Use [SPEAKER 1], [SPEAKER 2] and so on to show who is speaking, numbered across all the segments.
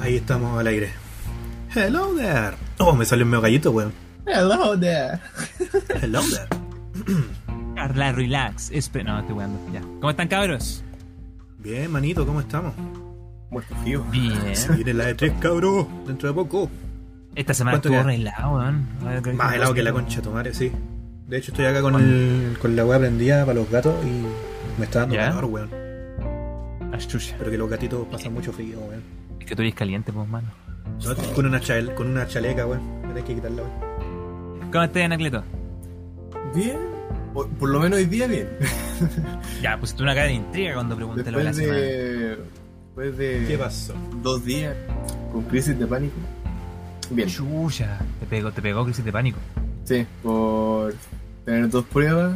[SPEAKER 1] Ahí estamos al aire. Hello there. Oh, me salió un medio gallito, weón.
[SPEAKER 2] Hello there.
[SPEAKER 1] Hello there.
[SPEAKER 3] Carla, relax. Espe- no, estoy weando. Ya. ¿Cómo están, cabros?
[SPEAKER 1] Bien, manito, ¿cómo estamos?
[SPEAKER 4] Muerto frío.
[SPEAKER 3] Bien.
[SPEAKER 1] Se viene la de tres, cabros. Dentro de poco.
[SPEAKER 3] Esta semana
[SPEAKER 1] ¿Cuánto
[SPEAKER 3] estuvo
[SPEAKER 1] queda?
[SPEAKER 3] re helado, weón. Ahora creo
[SPEAKER 1] Más helado que la concha de tu madre, sí. De hecho, estoy acá con, el, con la weá prendida para los gatos y me está dando
[SPEAKER 3] ¿Ya?
[SPEAKER 1] calor, weón.
[SPEAKER 3] Ah, chucha.
[SPEAKER 1] Pero que los gatitos pasan mucho frío, weón.
[SPEAKER 3] Es que tú eres caliente, pues, mano.
[SPEAKER 1] No, estoy con, una chale- con una chaleca, weón. Me tenés que quitarla, weón.
[SPEAKER 3] ¿Cómo estás, Anacleto?
[SPEAKER 4] Bien. Por, por lo menos hoy día bien.
[SPEAKER 3] Ya, pues tú una cara de intriga cuando pregunté lo de la
[SPEAKER 4] Después
[SPEAKER 3] semana.
[SPEAKER 4] de. Después de.
[SPEAKER 1] ¿Qué pasó?
[SPEAKER 4] Dos días con crisis de pánico. Bien.
[SPEAKER 3] Chucha. Te pegó, te pegó crisis de pánico.
[SPEAKER 4] Sí, por tener dos pruebas,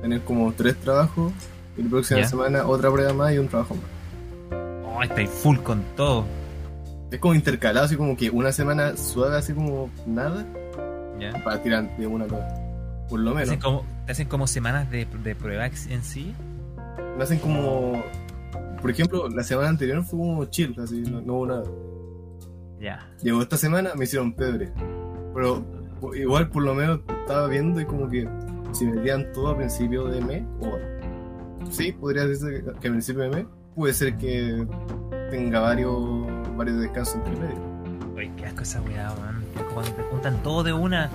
[SPEAKER 4] tener como tres trabajos y la próxima
[SPEAKER 3] Ya.
[SPEAKER 4] semana otra prueba más y un trabajo más.
[SPEAKER 3] Oh, estáis full con todo.
[SPEAKER 4] Es como intercalado, así como que una semana suave, así como nada,
[SPEAKER 3] Ya.
[SPEAKER 4] para tirar de una a otra. Por lo
[SPEAKER 3] Te
[SPEAKER 4] menos.
[SPEAKER 3] hacen como, te hacen como semanas de, de prueba en sí.
[SPEAKER 4] me hacen como. Por ejemplo, la semana anterior fue como chill, así, no, no hubo nada.
[SPEAKER 3] Ya.
[SPEAKER 4] Llegó esta semana, me hicieron pebre. Pero po- igual, por lo menos, estaba viendo y como que si me metían todo a principio de mes, o. Sí, podría decirse que- que a principio de mes, puede ser que tenga varios, varios descansos entre medio.
[SPEAKER 3] Ay, qué asco esa weá, weón. Es como Cuando te juntan todo de una.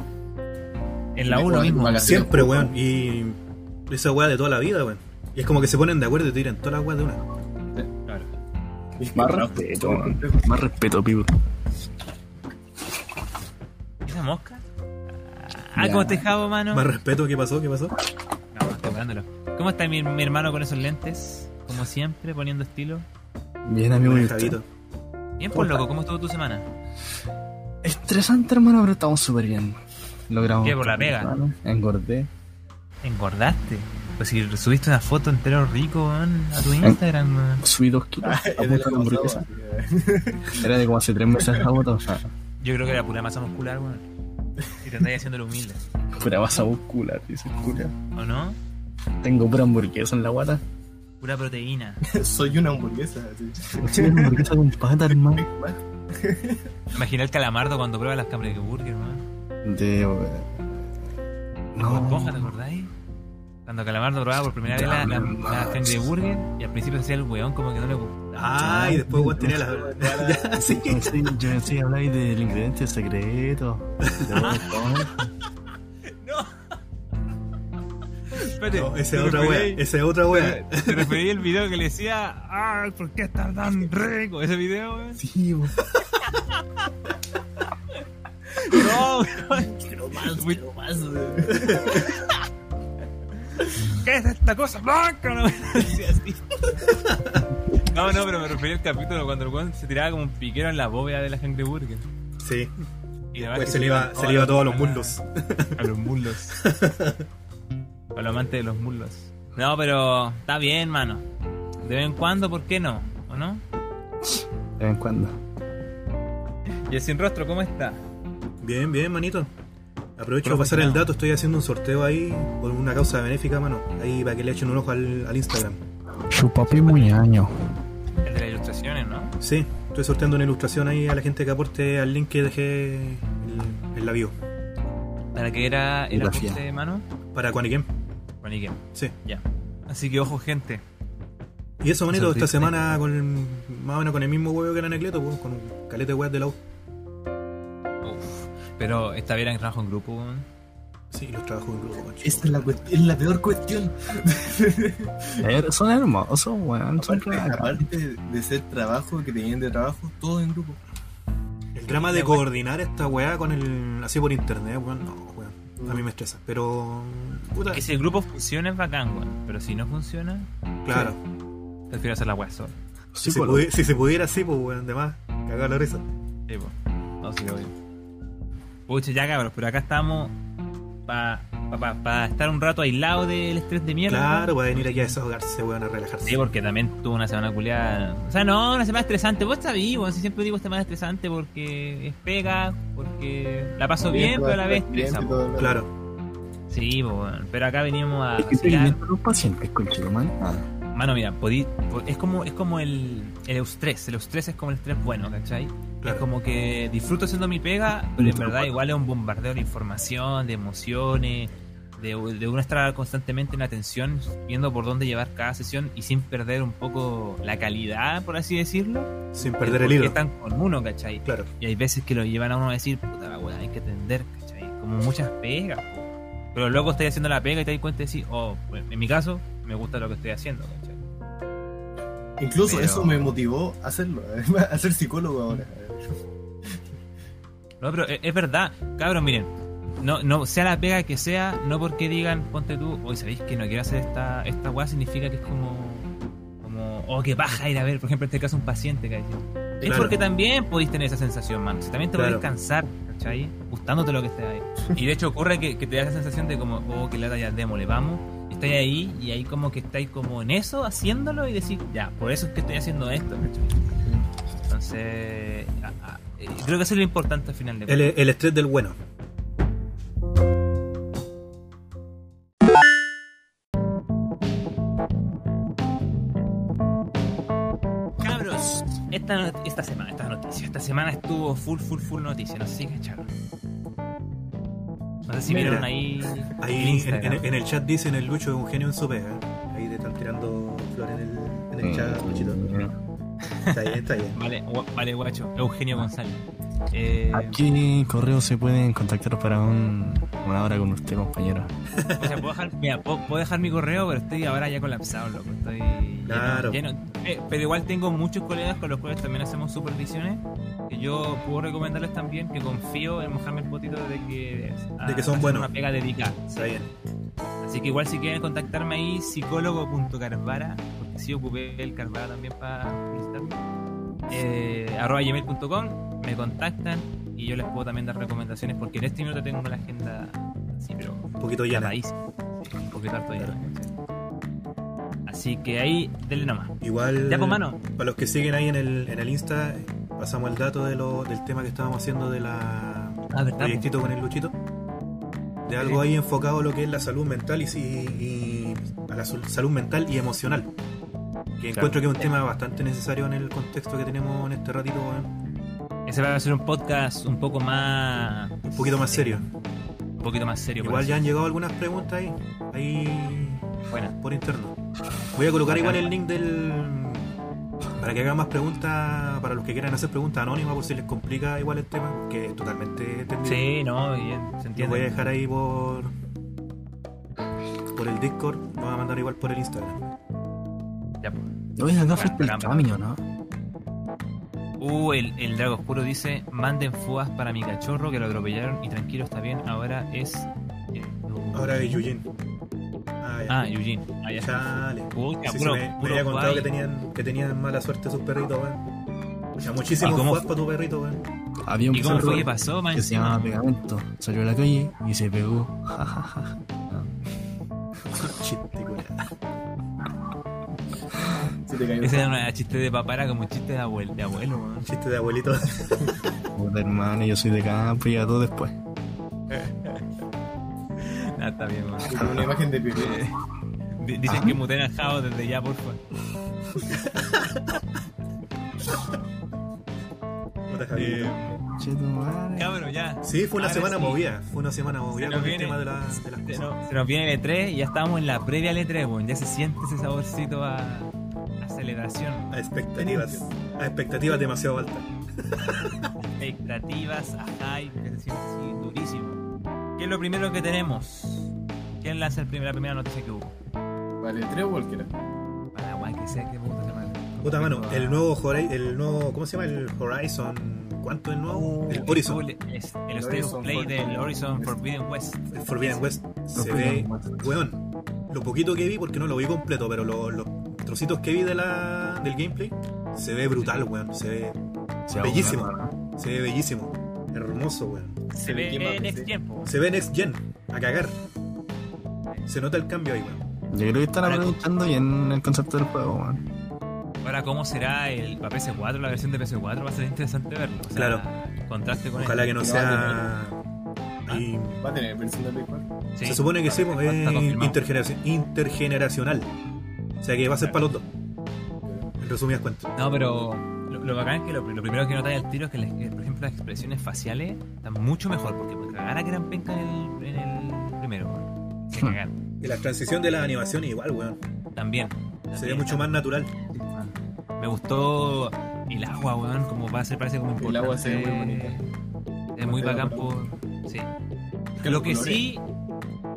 [SPEAKER 3] En la
[SPEAKER 4] Me
[SPEAKER 3] 1
[SPEAKER 4] jodan
[SPEAKER 3] mismo.
[SPEAKER 4] vacaciones.
[SPEAKER 1] Siempre, weón. Y esa weá de toda la vida, weón. Y es como que se ponen de acuerdo y tiran todas las weas de una.
[SPEAKER 3] Claro.
[SPEAKER 5] Más respeto, man. Más respeto, pivo.
[SPEAKER 3] ¿Esa mosca? Ah, ¿cómo te jabo, mano?
[SPEAKER 1] Más respeto, ¿qué pasó? ¿Qué pasó?
[SPEAKER 3] No, estoy jugándolo. ¿Cómo está mi, mi hermano con esos lentes? Como siempre, poniendo estilo.
[SPEAKER 5] Bien, amigo. ¿y usted?
[SPEAKER 1] Relajadito.
[SPEAKER 3] Bien, pues loco, ¿cómo estuvo tu semana?
[SPEAKER 5] Estresante, hermano, pero estamos súper bien. Logramos.
[SPEAKER 3] ¿Qué, por la pega?
[SPEAKER 5] Hermano, Engordé.
[SPEAKER 3] ¿Engordaste? Pues si subiste una foto entero rico, weón, a tu Instagram, weón.
[SPEAKER 5] Subí dos kilos.
[SPEAKER 4] Es
[SPEAKER 5] a
[SPEAKER 4] de la
[SPEAKER 5] punta de
[SPEAKER 4] pasada,
[SPEAKER 5] hamburguesa.
[SPEAKER 4] así que-
[SPEAKER 5] Era de como hace tres meses la bota. O sea,
[SPEAKER 3] Yo creo que era pura masa muscular, weón. Y te andáis haciéndolo humilde.
[SPEAKER 5] pura masa muscular, dice el culo.
[SPEAKER 3] ¿O no?
[SPEAKER 5] Tengo pura hamburguesa en la guata.
[SPEAKER 3] Pura proteína.
[SPEAKER 4] Soy una hamburguesa, así.
[SPEAKER 5] Soy una hamburguesa con pata, hermano.
[SPEAKER 3] Imagina el calamardo cuando prueba las de burger, weón.
[SPEAKER 5] De. eh,
[SPEAKER 3] Con esponja, ¿te
[SPEAKER 5] No.
[SPEAKER 3] acordáis? Cuando Calamardo probaba por primera vez la, la, la cangreburger y al principio se hacía el weón como que no le gustaba.
[SPEAKER 1] Ay, después weón tenía las. Ya, sí.
[SPEAKER 5] Yo pensé, yo pensé que habláis del ingrediente secreto. De
[SPEAKER 3] Ah.
[SPEAKER 5] Bob Esponja.
[SPEAKER 3] Espérate,
[SPEAKER 1] No, esa
[SPEAKER 3] ¿te
[SPEAKER 1] es otra wea.
[SPEAKER 3] recordáis?
[SPEAKER 1] Esa es otra wea.
[SPEAKER 3] Te referí al video que le decía, ah, ¿por qué estás tan rico? Ese video, weón.
[SPEAKER 5] Sí, bo.
[SPEAKER 3] No, weón. Muy- ¿Qué es esta cosa blanca? No, decía así. no, no, pero me referí al capítulo cuando el weón se tiraba como un piquero en la bóveda de la cangreburger.
[SPEAKER 1] Sí.
[SPEAKER 3] Y la verdad
[SPEAKER 1] Pues
[SPEAKER 3] es
[SPEAKER 1] se
[SPEAKER 3] que
[SPEAKER 1] le iba, se le iba a todos los mundos.
[SPEAKER 3] A los muslos. A los amantes de los muslos. No, pero está bien, mano. De vez en cuando, ¿por qué no? ¿O no?
[SPEAKER 5] De vez en cuando. Eh,
[SPEAKER 3] Y el sin rostro, ¿cómo está?
[SPEAKER 1] Bien, bien, manito. Aprovecho
[SPEAKER 3] Puro
[SPEAKER 1] para pasar el
[SPEAKER 3] fascinado.
[SPEAKER 1] dato, estoy haciendo un sorteo ahí por una causa benéfica, mano. Ahí para que le echen un ojo al, al Instagram.
[SPEAKER 5] Chupapi muñaño.
[SPEAKER 3] El de las ilustraciones, ¿no?
[SPEAKER 1] Sí, estoy sorteando una ilustración ahí a la gente que aporte al link que dejé en, en la bio.
[SPEAKER 3] ¿Para qué era el
[SPEAKER 5] Biografía.
[SPEAKER 3] ajuste de mano?
[SPEAKER 1] Para Quaniquem.
[SPEAKER 3] Bueno, ¿y qué?
[SPEAKER 1] Sí.
[SPEAKER 3] Ya. Así que ojo, gente.
[SPEAKER 1] Y eso, manito, esta
[SPEAKER 3] Sorteo.
[SPEAKER 1] semana con más o menos con el mismo huevo que el Anacleto, pues, con un calete de weas de la U.
[SPEAKER 3] Uf. Pero esta vez era en trabajo en grupo, weón.
[SPEAKER 1] Sí, los trabajos en grupo, concha.
[SPEAKER 4] Esta es la, cuest- es la peor cuestión.
[SPEAKER 5] Eh, Son hermosos, weón. Son
[SPEAKER 4] Aparte,
[SPEAKER 5] re
[SPEAKER 4] aparte de ser trabajo, que tenían de trabajo, todo en grupo.
[SPEAKER 1] El drama de
[SPEAKER 3] La wea-
[SPEAKER 1] coordinar esta wea con el. así por internet, weón, no, weón. A mí me estresa, pero. Puta,
[SPEAKER 3] Que si el grupo funciona es bacán, weón. Pero si no funciona,
[SPEAKER 1] claro.
[SPEAKER 3] prefiero hacer la weá solo.
[SPEAKER 1] Si,
[SPEAKER 5] Psicólogo.
[SPEAKER 1] pudi- si se pudiera, sí, pues, weón, además, cagaba la risa.
[SPEAKER 3] Sí, po. No, sí, obvio. Pucha, ya cabros, pero acá estamos para estar un rato aislado del estrés de mierda.
[SPEAKER 1] Claro, para venir aquí a desahogarse, weón, a relajarse.
[SPEAKER 3] Sí, porque también tuvo una semana culiada. O sea, no, una semana estresante. Vos sabés, weón. si siempre digo esta semana estresante porque es pega, porque la paso bien, pero a la vez estresa, po.
[SPEAKER 1] Claro.
[SPEAKER 3] Sí, po, weón. pero acá venimos a
[SPEAKER 5] Es que estoy
[SPEAKER 3] vacilar.
[SPEAKER 5] viendo a los pacientes, conchetumal. Ah,
[SPEAKER 3] Mano, mira, podí, po- es como, es como el, el eustrés. El eustrés es como el estrés bueno, ¿cachai?
[SPEAKER 1] Claro.
[SPEAKER 3] Es como que disfruto haciendo mi pega, pero en verdad igual es un bombardeo de información, de emociones, de, de uno estar constantemente en la atención, viendo por dónde llevar cada sesión y sin perder un poco la calidad, por así decirlo.
[SPEAKER 1] Sin
[SPEAKER 3] de
[SPEAKER 1] perder
[SPEAKER 3] por
[SPEAKER 1] el
[SPEAKER 3] qué
[SPEAKER 1] hilo.
[SPEAKER 3] están con uno, ¿cachai?
[SPEAKER 1] Claro.
[SPEAKER 3] Y hay veces que lo llevan a uno a decir, puta la weá, hay que atender, ¿cachai? Como muchas pegas, po. Pero luego estáis haciendo la pega y te das cuenta y decís, oh, pues, en mi caso, me gusta lo que estoy haciendo, ¿cachai?
[SPEAKER 4] Incluso
[SPEAKER 3] Pero-
[SPEAKER 4] eso me motivó a hacerlo, a ser psicólogo ahora.
[SPEAKER 3] No, pero es, es verdad, cabrón, miren. No, no, sea la pega que sea, no porque digan, ponte tú, hoy sabéis que no quiero hacer esta, esta weá, significa que es como, como, oh, que baja ir a ver, por ejemplo, en este caso, un paciente, ¿cachai? Es
[SPEAKER 1] Claro.
[SPEAKER 3] porque también podéis tener esa sensación, man. Si también te podéis
[SPEAKER 1] Claro.
[SPEAKER 3] cansar, ¿cachai? Gustándote lo que esté ahí. Y de hecho ocurre que, que te da esa sensación de como, oh, que lata ya démosle, vamos. Y Estáis ahí y ahí como que estáis como en eso, haciéndolo y decís, ya, por eso es que estoy haciendo esto, ¿cachai? Entonces, ah, ah, eh, creo que eso es lo importante al final de
[SPEAKER 1] El, el estrés del bueno.
[SPEAKER 3] Cabros, esta, no- esta semana, esta noticia, esta semana estuvo full, full, full noticia, no sé si cacharon. No sé si
[SPEAKER 1] Mira.
[SPEAKER 3] miraron ahí. el
[SPEAKER 1] Ahí en,
[SPEAKER 3] Instagram.
[SPEAKER 1] en- en el chat dicen el Lucho es un genio en su pega. Ahí te están tirando flores en el, en
[SPEAKER 3] Mm.
[SPEAKER 1] el
[SPEAKER 5] Eh,
[SPEAKER 1] chat, Luchito. Está bien, está bien.
[SPEAKER 3] Vale, gua- vale, guacho, Eugenio González. Eh,
[SPEAKER 5] ¿A qué correo se pueden contactar para un, una hora con usted, compañero?
[SPEAKER 3] o sea, puedo dejar, mira, puedo, puedo dejar mi correo, pero estoy ahora ya colapsado, loco. Estoy lleno-
[SPEAKER 1] Claro.
[SPEAKER 3] lleno. Eh, pero igual tengo muchos colegas con los cuales también hacemos supervisiones. Que yo puedo recomendarles también que confío en Mohamed Potito de que, ah,
[SPEAKER 1] De que son
[SPEAKER 3] hacen
[SPEAKER 1] buenos.
[SPEAKER 3] una pega dedicada.
[SPEAKER 1] Está bien.
[SPEAKER 3] Así que igual si quieren contactarme ahí, psicólogo.carvara, porque sí ocupé el Carvara también para publicitarme, eh, arroba gmail.com, me contactan y yo les puedo también dar recomendaciones, porque en este minuto tengo la agenda así, pero
[SPEAKER 1] Un poquito
[SPEAKER 3] ya
[SPEAKER 1] llena.
[SPEAKER 3] raíz, un poquito harto ya. Así que ahí, denle nomás.
[SPEAKER 1] Igual.
[SPEAKER 3] Ya, pues, mano.
[SPEAKER 1] Para los que siguen ahí en el, en el Insta, pasamos el dato de lo, del tema que estábamos haciendo de la
[SPEAKER 3] Ah, ¿verdad? po?
[SPEAKER 1] proyectito con el Luchito. De algo ahí enfocado a lo que es la salud mental y, si- y a la sol- salud mental y emocional. Que encuentro que es un tema bastante necesario en el contexto que tenemos en este ratito, weón.
[SPEAKER 3] Ese va a ser un podcast un poco más...
[SPEAKER 1] un poquito más serio.
[SPEAKER 3] Un poquito más serio. por
[SPEAKER 1] Igual ya
[SPEAKER 3] así-
[SPEAKER 1] han llegado algunas preguntas ahí, ahí
[SPEAKER 3] Buena.
[SPEAKER 1] por interno. Voy a colocar igual el link del. Para que hagan más preguntas, para los que quieran hacer preguntas anónimas, por si les complica igual el tema, que es totalmente entendible.
[SPEAKER 3] Sí, no, bien, se
[SPEAKER 1] Lo voy a
[SPEAKER 3] entiende.
[SPEAKER 1] dejar ahí por. por el Discord, lo voy a mandar igual por el Instagram.
[SPEAKER 3] Ya, pues.
[SPEAKER 5] Oye, acá fuiste el
[SPEAKER 3] Caramba.
[SPEAKER 5] camino, ¿no?
[SPEAKER 3] Uh, el, el Drago Oscuro dice: Manden fugas para mi cachorro que lo atropellaron y tranquilo, está bien. Ahora es. eh, uh,
[SPEAKER 1] Ahora es Yujin. Ah, ya.
[SPEAKER 3] Ah, Eugene. Ah, ya.
[SPEAKER 1] Chale.
[SPEAKER 3] Puta,
[SPEAKER 1] Sí, sí,
[SPEAKER 3] puro,
[SPEAKER 1] me, me
[SPEAKER 3] puro
[SPEAKER 1] había contado
[SPEAKER 3] guay.
[SPEAKER 1] que tenían, que tenían mala suerte sus perritos, weón. Ya, muchísimo
[SPEAKER 3] ¿Y cómo
[SPEAKER 1] para tu perrito, weón.
[SPEAKER 5] Había un
[SPEAKER 3] ¿Y cómo fue
[SPEAKER 5] perro
[SPEAKER 3] que pasó, man?
[SPEAKER 5] que se llamaba Pegamento. Salió a la calle y se pegó. Ja, ja, ja.
[SPEAKER 1] Chiste, culiao.
[SPEAKER 4] Si te cayó.
[SPEAKER 3] Ese era un chiste de papara como chiste de abuelo. De abuelo man.
[SPEAKER 1] Chiste de abuelito.
[SPEAKER 5] Puta hermano, yo soy de campo y a todo después.
[SPEAKER 1] Ah,
[SPEAKER 3] Nah, está bien, man.
[SPEAKER 4] Con una imagen de pipí.
[SPEAKER 3] Eh, Di- Dicen que muten al Jao desde ya, por favor.
[SPEAKER 1] Puta,
[SPEAKER 3] Eh,
[SPEAKER 1] Javierito.
[SPEAKER 5] Che, tu madre.
[SPEAKER 3] Cabrón, ya.
[SPEAKER 1] Sí, fue una
[SPEAKER 3] Ahora
[SPEAKER 1] semana
[SPEAKER 3] Ah, sí.
[SPEAKER 1] movida. Fue una semana movida
[SPEAKER 3] Se
[SPEAKER 1] con
[SPEAKER 3] nos
[SPEAKER 1] el
[SPEAKER 3] viene- este
[SPEAKER 1] tema de, la- de las
[SPEAKER 3] Se
[SPEAKER 1] cosas.
[SPEAKER 3] nos, se nos viene el E3 y ya estamos en la previa al E3, weón. Ya se siente ese saborcito a, a celebración.
[SPEAKER 1] A expectativas. A expectativas demasiado altas.
[SPEAKER 3] expectativas, a hype, que se siente así durísimo. ¿Qué es lo primero que tenemos? ¿Quién lanza el primer- la primera noticia que hubo?
[SPEAKER 4] Vale, tres o cualquiera.
[SPEAKER 3] Para la guay que sea que me gusta ese man.
[SPEAKER 1] Puta mano, el nuevo Horizon, el nuevo, ¿cómo se llama? El Horizon, ¿cuánto es el nuevo? el Horizon,
[SPEAKER 3] Uh, El, es- el
[SPEAKER 4] El
[SPEAKER 3] State of
[SPEAKER 4] Horizon
[SPEAKER 3] Play
[SPEAKER 4] Forbidden
[SPEAKER 3] del Horizon
[SPEAKER 4] West.
[SPEAKER 3] Forbidden West.
[SPEAKER 1] el Forbidden West, se ve,
[SPEAKER 5] Forbidden West.
[SPEAKER 1] weón, lo poquito que vi porque no lo vi completo, pero lo- los trocitos que vi de la, del gameplay, Se ve brutal, weón. Se ve
[SPEAKER 5] Se va
[SPEAKER 1] bellísimo.
[SPEAKER 5] a borrar, ¿no?
[SPEAKER 1] Se ve bellísimo. Hermoso, weón.
[SPEAKER 3] Se ve en Next Gen, po.
[SPEAKER 1] Se ve Next Gen. A cagar. Se nota el cambio ahí, weón.
[SPEAKER 5] Yo creo que están
[SPEAKER 3] Ahora-
[SPEAKER 5] aprovechando bien el concepto del juego, weón.
[SPEAKER 3] Ahora, ¿cómo será el para PS4, la versión de PS4? Va a ser interesante verlo. O sea,
[SPEAKER 1] Claro.
[SPEAKER 3] Contraste con
[SPEAKER 1] Ojalá
[SPEAKER 3] el-
[SPEAKER 1] que no
[SPEAKER 4] No,
[SPEAKER 1] sea. ahí-
[SPEAKER 4] Va a tener versión de Play 4.
[SPEAKER 3] Sí.
[SPEAKER 1] Se supone que Ah, sí, pues,
[SPEAKER 3] Está
[SPEAKER 1] es
[SPEAKER 3] confirmado.
[SPEAKER 1] intergeneraci- intergeneracional. O sea que va a ser para los dos, en resumidas cuentas.
[SPEAKER 3] No, pero lo, lo bacán es que lo, lo primero que notáis al tiro es que, las- que, por ejemplo, las expresiones faciales están mucho mejor, porque me cagara que eran penca en el, en el primero. weón. Se cagaron.
[SPEAKER 1] Y la transición de las animaciones igual, weón.
[SPEAKER 3] También.
[SPEAKER 1] Se ve
[SPEAKER 3] También,
[SPEAKER 1] mucho más natural.
[SPEAKER 3] Me gustó el agua, weón, como va a ser, parece como
[SPEAKER 4] El
[SPEAKER 3] importante.
[SPEAKER 4] agua se ve muy bonita.
[SPEAKER 3] Es muy
[SPEAKER 4] El
[SPEAKER 3] bacán pues.
[SPEAKER 4] agua.
[SPEAKER 3] por... Sí. Lo que sí...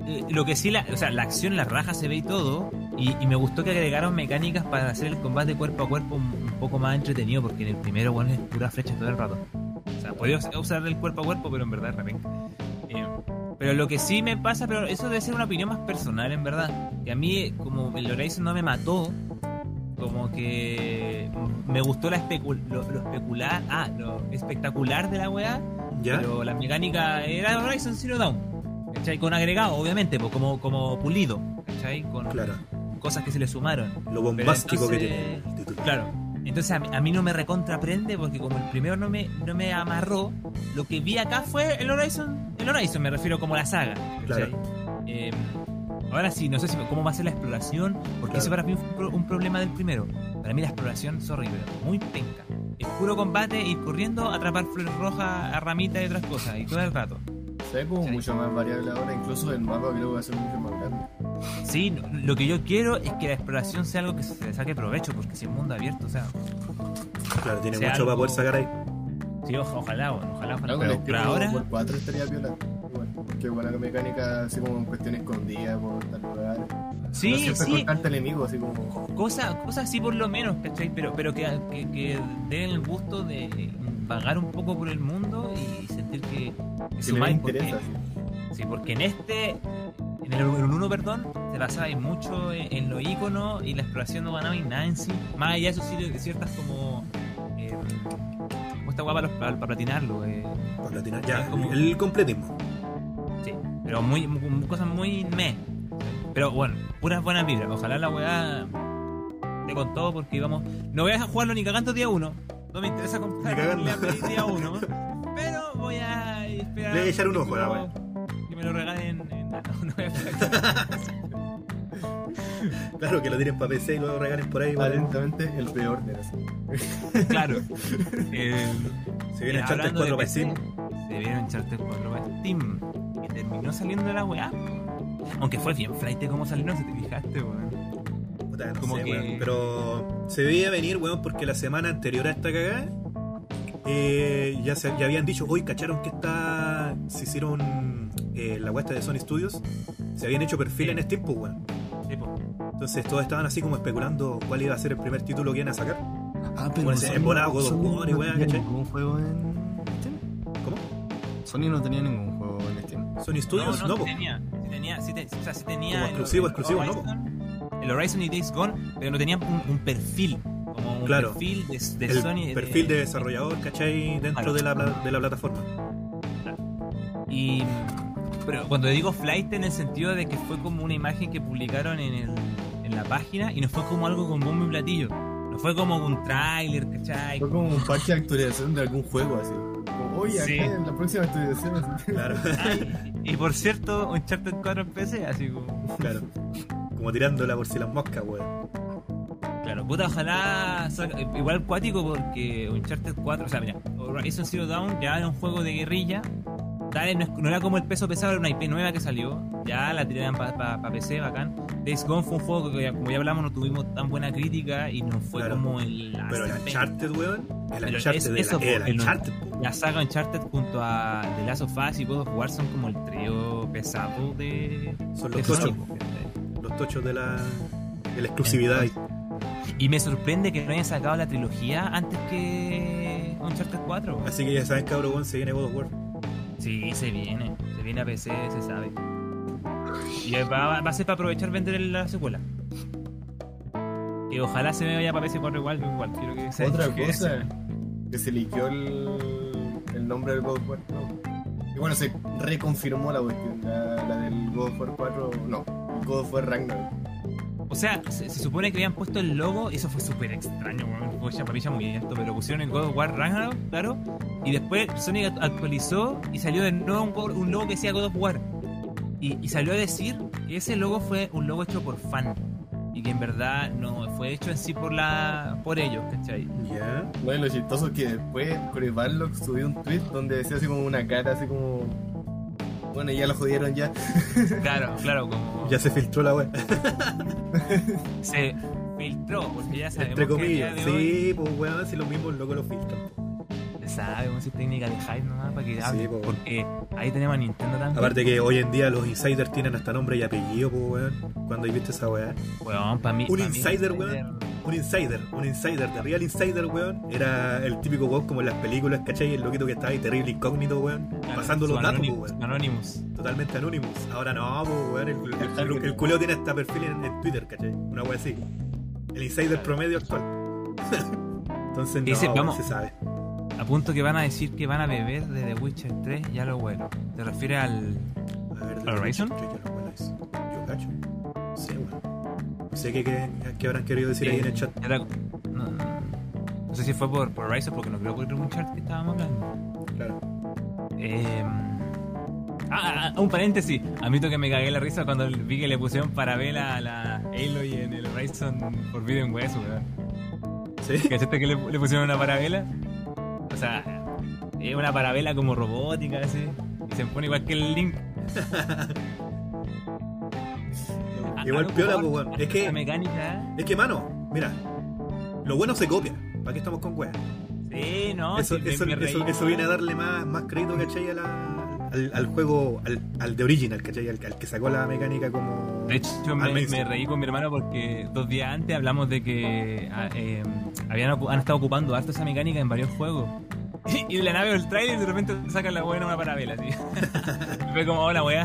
[SPEAKER 3] eh, Lo que sí, la, o sea, la acción, la raja se ve y todo. Y, y me gustó que agregaron mecánicas para hacer el combate cuerpo a cuerpo un, un poco más entretenido, porque en el primero, weón, es pura flecha todo el rato. O sea, podía us- usar el cuerpo a cuerpo, pero en verdad es re penca. Eh, pero lo que sí me pasa, pero eso debe ser una opinión más personal, en verdad. Que a mí, eh, como el Horizon no me mató, como que me gustó la especu- lo, lo especular, ah, lo espectacular de la weá,
[SPEAKER 1] ¿Ya?
[SPEAKER 3] pero la mecánica era Horizon Zero Dawn. ¿Cachai? Con agregado, obviamente, pues, como, como pulido. ¿Cachai? Con
[SPEAKER 1] Claro.
[SPEAKER 3] cosas que se le sumaron.
[SPEAKER 1] Lo bombástico
[SPEAKER 3] Pero
[SPEAKER 1] que tiene
[SPEAKER 3] entonces-
[SPEAKER 1] el título.
[SPEAKER 3] Claro. Entonces a mí, a mí no me recontraprende porque como el primero no me, no me amarró, lo que vi acá fue el Horizon. El Horizon me refiero como la saga. ¿cachai? Eh, ahora sí, no sé si, cómo va a ser la exploración, porque
[SPEAKER 1] Claro.
[SPEAKER 3] eso para mí fue un, pro- un problema del primero. Para mí la exploración, sorry, pero muy penca. Es puro combate, ir corriendo, atrapar flores rojas, a ramitas y otras cosas, y todo el rato.
[SPEAKER 4] Se ve como
[SPEAKER 3] Sí.
[SPEAKER 4] mucho más variable ahora, incluso el mapa creo que va a ser mucho más grande.
[SPEAKER 3] Sí, no- lo que yo quiero es que la exploración sea algo que se le saque provecho, porque si es mundo abierto, o sea,
[SPEAKER 1] Claro, tiene
[SPEAKER 3] O sea,
[SPEAKER 1] mucho para poder
[SPEAKER 3] algo-
[SPEAKER 1] sacar ahí.
[SPEAKER 3] sí, oja- ojalá, bueno, ojalá, ojalá.
[SPEAKER 4] Claro, con
[SPEAKER 3] Pero
[SPEAKER 4] el
[SPEAKER 3] por ahora...
[SPEAKER 4] por 4 estaría viola. Que igual la mecánica, así como en cuestión escondida por tal lugar. Pero
[SPEAKER 3] Sí,
[SPEAKER 4] siempre
[SPEAKER 3] sí,
[SPEAKER 4] cortarte enemigo, así como.
[SPEAKER 3] cosas cosas así por lo menos, ¿cachai? Pero, pero que, que, que den el gusto de vagar un poco por el mundo y sentir que, que
[SPEAKER 4] Que le
[SPEAKER 3] sumáis. Porque,
[SPEAKER 4] interesa. así.
[SPEAKER 3] sí, porque en este, en el 1, perdón, se basáis mucho en, en los iconos y la exploración no ganabais nada en sí. Más allá de eso sí de ciertas como. Eh, como esta guapa para, para platinarlo. eh,
[SPEAKER 1] Para platinar. Ya,
[SPEAKER 3] Es como-
[SPEAKER 1] el completismo.
[SPEAKER 3] Sí, pero muy, mu- cosas muy meh. Pero bueno, puras buenas vibras. Ojalá la weá te contó porque vamos. No voy a jugarlo ni cagando día uno. No me interesa
[SPEAKER 1] Ni cagando.
[SPEAKER 3] comprarlo a pedir día uno. Pero voy a esperar.
[SPEAKER 1] Le voy a echar un
[SPEAKER 3] que
[SPEAKER 1] ojo a la
[SPEAKER 3] me
[SPEAKER 1] weá.
[SPEAKER 3] lo- Que me lo regalen en. No, no voy a esperar.
[SPEAKER 1] Claro, que lo tienen para PC y luego regalen por ahí. weón.
[SPEAKER 4] Aparentemente el peor de las.
[SPEAKER 3] Claro. Eh,
[SPEAKER 1] Se viene
[SPEAKER 3] Eh,
[SPEAKER 1] Uncharted
[SPEAKER 3] hablando de
[SPEAKER 1] 4 para
[SPEAKER 3] PC,
[SPEAKER 1] Steam.
[SPEAKER 3] Se vieron Charter 4 para Steam. Y terminó saliendo la weá. Aunque fue bien flight como salió, no sé si te fijaste, weón.
[SPEAKER 1] Puta, no
[SPEAKER 3] Como
[SPEAKER 1] sé,
[SPEAKER 3] que-
[SPEAKER 1] weón. Pero se veía venir, weón, porque la semana anterior a esta cagada eh, ya, se, ya habían dicho, hoy cacharon que está. Se hicieron eh, la guasta de Sony Studios. Se habían hecho perfil en Steam, pues, weón.
[SPEAKER 3] Sí, po.
[SPEAKER 1] Entonces todos estaban así como especulando cuál iba a ser el primer título que iban a sacar.
[SPEAKER 5] Ah, pero.
[SPEAKER 1] Bueno, se
[SPEAKER 5] Sony-
[SPEAKER 1] ve volado God of
[SPEAKER 5] Sony
[SPEAKER 1] War y
[SPEAKER 5] no
[SPEAKER 1] weá,
[SPEAKER 5] tenía
[SPEAKER 1] ¿cachai?
[SPEAKER 5] ningún juego en Steam.
[SPEAKER 1] ¿Cómo?
[SPEAKER 5] Sony no tenía ningún juego en Steam.
[SPEAKER 1] Sony Studios, no,
[SPEAKER 3] no,
[SPEAKER 1] po.
[SPEAKER 3] sí tenía, sí tenía, sí te- o sea, sí tenía
[SPEAKER 1] Como
[SPEAKER 3] el-
[SPEAKER 1] exclusivo,
[SPEAKER 3] el
[SPEAKER 1] exclusivo, ¿no?
[SPEAKER 3] Horizon, El Horizon y Days Gone, pero no tenían un, un perfil, como un
[SPEAKER 1] Claro.
[SPEAKER 3] perfil de, de
[SPEAKER 1] el
[SPEAKER 3] Sony.
[SPEAKER 1] perfil de desarrollador, ¿cachai? Dentro
[SPEAKER 3] Claro.
[SPEAKER 1] de, la, pla- de la plataforma.
[SPEAKER 3] Y, pero cuando digo flight en el sentido de que fue como una imagen que publicaron en, el- en la página y no fue como algo con bombo y platillo. No fue como un tráiler, ¿cachai?
[SPEAKER 4] Fue como un parche de actualización de algún juego así. Como, Oye, acá
[SPEAKER 3] Sí.
[SPEAKER 4] en la próxima actualización. así.
[SPEAKER 1] Claro,
[SPEAKER 3] Ay, y por cierto, un Charter 4 en PC, así como...
[SPEAKER 1] claro. Como tirándola por si las moscas, weón.
[SPEAKER 3] Claro, puta, ojalá... saca- igual cuático porque un Charter 4... O sea, mira, Horizon Zero Dawn ya era un juego de guerrilla. Dale, no, es- no era como el peso pesado, era una IP nueva que salió. Ya la tiraron para PC, bacán. Days Gone fue un juego que, como ya hablamos, no tuvimos tan buena crítica y no fue
[SPEAKER 1] Claro.
[SPEAKER 3] como el... la
[SPEAKER 1] Pero el
[SPEAKER 3] saga-
[SPEAKER 1] Uncharted, weón. El
[SPEAKER 3] Ah, Pero es-
[SPEAKER 1] Uncharted de
[SPEAKER 3] eso,
[SPEAKER 1] la- el
[SPEAKER 3] po, el-
[SPEAKER 1] Uncharted, po.
[SPEAKER 3] La saga Uncharted junto a The Last of Us y God of War son como el trío pesado de...
[SPEAKER 1] Son
[SPEAKER 3] de
[SPEAKER 1] los tochos,
[SPEAKER 3] Sony, ¿cachai?
[SPEAKER 1] los tochos de la, de la exclusividad. ahí.
[SPEAKER 3] Y me sorprende que no hayan sacado la trilogía antes que Uncharted 4.
[SPEAKER 1] Así que ya saben, cabrón, weón, se viene God of War.
[SPEAKER 3] Sí, se viene. Se viene a PC, se sabe. Y va, va a ser para aprovechar vender la secuela. Que ojalá se me vaya para PS4 igual, yo igual quiero que se
[SPEAKER 4] Otra
[SPEAKER 3] que
[SPEAKER 4] cosa
[SPEAKER 3] se-
[SPEAKER 4] que se eligió el, el nombre del God of War. ¿no? Y bueno, se reconfirmó la cuestión, la, la del God of War 4, no, God of War Ragnarok.
[SPEAKER 3] O sea, se, se supone que habían puesto el logo, y eso fue súper extraño, weón. Fue ya para mí ya muy esto, pero pusieron en God of War Ragnarok, claro. Y después Sony act- actualizó y salió de nuevo un, go- un logo que decía God of War. Y, y salió a decir que ese logo fue un logo hecho por fan. Y que en verdad no fue hecho en sí por la por ellos, ¿cachai?
[SPEAKER 1] Ya.
[SPEAKER 4] No, y lo chistoso es que después Cory Barlock subió un tweet donde decía así como una cara, así como. Bueno, ya lo jodieron ya.
[SPEAKER 3] Claro, claro, como
[SPEAKER 1] Ya se filtró la web.
[SPEAKER 3] se filtró, porque ya sabemos
[SPEAKER 1] Entre
[SPEAKER 3] que a
[SPEAKER 1] comillas.
[SPEAKER 3] día de hoy
[SPEAKER 1] Sí, pues weón, si los mismos locos lo filtran. po.
[SPEAKER 3] sabemos si es técnica de hype nomás para que
[SPEAKER 1] Sí,
[SPEAKER 3] hable,
[SPEAKER 1] po.
[SPEAKER 3] porque ahí tenemos a Nintendo también.
[SPEAKER 1] Aparte que hoy en día los insiders tienen hasta nombre y apellido, pues weón. Cuando viste esa weá.
[SPEAKER 3] Weón, pa' mí,
[SPEAKER 1] Un
[SPEAKER 3] pa' mí
[SPEAKER 1] insider, weón. Un insider, un insider, de real insider, weón. Era el típico weón como en las películas, ¿cachai? El loquito que estaba ahí terrible incógnito, weón.
[SPEAKER 3] Claro,
[SPEAKER 1] pasando
[SPEAKER 3] su
[SPEAKER 1] los datos,
[SPEAKER 3] Anonymous,
[SPEAKER 1] pues,
[SPEAKER 3] su
[SPEAKER 1] weón.
[SPEAKER 3] Anonymous.
[SPEAKER 1] Totalmente anónimos. Ahora no, pues, weón. El, el, el, el culeo tiene hasta perfil en, en Twitter, ¿cachai? Una weá así. El insider promedio actual. Entonces no,
[SPEAKER 3] Dice,
[SPEAKER 1] weón,
[SPEAKER 3] vamos.
[SPEAKER 1] se sabe.
[SPEAKER 3] A punto que van a decir que van a beber de The Witcher 3, ya lo bueno. ¿Te refieres al.
[SPEAKER 1] A ver,
[SPEAKER 3] ¿Al Horizon?
[SPEAKER 1] Yo, yo no realizo. Yo cacho. Sí, weón. No sé qué, qué, qué habrán querido decir ahí en el chat.
[SPEAKER 3] Ya la- No, no, no sé si fue por, por Rise porque no creo que era un chart que estábamos hablando.
[SPEAKER 1] Claro.
[SPEAKER 3] Eh, ah, ah, un paréntesis. Admito que me cagué la risa cuando vi que le pusieron parabela a la Aloy en el Horizon Forbidden West, weón.
[SPEAKER 1] Sí.
[SPEAKER 3] ¿Cachaste que le, le pusieron una parabela? O sea, es una parabela como robótica, así. Y se pone igual que el Link. Ah,
[SPEAKER 1] Igual
[SPEAKER 3] ah, no,
[SPEAKER 1] piola,
[SPEAKER 3] por
[SPEAKER 1] pues,
[SPEAKER 3] favor,
[SPEAKER 1] weón. Es que.
[SPEAKER 3] La mecánica.
[SPEAKER 1] Es que, mano, mira, lo bueno se copia. ¿Para qué estamos con weas?
[SPEAKER 3] Sí, no,
[SPEAKER 1] eso,
[SPEAKER 3] sí, me-
[SPEAKER 1] eso-
[SPEAKER 3] me reí.
[SPEAKER 1] eso- eso viene a darle más, más crédito, ¿cachai? A la- al, al juego, al, al de original, ¿cachai? Al, al que sacó la mecánica como.
[SPEAKER 3] De hecho,
[SPEAKER 1] al
[SPEAKER 3] me,
[SPEAKER 1] mainstream.
[SPEAKER 3] me reí con mi hermano porque dos días antes hablamos de que ah, eh, habían ocu- han estado ocupando harto esa mecánica en varios juegos. Y de la nave del trailer y de repente sacan la buena una parabela, tío. Fue como, hola, weá.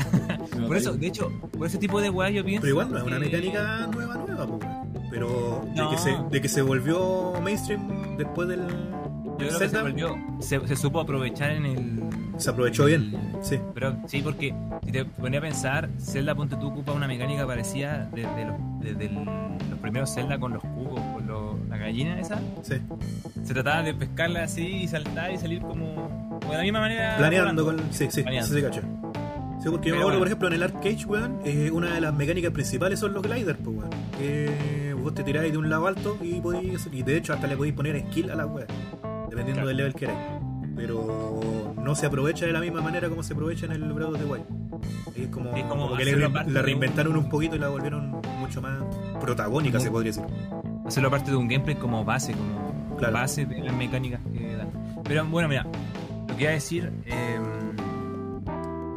[SPEAKER 3] Por eso, de hecho, por ese tipo de weá yo pienso.
[SPEAKER 1] Pero igual no es una
[SPEAKER 3] que-
[SPEAKER 1] mecánica nueva, nueva, pues, weón. Pero de,
[SPEAKER 3] No.
[SPEAKER 1] que se, de que se volvió mainstream después del.
[SPEAKER 3] Yo creo que se
[SPEAKER 1] Zelda,
[SPEAKER 3] volvió. Se, se supo aprovechar en el.
[SPEAKER 1] se aprovechó bien. Sí.
[SPEAKER 3] Pero sí, porque si te ponía a pensar, Zelda Ponte tú ocupa una mecánica parecida desde los, desde el- los primeros Zelda con los cubos, con lo- la gallina esa.
[SPEAKER 1] Sí.
[SPEAKER 3] Se trataba de pescarla así y saltar y salir como, como de la misma manera.
[SPEAKER 1] Planeando
[SPEAKER 3] volando.
[SPEAKER 1] con. Sí, sí,
[SPEAKER 3] Planeando.
[SPEAKER 1] sí, se cachó. Sí, porque yo me
[SPEAKER 3] Pero
[SPEAKER 1] acuerdo,
[SPEAKER 3] bueno.
[SPEAKER 1] por ejemplo, en el Arcade, weón, eh, una de las mecánicas principales son los gliders, pues, weón. Que vos te tiráis de un lado alto y podéis. Y de hecho, hasta le podéis poner skill a la weón, dependiendo
[SPEAKER 3] Claro.
[SPEAKER 1] del level que erais. Pero no se aprovecha de la misma manera como se aprovecha en el Breath of the Wild. Es como,
[SPEAKER 3] Es como
[SPEAKER 1] como que le-
[SPEAKER 3] hacerlo parte
[SPEAKER 1] la
[SPEAKER 3] de
[SPEAKER 1] reinventaron
[SPEAKER 3] un-
[SPEAKER 1] un poquito y la volvieron mucho más protagónica,
[SPEAKER 3] Muy-
[SPEAKER 1] se podría decir.
[SPEAKER 3] Hacerlo parte de un gameplay como base, como
[SPEAKER 1] Claro.
[SPEAKER 3] base de las mecánicas que dan. Pero bueno, mira, lo que iba a decir, eh,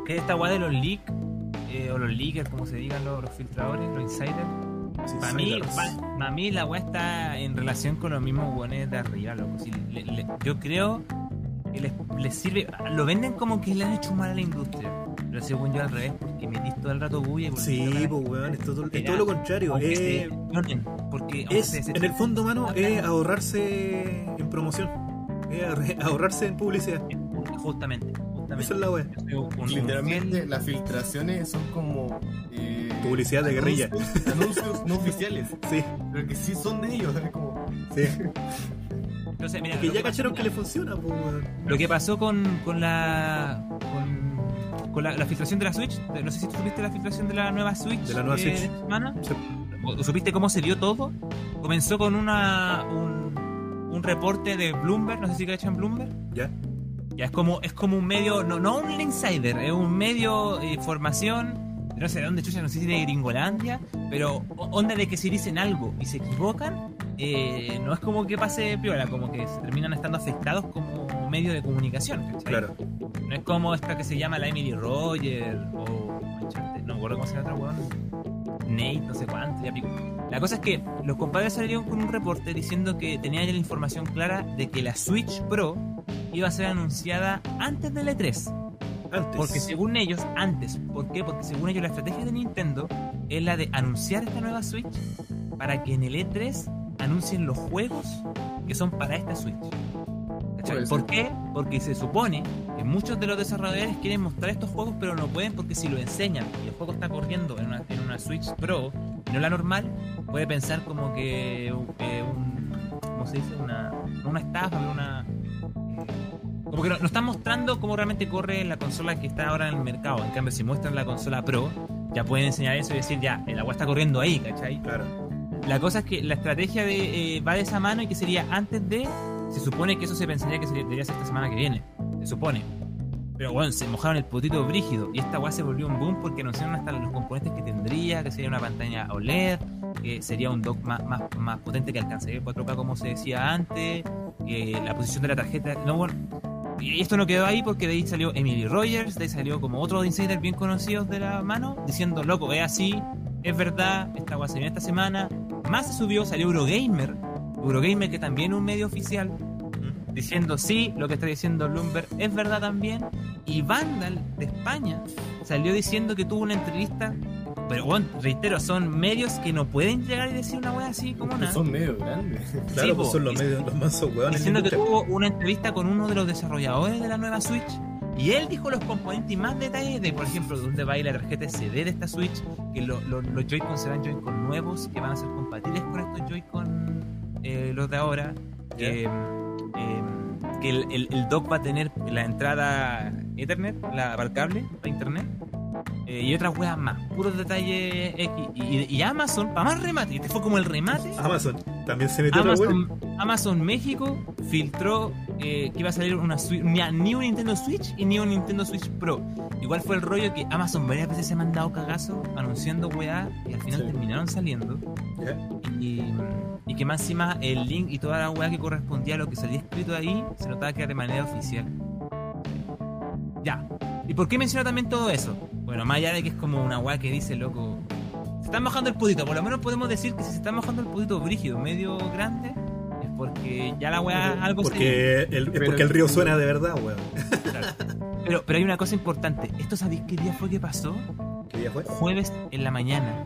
[SPEAKER 3] que esta guay de los leaks, eh, o los leakers, como se digan los, los filtradores, los insiders.
[SPEAKER 1] Sí,
[SPEAKER 3] Para mí,
[SPEAKER 1] Siders.
[SPEAKER 3] pa- pa' mí la weá está en relación con los mismos hueones de arriba, loco. Si le- le- yo creo que les, les sirve. Lo venden como que le han hecho mal a la industria. Pero según yo al revés, porque metís todo el rato bulla. y porque toca
[SPEAKER 1] Sí,
[SPEAKER 3] la-
[SPEAKER 1] pues, weón, es todo, es
[SPEAKER 3] Mira,
[SPEAKER 1] todo lo contrario.
[SPEAKER 3] aunque
[SPEAKER 1] eh,
[SPEAKER 3] se lesionen, porque aunque
[SPEAKER 1] es,
[SPEAKER 3] se-
[SPEAKER 1] en el fondo, mano, es ahorrarse en promoción. Es ahor- ahorrarse en publicidad.
[SPEAKER 3] Justamente, justamente.
[SPEAKER 1] Esa es la wea.
[SPEAKER 3] Yo soy un- un
[SPEAKER 4] Literalmente,
[SPEAKER 3] fiel-
[SPEAKER 4] las filtraciones son como. eh,
[SPEAKER 1] Publicidad de guerrilla.
[SPEAKER 4] Anuncios, anuncios no oficiales,
[SPEAKER 1] Sí,
[SPEAKER 4] pero que sí son de ellos, ¿sabes? Como.
[SPEAKER 1] sí.
[SPEAKER 3] Entonces, mira,
[SPEAKER 1] Que
[SPEAKER 3] lo
[SPEAKER 1] ya
[SPEAKER 3] pasa-
[SPEAKER 1] cacharon que le funciona, pues, weón.
[SPEAKER 3] Lo que pasó con, con la. con, con la, la filtración de la Switch. No sé si tú supiste la filtración de la nueva Switch.
[SPEAKER 1] De la nueva
[SPEAKER 3] eh,
[SPEAKER 1] Switch.
[SPEAKER 3] esta semana.
[SPEAKER 1] Sí.
[SPEAKER 3] ¿O- ¿Supiste cómo se dio todo? Comenzó con una. un, un reporte de Bloomberg, no sé si cachan Bloomberg.
[SPEAKER 1] Ya.
[SPEAKER 3] Ya es como, es como un medio, no, no un insider, es un medio de información, no sé de dónde chucha, no sé si de Gringolandia, pero o- onda de que si dicen algo y se equivocan, eh, no es como que pase piola, como que se terminan estando afectados como medio de comunicación, ¿cachai?
[SPEAKER 1] Claro.
[SPEAKER 3] No es como esta que se llama la Emily Roger o Uncharted, no me acuerdo cómo se llama otra weón. Nate, no sé cuánto, ya pico. La cosa es que los compadres salieron con un reporte diciendo que tenían ya la información clara de que la Switch Pro iba a ser anunciada antes del E3.
[SPEAKER 1] Antes.
[SPEAKER 3] Porque según ellos, antes. ¿Por qué? Porque según ellos la estrategia de Nintendo es la de anunciar esta nueva Switch para que en el E E3 anuncien los juegos que son para esta Switch. ¿Cachai?
[SPEAKER 4] Puede
[SPEAKER 3] ¿Por
[SPEAKER 4] ser.
[SPEAKER 3] qué? Porque se supone que muchos de los desarrolladores quieren mostrar estos juegos, pero no pueden porque si lo enseñan y el juego está corriendo en una, en una Switch Pro y no la normal, puede pensar como que eh, un, ¿cómo se dice? Una, no una estafa, pero una... eh, Como que no, no están mostrando cómo realmente corre la consola que está ahora en el mercado. En cambio, si muestran la consola Pro, ya pueden enseñar eso y decir, ya, el agua está corriendo ahí, ¿cachai?
[SPEAKER 1] Claro.
[SPEAKER 3] La cosa es que la estrategia de, eh, va de esa mano y que sería antes de. Se supone que eso se pensaría que sería, debería ser esta semana que viene. Se supone. Pero bueno, se mojaron el putito brígido. Y esta weá se volvió un boom porque anunciaron hasta los componentes que tendría: que sería una pantalla OLED, que sería un dock más, más, más potente que alcanzaría el 4K, como se decía antes, que eh, la posición de la tarjeta. No, bueno. Y esto no quedó ahí porque de ahí salió Emily Rogers, de ahí salió como otros insiders bien conocidos de la mano, diciendo: loco, es así, es verdad, esta weá se viene esta semana, más se subió salió Eurogamer, Eurogamer que también es un medio oficial, diciendo sí, lo que está diciendo Bloomberg es verdad también. Y Vandal de España salió diciendo que tuvo una entrevista, pero bueno, reitero, son medios que no pueden llegar y decir una wea así como
[SPEAKER 4] Porque
[SPEAKER 3] una.
[SPEAKER 4] Son medio grandes.
[SPEAKER 1] Claro,
[SPEAKER 3] Sí,
[SPEAKER 1] pues
[SPEAKER 3] po,
[SPEAKER 1] son los
[SPEAKER 3] y-
[SPEAKER 1] medios, los mansos hueones.
[SPEAKER 3] diciendo que
[SPEAKER 1] de la
[SPEAKER 3] tuvo una entrevista con uno de los desarrolladores de la nueva Switch. Y él dijo los componentes y más detalles de, por ejemplo, dónde va a ir la tarjeta SD de esta Switch, que lo- lo- los Joy-Con serán Joy-Con nuevos, que van a ser compatibles con estos Joy-Con, eh, los de ahora, que, eh, que el, el- el dock va a tener la entrada Ethernet, la para el cable, para internet, eh, y otras weas más, puros detalles X. Y, y- y Amazon, para más remate, este fue como el remate.
[SPEAKER 1] Amazon también se metió la web.
[SPEAKER 3] Amazon, Amazon México filtró eh, que iba a salir una Swi- ni, a- ni un Nintendo Switch y ni un Nintendo Switch Pro. Igual fue el rollo que Amazon varias veces se ha mandado cagazo anunciando weá y al final
[SPEAKER 4] Sí.
[SPEAKER 3] terminaron saliendo.
[SPEAKER 1] Ya.
[SPEAKER 3] Y, y que más encima el link y toda la weá que correspondía a lo que salía escrito ahí se notaba que era de manera oficial. Ya. ¿Y por qué menciono también todo eso? Bueno, más allá de que es como una weá que dice, loco. Se están bajando el pudito, por lo menos podemos decir que si se están bajando el pudito brígido, medio grande, es porque ya la weá algo se viene.
[SPEAKER 1] Porque el, es
[SPEAKER 4] Pero-
[SPEAKER 1] porque el río suena de verdad, weón.
[SPEAKER 3] Pero, pero hay una cosa importante. ¿Esto sabéis qué día fue que pasó?
[SPEAKER 1] ¿Qué día fue?
[SPEAKER 3] Jueves en la mañana.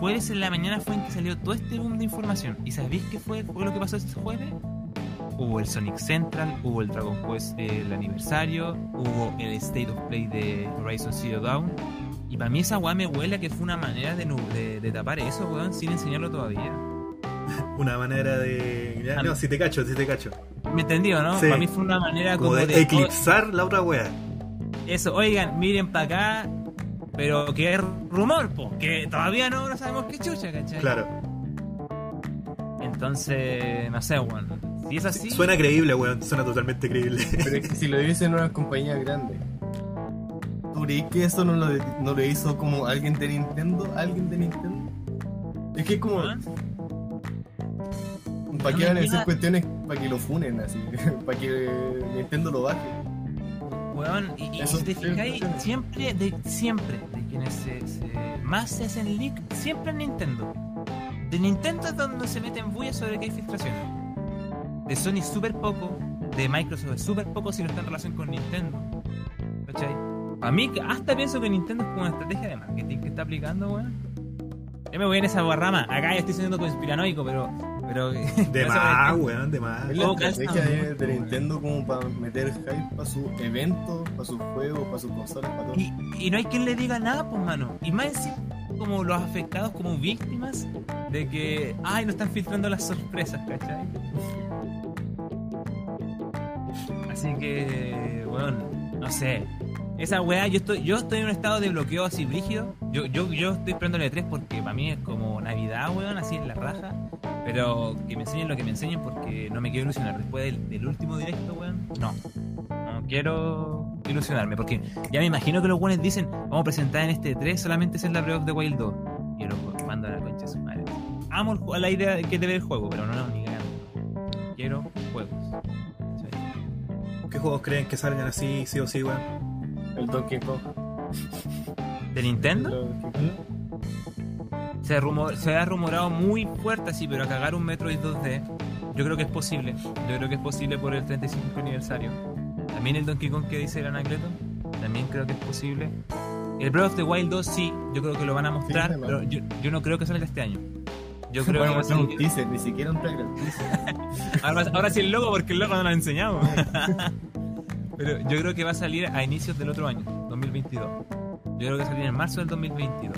[SPEAKER 3] Jueves en la mañana fue en que salió todo este boom de información. ¿Y sabéis qué fue, fue lo que pasó este jueves? Hubo el Sonic Central, hubo el Dragon Quest eh, el aniversario, hubo el State of Play de Horizon Zero Dawn. Y para mí esa weá me huela que fue una manera de, nu- de, de tapar eso, weón, sin enseñarlo todavía.
[SPEAKER 1] Una manera de. ya, No, si te cacho, si te cacho.
[SPEAKER 3] ¿Me entendió, no?
[SPEAKER 1] Sí.
[SPEAKER 3] Para mí fue una manera Ah, como, "Oh,
[SPEAKER 1] Como de eclipsar la otra wea.
[SPEAKER 3] Eso, oigan, miren para acá, pero que hay rumor, po, que todavía no, no sabemos qué chucha, ¿cachai?
[SPEAKER 1] Claro.
[SPEAKER 3] Entonces, no sé, weón. Si es así,
[SPEAKER 1] Suena creíble, weón. Suena totalmente creíble.
[SPEAKER 4] Pero es que si lo dicen una compañía grande. ¿Tú creí que eso no lo, no lo hizo como alguien de Nintendo? ¿Alguien de Nintendo? Es que es como.
[SPEAKER 3] weón,
[SPEAKER 4] ¿Para qué
[SPEAKER 3] No me
[SPEAKER 4] van a decir
[SPEAKER 3] digas.
[SPEAKER 4] cuestiones? Para que lo funen así. Para que Nintendo lo baje.
[SPEAKER 3] weón, y, y
[SPEAKER 4] Eso
[SPEAKER 3] si te
[SPEAKER 4] sí,
[SPEAKER 3] fijáis,
[SPEAKER 4] sí.
[SPEAKER 3] siempre, de, siempre, de quienes se, se- más se hacen leak, siempre en Nintendo. De Nintendo es donde se meten bullas sobre que hay filtraciones. De Sony súper poco, de Microsoft es súper poco si no está en relación con Nintendo. ¿Cachai? A mí, que hasta pienso que Nintendo es como una estrategia de marketing que está aplicando, weón. Yo me voy en esa barrama. Acá ya estoy siendo conspiranoico, pero. pero
[SPEAKER 1] De
[SPEAKER 3] pero
[SPEAKER 1] más, weón, de más.
[SPEAKER 4] Es la
[SPEAKER 3] Oh,
[SPEAKER 4] estrategia
[SPEAKER 3] calza,
[SPEAKER 4] de,
[SPEAKER 3] ¿no?
[SPEAKER 4] de Nintendo como para meter hype para sus eventos, para sus juegos, para sus consolas, para todo.
[SPEAKER 3] Y, y no hay quien le diga nada, pues, mano. Y más encima, como los afectados, como víctimas de que, ay, no están filtrando las sorpresas, ¿cachai? Así que, bueno, no sé. Esa weá, yo estoy, yo estoy en un estado de bloqueo así brígido. Yo, yo, yo estoy esperando el E3 porque para mí es como Navidad, weón, así en la raja. Pero que me enseñen lo que me enseñen porque no me quiero ilusionar. Después del, del último directo, weón, no. No quiero ilusionarme porque ya me imagino que los buenos dicen, vamos a presentar en este 3 solamente ser la Breath of the Wild 2. Y yo lo mando a la concha de su madre. Amo el ju- la idea de que debe el juego, pero no, no, ni cagando. Quiero juegos. ¿Cachai?
[SPEAKER 1] ¿Qué juegos creen que salgan así, sí o sí, weón?
[SPEAKER 4] El Donkey Kong.
[SPEAKER 3] ¿De Nintendo?
[SPEAKER 4] El Donkey Kong.
[SPEAKER 3] Se, rumor, se ha rumorado muy fuerte así, pero a cagar un Metroid 2D. Yo creo que es posible. Yo creo que es posible por el 35 aniversario. También el Donkey Kong que dice el Anacleto. También creo que es posible. El Breath of the Wild 2 sí, yo creo que lo van a mostrar,
[SPEAKER 4] además.
[SPEAKER 3] pero yo, yo no creo que salga este año. Yo creo
[SPEAKER 4] Bueno,
[SPEAKER 3] que
[SPEAKER 4] mostrar un
[SPEAKER 3] sí.
[SPEAKER 4] teaser, ni siquiera un trailer. un teaser.
[SPEAKER 3] Ahora, ahora sí el logo, porque el logo no lo enseñamos.
[SPEAKER 1] Ah,
[SPEAKER 3] Pero yo creo que va a salir a inicios del otro año, 2022. Yo creo que va a salir en marzo del 2022.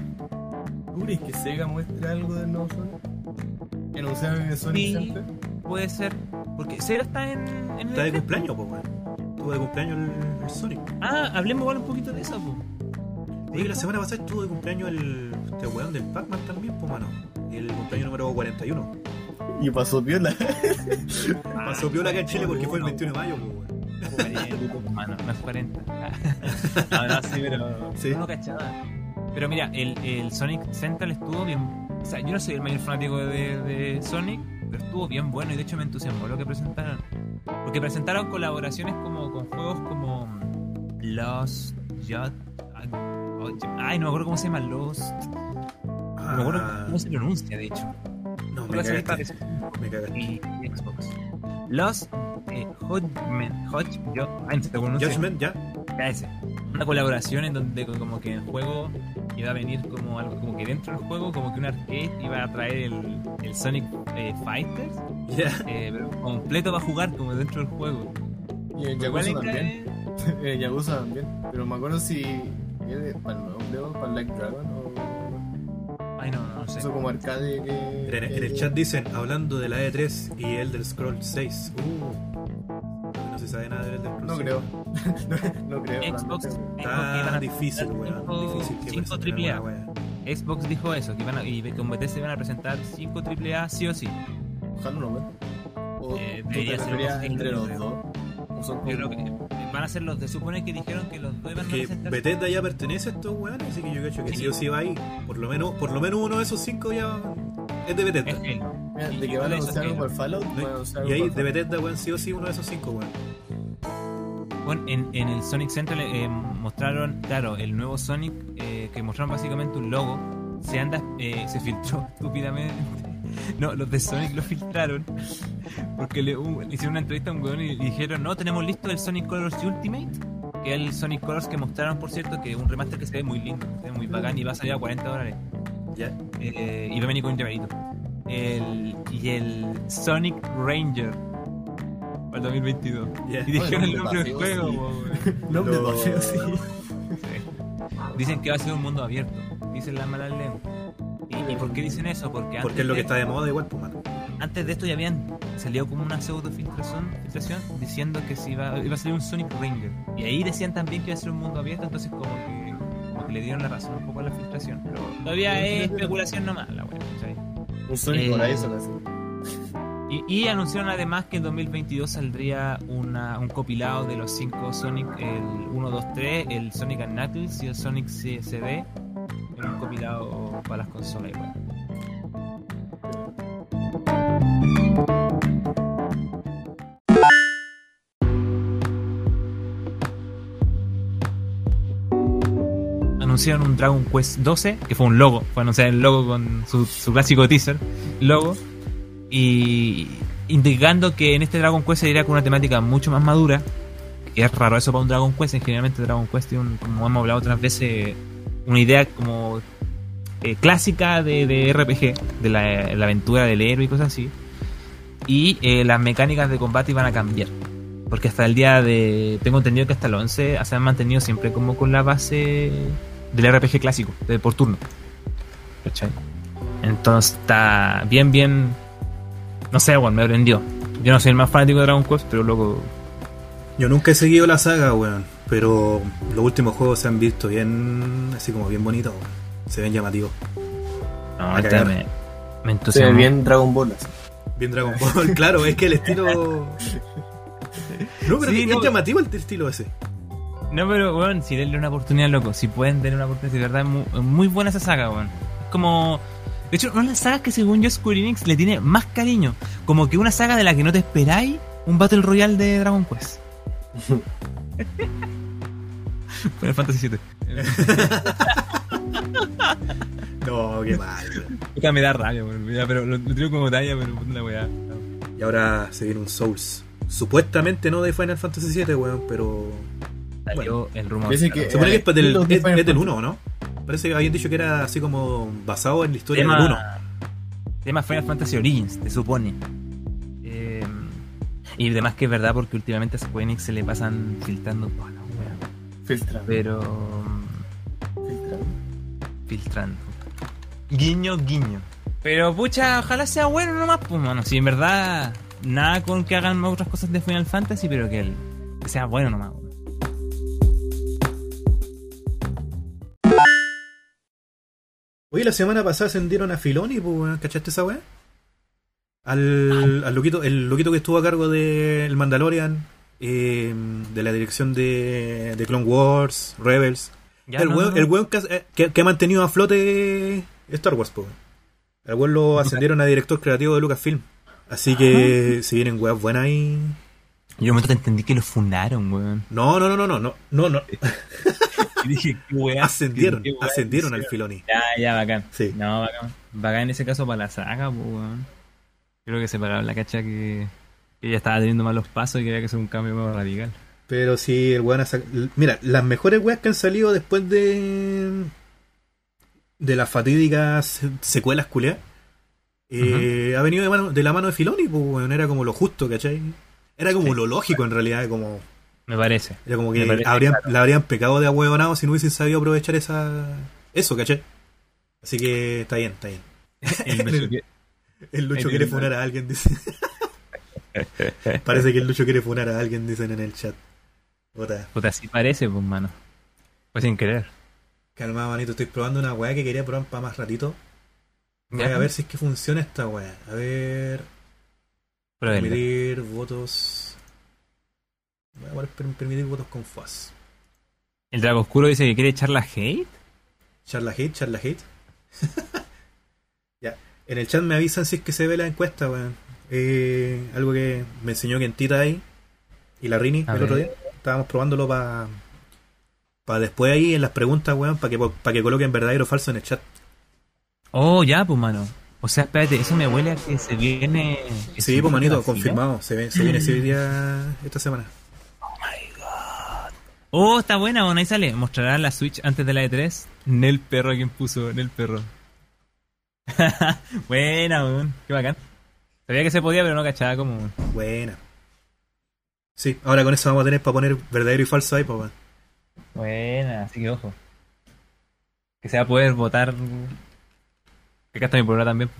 [SPEAKER 4] ¿Tú crees que Sega muestra algo del nuevo Sonic? ¿Que anunciaron en Sonic
[SPEAKER 3] Sí.
[SPEAKER 4] Center?
[SPEAKER 3] Puede ser. Porque Sega está en. en el E
[SPEAKER 1] Está de
[SPEAKER 3] evento.
[SPEAKER 1] cumpleaños, pues, weón. Estuvo de cumpleaños el, el Sonic.
[SPEAKER 3] Ah, hablemos igual un poquito de eso, po.
[SPEAKER 1] Oye, que la semana pasada estuvo de cumpleaños el este weón del Pac-Man también, pues, mano. El cumpleaños número 41.
[SPEAKER 4] Y pasó piola.
[SPEAKER 1] Pasó piola acá en Chile porque fue el 21 de mayo, pues, weón.
[SPEAKER 3] Ah, no, no es 40. Ah, no, sí, pero.
[SPEAKER 1] Sí.
[SPEAKER 3] No, cachada. Pero mira, el, el Sonic Central estuvo bien. O sea, yo no soy el mayor fanático de, de Sonic, pero estuvo bien bueno y de hecho me entusiasmó lo que presentaron. Porque presentaron colaboraciones como con juegos como mm, Lost, Jot. ah, Ay, no me acuerdo cómo se llama Lost. No me
[SPEAKER 1] Ah.
[SPEAKER 3] acuerdo cómo se pronuncia, de hecho.
[SPEAKER 1] No, me
[SPEAKER 3] Hola,
[SPEAKER 1] cagaste.
[SPEAKER 3] señorita.
[SPEAKER 1] Me cagaste.
[SPEAKER 3] Y Xbox. Lost eh, Hodgman. Hodge, yo, ay, se pronuncia.
[SPEAKER 1] Judgment, ya.
[SPEAKER 3] Ya ese. Una colaboración en donde co- como que el juego iba a venir como algo, como que dentro del juego, como que un arcade iba a traer el, el Sonic eh, Fighters
[SPEAKER 1] Ya.
[SPEAKER 3] eh, pero completo para jugar como dentro del juego.
[SPEAKER 4] Y en
[SPEAKER 3] Lo cual
[SPEAKER 4] Yakuza
[SPEAKER 3] es
[SPEAKER 4] también.
[SPEAKER 3] que-
[SPEAKER 1] eh.
[SPEAKER 4] En Yakuza también. Pero me acuerdo si. ¿Era para el nuevo Leo, para Black Dragon o.
[SPEAKER 3] Ay no, no sé.
[SPEAKER 4] Eso como arcade eh, que.
[SPEAKER 1] Mira, En, en el chat dicen, hablando de la E3 y Elder Scrolls 6. Uh. No se sabe nada del Elder Scrolls
[SPEAKER 4] No
[SPEAKER 1] 6.
[SPEAKER 4] creo. no, no creo.
[SPEAKER 3] Xbox
[SPEAKER 4] realmente.
[SPEAKER 1] Está Ah, difícil,
[SPEAKER 3] presentar
[SPEAKER 1] weón.
[SPEAKER 3] cinco-
[SPEAKER 1] Difícil que
[SPEAKER 3] cinco
[SPEAKER 1] presenten
[SPEAKER 3] triple A.
[SPEAKER 1] alguna weá.
[SPEAKER 3] Xbox dijo eso, que iban a, y con Bethesda iban a presentar 5 AAA sí o sí.
[SPEAKER 4] Ojalá no, weón. O
[SPEAKER 3] Eh,
[SPEAKER 4] tú
[SPEAKER 3] debería
[SPEAKER 4] te
[SPEAKER 3] ser
[SPEAKER 4] referías
[SPEAKER 3] un-
[SPEAKER 4] entre los
[SPEAKER 3] creo.
[SPEAKER 4] dos. O son
[SPEAKER 3] Yo creo
[SPEAKER 4] como-
[SPEAKER 3] que van a ser los, se supone que dijeron que los dos iban a
[SPEAKER 1] Que
[SPEAKER 3] presentar
[SPEAKER 1] Bethesda ya pertenece a estos weones, así que yo cacho que sí o sí va ahí. Por lo menos, por lo menos uno de esos cinco ya es de
[SPEAKER 3] Es
[SPEAKER 1] Bethesda.
[SPEAKER 3] él.
[SPEAKER 4] Mira,
[SPEAKER 3] y-
[SPEAKER 4] de
[SPEAKER 3] y
[SPEAKER 4] que van
[SPEAKER 3] con
[SPEAKER 4] a
[SPEAKER 3] eso
[SPEAKER 4] anunciar
[SPEAKER 3] que-
[SPEAKER 4] algo para el Fallout, van a anunciar
[SPEAKER 1] Y
[SPEAKER 4] algo
[SPEAKER 1] ahí
[SPEAKER 4] para
[SPEAKER 1] de
[SPEAKER 4] el Fallout.
[SPEAKER 1] Bethesda, weón, sí o sí uno de esos cinco, weón.
[SPEAKER 3] Bueno, en, en el Sonic Central eh, mostraron, claro, el nuevo Sonic, eh, que mostraron básicamente un logo. Se anda, eh, se filtró estúpidamente. No, los de Sonic lo filtraron. Porque le, un- le hicieron una entrevista a un weón y le dijeron, no, tenemos listo el Sonic Colors Ultimate. Que es el Sonic Colors que mostraron, por cierto, que es un remaster que se ve muy lindo, se ve muy bacán y va a salir a 40 dólares.
[SPEAKER 1] Ya.
[SPEAKER 3] Eh, y va a venir con un llaverito. El, y el Sonic Ranger para el 2022.
[SPEAKER 1] Ya.
[SPEAKER 3] Y dijeron el nombre del
[SPEAKER 4] paseo, sí.
[SPEAKER 3] juego, po, weón.
[SPEAKER 4] Nombre
[SPEAKER 1] Lo-
[SPEAKER 4] paseo, sí.
[SPEAKER 3] Dicen que va a ser un mundo abierto, dicen las malas lenguas. ¿Y, y por qué dicen eso? Porque,
[SPEAKER 1] Porque
[SPEAKER 3] antes,
[SPEAKER 1] es lo que
[SPEAKER 3] de,
[SPEAKER 1] está de moda igual, pues, mano.
[SPEAKER 3] antes de esto ya habían salido como una pseudo filtración, filtración diciendo que se iba, iba a salir un Sonic Ranger. Y ahí decían también que iba a ser un mundo abierto, entonces como que, como que le dieron la razón un poco a la filtración. Pero todavía es especulación nomás la wea, ¿cachai?
[SPEAKER 4] Un Sonic
[SPEAKER 3] Eh,
[SPEAKER 4] Horizon, así.
[SPEAKER 3] Y, y anunciaron además que en 2022 saldría una, un compilado de los cinco Sonic, el 1, 2, 3, el Sonic and Knuckles y el Sonic CD en un compilado para las consolas igual. Anunciaron un Dragon Quest 12, que fue un logo, fue anunciar el logo con su, su clásico teaser, logo, y indicando que en este Dragon Quest se dirá con una temática mucho más madura, que es raro eso para un Dragon Quest, en generalmente Dragon Quest tiene, un- como hemos hablado otras veces, una idea como eh, clásica de, de RPG, de la, la aventura del héroe y cosas así. Y eh, las mecánicas de combate iban a cambiar. Porque hasta el día de. Tengo entendido que hasta el 11 se han mantenido siempre como con la base del RPG clásico, de por turno. ¿Cachai? Entonces está bien, bien. No sé, bueno, me prendió. Yo no soy el más fanático de Dragon Quest, pero loco.
[SPEAKER 1] Yo nunca he seguido la saga, weón. Pero los últimos juegos se han visto bien, así como bien bonitos, weón. Se ven llamativos.
[SPEAKER 3] No,
[SPEAKER 1] A
[SPEAKER 3] este
[SPEAKER 1] cagar.
[SPEAKER 3] me, me
[SPEAKER 4] Se ve
[SPEAKER 3] entusiasmó.
[SPEAKER 4] Ah, bien Dragon Ball, así.
[SPEAKER 1] Bien Dragon Ball, claro, es que el estilo. No, pero
[SPEAKER 3] Sí,
[SPEAKER 1] es,
[SPEAKER 3] no.
[SPEAKER 1] es llamativo el estilo ese.
[SPEAKER 3] No, pero, weón, si denle una oportunidad, loco. Si pueden denle una oportunidad, de verdad, es mu- es muy, buena esa saga, weón. Es como. De hecho, una de las sagas que, según yo, Square Enix le tiene más cariño. Como que una saga de la que no te esperáis, un Battle Royale de Dragon Quest. Final Fantasy VII.
[SPEAKER 1] No, qué mal, weón.
[SPEAKER 3] Puta, me da rabia, weón. Ya, pero lo, lo tiro como talla, pero puta la weá.
[SPEAKER 1] Y ahora se viene un Souls. Supuestamente no de Final Fantasy VII, weón, pero.
[SPEAKER 3] Salió el rumor.
[SPEAKER 4] Dice que-
[SPEAKER 1] Se supone que es del,
[SPEAKER 4] Los de
[SPEAKER 1] es,
[SPEAKER 4] Final
[SPEAKER 1] es del
[SPEAKER 4] Fantasy.
[SPEAKER 1] 1, ¿no? Parece que habían dicho que era así como basado en la historia
[SPEAKER 3] tema,
[SPEAKER 1] del 1.
[SPEAKER 3] tema Final Fantasy Origins, se supone. Eh, y además que es verdad porque últimamente a Square Enix se le pasan filtrando todas las weas.
[SPEAKER 4] Filtra.
[SPEAKER 3] Pero mm,
[SPEAKER 4] Filtra.
[SPEAKER 3] filtrando. Guiño, guiño. Pero pucha, ojalá sea bueno nomás, pues mano. Si en verdad, nada con que hagan más otras cosas de Final Fantasy, pero que, el- que sea bueno nomás. weón.
[SPEAKER 1] Oye, la semana pasada ascendieron a Filoni, pues, weón, ¿cachaste esa weá? Al, al loquito, el loquito que estuvo a cargo del Mandalorian, eh, de la dirección de, de Clone Wars, Rebels.
[SPEAKER 3] Ya,
[SPEAKER 1] el
[SPEAKER 3] no,
[SPEAKER 1] weón,
[SPEAKER 3] no, no.
[SPEAKER 1] el weón que, hace- eh, que- que ha mantenido a flote Star Wars, po. El weón lo ascendieron a director creativo de Lucasfilm. Así que si vienen weas buenas ahí.
[SPEAKER 3] Yo en un momento entendí que lo fundaron, weón.
[SPEAKER 1] No, no, no, no, no, no, no, no.
[SPEAKER 3] Y dije, qué weá.
[SPEAKER 1] Ascendieron,
[SPEAKER 3] qué weá
[SPEAKER 1] ascendieron al
[SPEAKER 3] hicieron.
[SPEAKER 1] Filoni.
[SPEAKER 3] Ya, ya, bacán.
[SPEAKER 1] Sí.
[SPEAKER 3] No, bacán. Bacán en ese caso para la saga, pues, weón. Creo que se pagaron la cacha que, que ella estaba teniendo malos pasos y que había que hacer un cambio más radical.
[SPEAKER 1] Pero sí, el weón ha sac- Mira, las mejores weas que han salido después de. de las fatídicas se- secuelas culeas. eh, Ha venido de, mano- de la mano de Filoni, pues, weón. Era como lo justo, ¿cachai? Era como lo lógico en realidad, como.
[SPEAKER 3] Me parece.
[SPEAKER 1] Era como
[SPEAKER 3] Me
[SPEAKER 1] que
[SPEAKER 3] parece
[SPEAKER 1] habrían, la habrían pecado de ahueonado si no hubiesen sabido aprovechar esa eso, ¿caché? Así que está bien, está bien.
[SPEAKER 3] El
[SPEAKER 1] Lucho
[SPEAKER 3] que-
[SPEAKER 1] El Lucho
[SPEAKER 3] Ahí
[SPEAKER 1] quiere
[SPEAKER 3] tiene.
[SPEAKER 1] funar a alguien, dice. Parece que el Lucho quiere funar a alguien, dicen en el chat. Puta,
[SPEAKER 3] Puta, así parece, pues, mano. Pues sin querer.
[SPEAKER 1] calma, manito, estoy probando una weá que quería probar para más ratito. Voy a ver si es que funciona esta weá. A ver,
[SPEAKER 3] Pero dale.
[SPEAKER 1] permitir votos. Voy a poner per- permitir votos con FAS.
[SPEAKER 3] El Drago Oscuro dice que quiere echar la hate.
[SPEAKER 1] Charla hate, charla hate. ya. En el chat me avisan si es que se ve la encuesta, weón. Eh, algo que me enseñó Quentita ahí y la Rini
[SPEAKER 3] A
[SPEAKER 1] el
[SPEAKER 3] ver.
[SPEAKER 1] otro día. Estábamos probándolo para para después ahí en las preguntas, weón, para que, para que coloquen verdadero o falso en el chat.
[SPEAKER 3] Oh, ya, pues, mano. O sea, espérate, eso me huele a que se viene. que se
[SPEAKER 1] Sí, pues
[SPEAKER 3] viene
[SPEAKER 1] manito,
[SPEAKER 3] la fila.
[SPEAKER 1] confirmado. Se, ve- se viene ese día esta semana.
[SPEAKER 3] Oh, está buena, bueno, ahí sale. ¿Mostrará la Switch antes de la E E3? Nel perro, quien puso Nel perro. buena, weón. Qué bacán. Sabía que se podía, pero no cachaba como.
[SPEAKER 1] Buena. Sí, ahora con eso vamos a tener para poner verdadero y falso ahí, pues, weón.
[SPEAKER 3] Buena, así que ojo. Que se va a poder votar. Que acá está mi polola también.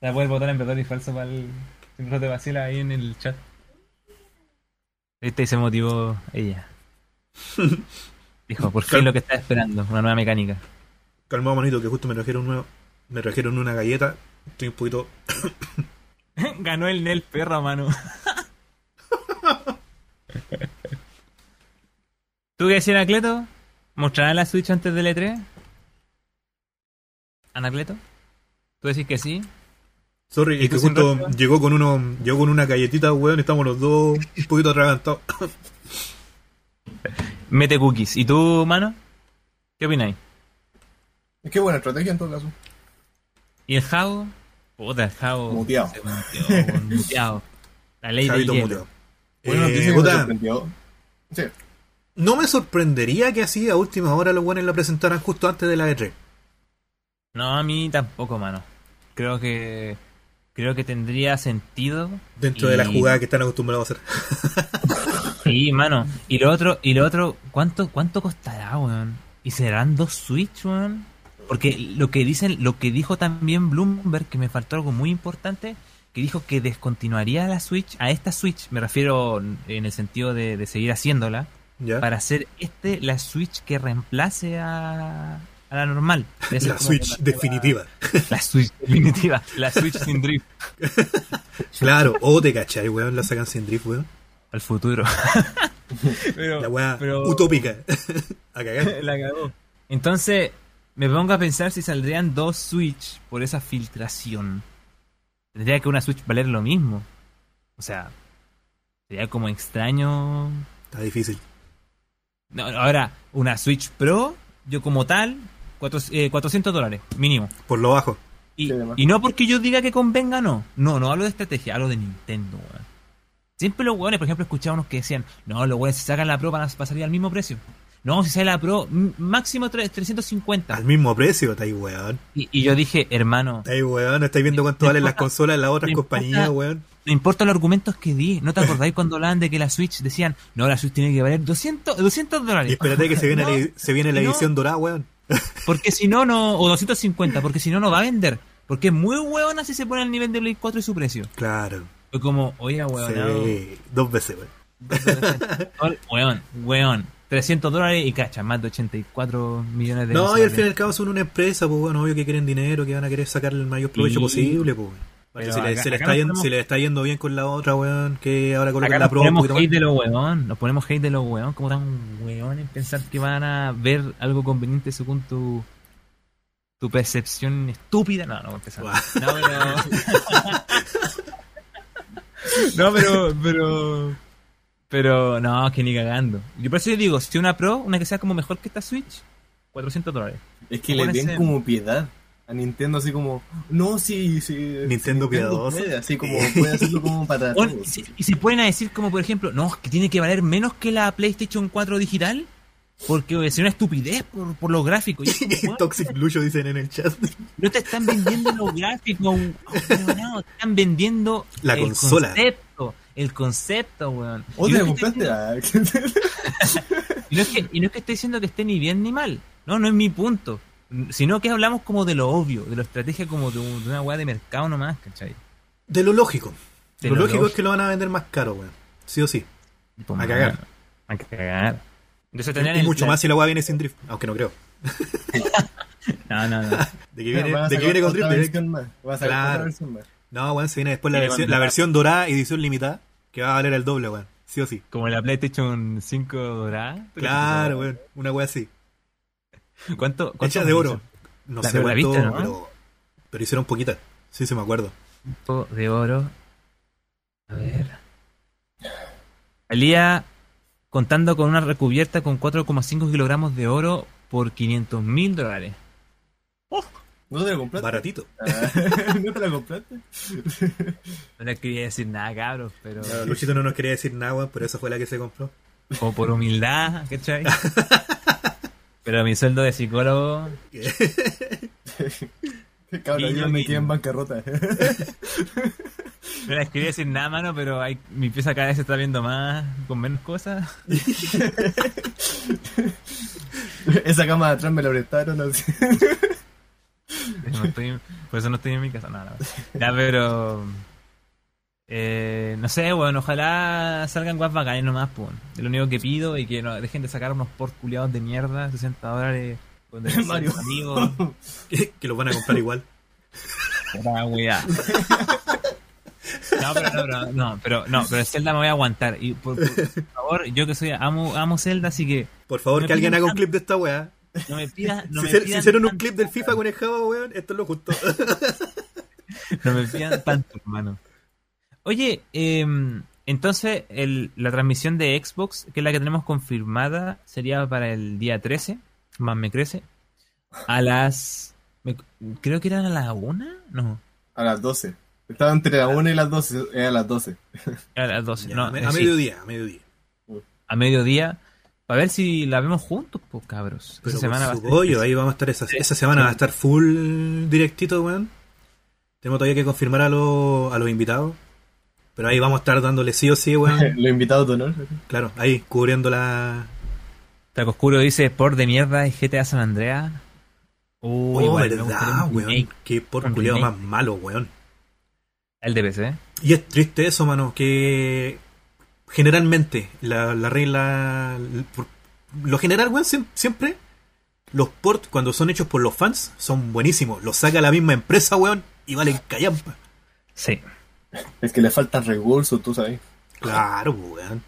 [SPEAKER 3] Se va a poder votar en verdad y falso para el. Si no te vacila ahí en el chat. Viste, y se motivó ella. Dijo, por fin lo que estaba esperando, una nueva mecánica.
[SPEAKER 1] Calmado, manito, que justo me trajeron, una, me trajeron una galleta. Estoy un poquito
[SPEAKER 3] Ganó el Nel perro, mano. ¿Tú qué decías, Anacleto? ¿Mostrará la Switch antes del E3? ¿Anacleto? ¿Tú decís que sí?
[SPEAKER 1] Sorry, es que
[SPEAKER 3] tú sin
[SPEAKER 1] justo
[SPEAKER 3] rosca?
[SPEAKER 1] llegó con uno, llegó con una galletita, weón, estamos los dos un poquito atragantados.
[SPEAKER 3] Mete cookies. ¿Y tú, mano? ¿Qué opináis?
[SPEAKER 4] Es que buena estrategia en todo caso.
[SPEAKER 3] ¿Y el Javo? Puta, el Javo.
[SPEAKER 4] Muteado.
[SPEAKER 3] Se muteó, weón, muteado. La ley
[SPEAKER 1] Chavito
[SPEAKER 3] de
[SPEAKER 1] muteado. Eh,
[SPEAKER 4] Buena noticia que me
[SPEAKER 1] puta,
[SPEAKER 4] sorprendió. Sí.
[SPEAKER 1] no me sorprendería que así a última hora los buenos la presentaran justo antes de la E E3.
[SPEAKER 3] No, a mí tampoco, mano. Creo que... Creo que tendría sentido
[SPEAKER 1] Dentro de la
[SPEAKER 3] Y-
[SPEAKER 1] jugada que están acostumbrados a hacer.
[SPEAKER 3] Sí, mano. Y lo otro, y lo otro, ¿cuánto, cuánto costará, weón? ¿Y serán dos Switch, weón? Porque lo que dicen, lo que dijo también Bloomberg, que me faltó algo muy importante, que dijo que descontinuaría la Switch, a esta Switch, me refiero en el sentido de, de seguir haciéndola,
[SPEAKER 1] ¿Ya?
[SPEAKER 3] para hacer este la Switch que reemplace a, a la normal. Debe ser
[SPEAKER 1] La
[SPEAKER 3] como
[SPEAKER 1] Switch
[SPEAKER 3] la nueva-
[SPEAKER 1] definitiva.
[SPEAKER 3] La Switch definitiva, la Switch sin drift.
[SPEAKER 1] Claro, o te cachai, weón, la sacan sin drift, weón.
[SPEAKER 3] Al futuro. Pero-
[SPEAKER 1] La weá
[SPEAKER 3] pero-
[SPEAKER 1] utópica. a cagar.
[SPEAKER 3] La cagó. Entonces, me pongo a pensar si saldrían dos Switch por esa filtración. Tendría que una Switch valer lo mismo. O sea, sería como extraño.
[SPEAKER 1] Está difícil.
[SPEAKER 3] No, ahora, una Switch Pro, yo como tal, cuatro- eh, 400 dólares, mínimo.
[SPEAKER 1] Por lo bajo.
[SPEAKER 3] Y,
[SPEAKER 4] Sí, además.
[SPEAKER 3] y no porque yo diga que convenga, no. No, no hablo de estrategia, hablo de Nintendo, weón. Siempre los weones, por ejemplo, escuchábamos que decían, no, los weones se sacan la Pro van a pasar al mismo precio. no, si sale la Pro, m- máximo tres- 350.
[SPEAKER 1] Al mismo precio, estáis weón.
[SPEAKER 3] Y, y yo dije, hermano,
[SPEAKER 1] Estáis weón, estáis viendo cuánto valen las consolas en las otras
[SPEAKER 3] Me
[SPEAKER 1] compañías,
[SPEAKER 3] importa-
[SPEAKER 1] weón.
[SPEAKER 3] no importa los argumentos que di, ¿no te acordáis cuando hablaban de que la Switch decían, no, la Switch tiene que valer 200, 200
[SPEAKER 1] Y
[SPEAKER 3] dólares?
[SPEAKER 1] espérate que se viene,
[SPEAKER 3] No,
[SPEAKER 1] la, edi- se viene la
[SPEAKER 3] no.
[SPEAKER 1] edición dorada, weón.
[SPEAKER 3] Porque si no, no, o 250, porque si no, no va a vender. Porque es muy hueona si se pone al nivel de Play 4 y su precio.
[SPEAKER 1] Claro.
[SPEAKER 3] Fue como, oye, hueonado.
[SPEAKER 1] Sí, dos veces, weón.
[SPEAKER 3] Weón, weón. 300 dólares y cacha, más de 84 millones de
[SPEAKER 1] No,
[SPEAKER 3] pesos.
[SPEAKER 1] y al fin y al cabo son una empresa, pues bueno, obvio que quieren dinero, que van a querer sacarle el mayor provecho
[SPEAKER 3] Sí.
[SPEAKER 1] posible, pues.
[SPEAKER 3] Pero
[SPEAKER 1] si, le,
[SPEAKER 3] acá-
[SPEAKER 1] se le
[SPEAKER 3] acá
[SPEAKER 1] está
[SPEAKER 3] nos
[SPEAKER 1] yendo,
[SPEAKER 3] ponemos-
[SPEAKER 1] si le está yendo bien con la otra, weón, que ahora con
[SPEAKER 3] Acá
[SPEAKER 1] la
[SPEAKER 3] nos
[SPEAKER 1] pro.
[SPEAKER 3] ponemos
[SPEAKER 1] un poquito
[SPEAKER 3] hate de los weón, nos ponemos hate de los weón, como tan weón en pensar que van a ver algo conveniente según tu tu percepción estúpida. No, no, empezando.
[SPEAKER 1] Guau.
[SPEAKER 3] No, pero... no, pero, pero... Pero no, que ni cagando. Yo por eso yo digo, si una Pro, una que sea como mejor que esta Switch, 400 dólares.
[SPEAKER 4] Es que le
[SPEAKER 3] Pónganse-
[SPEAKER 4] ven como piedad a Nintendo, así como, no, sí, sí.
[SPEAKER 1] Nintendo piadoso.
[SPEAKER 4] puede, así como, puede hacerlo como para
[SPEAKER 3] Bueno,
[SPEAKER 4] todos.
[SPEAKER 3] y, si, y si pueden a decir como por ejemplo, no, es que tiene que valer menos que la PlayStation 4 digital, porque es una estupidez por, por los gráficos. Y es como,
[SPEAKER 1] más.
[SPEAKER 3] weón,
[SPEAKER 1] Toxic Lucho dicen en el chat.
[SPEAKER 3] No te están vendiendo los gráficos, weón, no, te están vendiendo
[SPEAKER 1] La
[SPEAKER 3] el
[SPEAKER 1] consola.
[SPEAKER 3] concepto, el concepto, weón.
[SPEAKER 4] ¿O
[SPEAKER 3] Y
[SPEAKER 4] te
[SPEAKER 3] no
[SPEAKER 4] la
[SPEAKER 3] es que estoy
[SPEAKER 4] compraste?
[SPEAKER 3] diciendo-
[SPEAKER 4] Ah,
[SPEAKER 3] y no es que- Y no es que esté diciendo que esté ni bien ni mal, no, no es mi punto, sino que hablamos como de lo obvio, de la estrategia como de, un- de una weá de mercado nomás, ¿cachai?
[SPEAKER 1] De lo lógico.
[SPEAKER 3] De
[SPEAKER 1] lo,
[SPEAKER 3] lo
[SPEAKER 1] lógico es
[SPEAKER 3] lógico.
[SPEAKER 1] que lo van a vender más caro, weón. Sí o sí.
[SPEAKER 3] Pues,
[SPEAKER 1] A cagar.
[SPEAKER 3] A cagar. Entonces tendrían
[SPEAKER 1] Y
[SPEAKER 3] el-
[SPEAKER 1] mucho
[SPEAKER 3] la-
[SPEAKER 1] más si la weá viene sin drift. Aunque no creo.
[SPEAKER 3] No, no, no.
[SPEAKER 1] De que viene,
[SPEAKER 4] van a
[SPEAKER 1] de que
[SPEAKER 4] sacar
[SPEAKER 1] viene con
[SPEAKER 4] otra
[SPEAKER 1] drift.
[SPEAKER 4] versión más, van a sacar otra
[SPEAKER 1] Claro.
[SPEAKER 4] versión más.
[SPEAKER 1] No, weón, se viene después la
[SPEAKER 3] Sí,
[SPEAKER 1] versión,
[SPEAKER 3] van a
[SPEAKER 1] la
[SPEAKER 3] sacar.
[SPEAKER 1] versión dorada, edición limitada, que va a valer el doble, weón. Sí o sí.
[SPEAKER 3] Como la PlayStation 5 dorada.
[SPEAKER 1] Claro, weón. Una weá así.
[SPEAKER 3] ¿Cuánto? cuánto
[SPEAKER 1] Hechas de oro. No
[SPEAKER 3] La-
[SPEAKER 1] sé
[SPEAKER 3] la
[SPEAKER 1] cuánto,
[SPEAKER 3] viste, ¿no?
[SPEAKER 1] pero, pero hicieron poquitas. Sí, se me acuerdo.
[SPEAKER 3] Cuánto De oro. A ver. Salía contando con una recubierta con 4,5 kilogramos de oro por 500 mil dólares.
[SPEAKER 4] ¿No te la compraste?
[SPEAKER 1] Baratito.
[SPEAKER 4] Ah, ¿No te la compraste?
[SPEAKER 3] No le quería decir nada, cabros, pero
[SPEAKER 1] Claro, Ah, Luchito no nos quería decir nada, weón, por eso fue la que se compró.
[SPEAKER 3] como por humildad, ¿cachai? Pero mi sueldo de psicólogo
[SPEAKER 4] Cabrón,
[SPEAKER 3] Guiño,
[SPEAKER 4] yo me
[SPEAKER 3] guiño.
[SPEAKER 4] quedé en bancarrota.
[SPEAKER 3] no les quería decir nada, mano, pero hay, mi pieza cada vez se está viendo más, con menos cosas.
[SPEAKER 4] Esa cama de atrás me la prestaron así.
[SPEAKER 3] No estoy- por eso no estoy en mi casa, nada. Ya, pero. eh, no sé, weón. Ojalá salgan guas bacanes nomás, pues. Es lo único que pido y que no, dejen de sacar unos por culiados de mierda, 60 dólares. Con de
[SPEAKER 4] Mario.
[SPEAKER 3] amigos.
[SPEAKER 1] Que, que los van a comprar igual.
[SPEAKER 3] Puta weá. No, pero no, pero no, pero no, pero Zelda me voy a aguantar. Y por, por favor, yo que soy amo, amo Zelda, así que
[SPEAKER 1] Por favor,
[SPEAKER 3] Me
[SPEAKER 1] que alguien
[SPEAKER 3] piden
[SPEAKER 1] haga un
[SPEAKER 3] tanto.
[SPEAKER 1] clip de esta weá.
[SPEAKER 3] no me pidas. No
[SPEAKER 1] si,
[SPEAKER 3] me
[SPEAKER 1] se- si
[SPEAKER 3] pidan
[SPEAKER 1] hicieron un
[SPEAKER 3] tanto,
[SPEAKER 1] clip del FIFA con el Java, weón, esto es lo justo.
[SPEAKER 3] No me pidan tanto, hermano. Oye, em, entonces el- la transmisión de Xbox, que es la que tenemos confirmada, sería para el día 13, más me crece, a las... me- creo que eran a las 1, no,
[SPEAKER 4] A las 12. Estaba entre la 1 y las 12. Era a las 12.
[SPEAKER 3] a las 12,
[SPEAKER 1] Ya,
[SPEAKER 3] no,
[SPEAKER 1] a, me-
[SPEAKER 3] eh,
[SPEAKER 1] a
[SPEAKER 3] sí,
[SPEAKER 1] mediodía, a mediodía.
[SPEAKER 3] a mediodía, para ver si la vemos juntos, pues cabros.
[SPEAKER 1] Pero
[SPEAKER 3] Esa semana
[SPEAKER 1] por
[SPEAKER 3] va a
[SPEAKER 1] su
[SPEAKER 3] ser
[SPEAKER 1] pollo,
[SPEAKER 3] especial.
[SPEAKER 1] ahí vamos a estar esa, esa semana, va a estar full directito, weón. Tenemos todavía que confirmar a, los- a los invitados. Pero ahí vamos a estar dándole sí o sí, weón.
[SPEAKER 4] Lo he invitado de honor.
[SPEAKER 1] Claro, ahí, cubriendo la...
[SPEAKER 3] Taco Oscuro dice, por de mierda, es GTA San Andreas.
[SPEAKER 1] oh,
[SPEAKER 3] Uy, igual, me gustaría
[SPEAKER 1] verdad,
[SPEAKER 3] un
[SPEAKER 1] weón.
[SPEAKER 3] remake,
[SPEAKER 1] Qué por
[SPEAKER 3] un
[SPEAKER 1] culiado más
[SPEAKER 3] remake.
[SPEAKER 1] malo, weón.
[SPEAKER 3] El de PC.
[SPEAKER 1] Y es triste eso, mano, que generalmente la, la regla... l- por- Lo general, weón, siem- siempre los ports, cuando son hechos por los fans, son buenísimos. Los saca la misma empresa, weón, y valen callampa.
[SPEAKER 3] Sí.
[SPEAKER 4] Es que le faltan recursos, tú sabes.
[SPEAKER 1] Claro, pues, weón.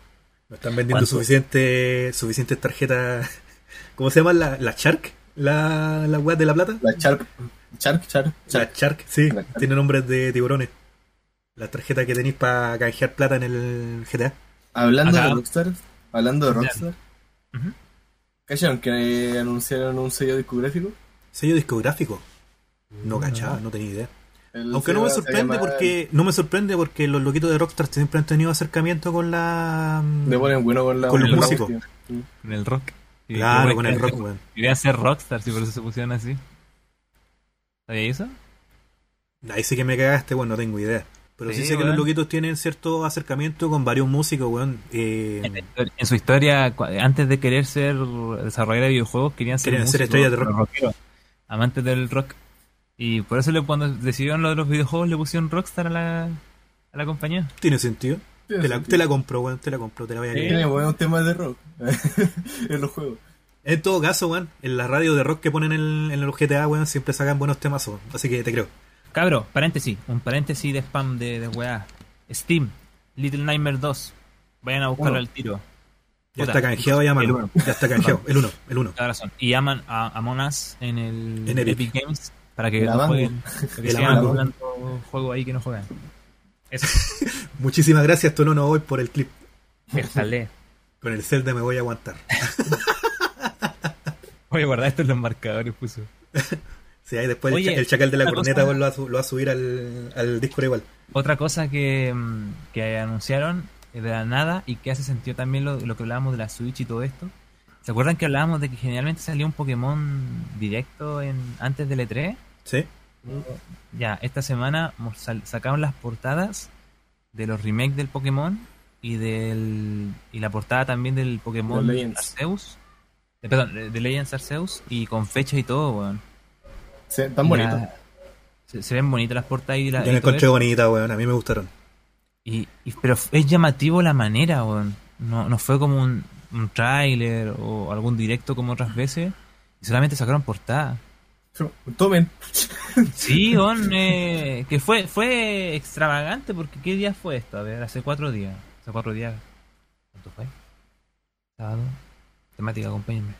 [SPEAKER 1] No están vendiendo
[SPEAKER 3] ¿Cuánto?
[SPEAKER 1] suficiente, suficientes tarjetas... ¿Cómo se llama? ¿La, la Shark? ¿La, la weá de la plata?
[SPEAKER 4] La Shark. Shark, Shark,
[SPEAKER 1] La
[SPEAKER 4] Shark.
[SPEAKER 1] Shark, sí,
[SPEAKER 4] La Shark.
[SPEAKER 1] tiene nombres de tiburones. Las tarjetas que tenéis para canjear plata en el GTA.
[SPEAKER 4] Hablando
[SPEAKER 3] Acá.
[SPEAKER 4] de Rockstar. Hablando de Rockstar.
[SPEAKER 3] Ujú.
[SPEAKER 4] ¿Cacharon que eh, anunciaron un sello discográfico?
[SPEAKER 1] Sello discográfico. No cachaba, no tenía idea.
[SPEAKER 4] El
[SPEAKER 1] Aunque no
[SPEAKER 4] sello
[SPEAKER 1] me
[SPEAKER 4] se
[SPEAKER 1] sorprende
[SPEAKER 4] llama
[SPEAKER 1] porque no me sorprende porque los loquitos de Rockstar siempre han tenido acercamiento con la
[SPEAKER 4] Le ponen bueno con la
[SPEAKER 1] Con
[SPEAKER 3] los
[SPEAKER 4] la
[SPEAKER 1] músicos.
[SPEAKER 4] cuestión.
[SPEAKER 3] En el rock. Sí, pues, eh,
[SPEAKER 1] Claro,
[SPEAKER 3] yo
[SPEAKER 1] con el
[SPEAKER 3] quería-
[SPEAKER 1] rock, weón.
[SPEAKER 3] Quería ser rockstar, si por eso se pusieron así. ¿Sabía eso?
[SPEAKER 1] Ahí sí que me cagaste, weón, no tengo idea. Pero sí,
[SPEAKER 3] Sí,
[SPEAKER 1] sé que
[SPEAKER 3] weón.
[SPEAKER 1] los loquitos tienen cierto acercamiento con varios músicos, weón. Eh,
[SPEAKER 3] En, la histori- en su historia, cua- antes de querer ser desarrollador de videojuegos, querían ser,
[SPEAKER 1] Querían ser
[SPEAKER 3] músicos,
[SPEAKER 1] estrellas de rock.
[SPEAKER 3] rockeros, amantes del rock. Y por eso le- cuando decidieron lo de los videojuegos le pusieron rockstar a la, a la compañía.
[SPEAKER 1] tiene sentido. Te la, te la compro, weón, te la compro, te la voy a creer.
[SPEAKER 4] Tiene buenos temas de rock en los juegos.
[SPEAKER 1] En todo caso, weón, en la radio de rock que ponen en, en los GTA, weón, siempre sacan buenos temas, weón. Así que te creo.
[SPEAKER 3] Cabro, paréntesis, un paréntesis de spam de, de weá. Steam, Little Nightmares 2. Vayan a buscarlo
[SPEAKER 4] Uno.
[SPEAKER 3] al tiro.
[SPEAKER 1] Ya
[SPEAKER 3] Puta,
[SPEAKER 1] está canjeado, ya,
[SPEAKER 3] el
[SPEAKER 1] mano.
[SPEAKER 3] uno.
[SPEAKER 1] Ya está canjeado, el uno, el uno.
[SPEAKER 3] Cada razón. Y aman a Among Us en el
[SPEAKER 1] En Epic.
[SPEAKER 3] Epic. Games para que
[SPEAKER 4] La
[SPEAKER 3] no
[SPEAKER 4] banco.
[SPEAKER 3] jueguen. para Que
[SPEAKER 1] La
[SPEAKER 3] sigan
[SPEAKER 1] banco.
[SPEAKER 3] jugando juego ahí que no juegan. Eso,
[SPEAKER 1] Muchísimas gracias, Tolono, hoy por el clip.
[SPEAKER 3] déjale.
[SPEAKER 1] Con el Zelda me voy a aguantar.
[SPEAKER 3] Voy a guardar esto en los marcadores, puso.
[SPEAKER 1] Sí, ahí después el
[SPEAKER 3] Oye,
[SPEAKER 1] cha- el chacal de la
[SPEAKER 3] una
[SPEAKER 1] corneta
[SPEAKER 3] cosa-
[SPEAKER 1] weón, lo, va, a su- lo va a subir al, al Discord igual.
[SPEAKER 3] Otra cosa que, mm, que anunciaron de la nada y que hace sentido también lo, lo que hablábamos de la Switch y todo esto. ¿Se acuerdan que hablábamos de que generalmente salía un Pokémon directo en, antes del E E3?
[SPEAKER 1] ¿Sí?
[SPEAKER 3] Ya, esta semana mos- sal- sacaron las portadas de los remakes del Pokémon y del y la portada también del Pokémon
[SPEAKER 4] De Legends.
[SPEAKER 3] Arceus. Eh, perdón, de de Legends Arceus y con fecha y todo, weón.
[SPEAKER 4] Se- Tan
[SPEAKER 3] Ya,
[SPEAKER 4] bonito.
[SPEAKER 3] Se, se ven bonitas las portadas y la.
[SPEAKER 1] Yo
[SPEAKER 3] y
[SPEAKER 1] la
[SPEAKER 3] todo
[SPEAKER 1] encontré
[SPEAKER 3] eso.
[SPEAKER 1] bonita, weón. A mí me gustaron.
[SPEAKER 3] Y, y- pero es llamativo la manera, weón. No, no fue como un, un tráiler o algún directo como otras veces. Y solamente sacaron portada.
[SPEAKER 4] Tomen.
[SPEAKER 3] Sí, weón. eh, que fue, fue extravagante porque ¿qué día fue esto? A ver, hace cuatro días. Hace cuatro días. ¿Cuánto fue? Sábado. Temática, acompáñenme.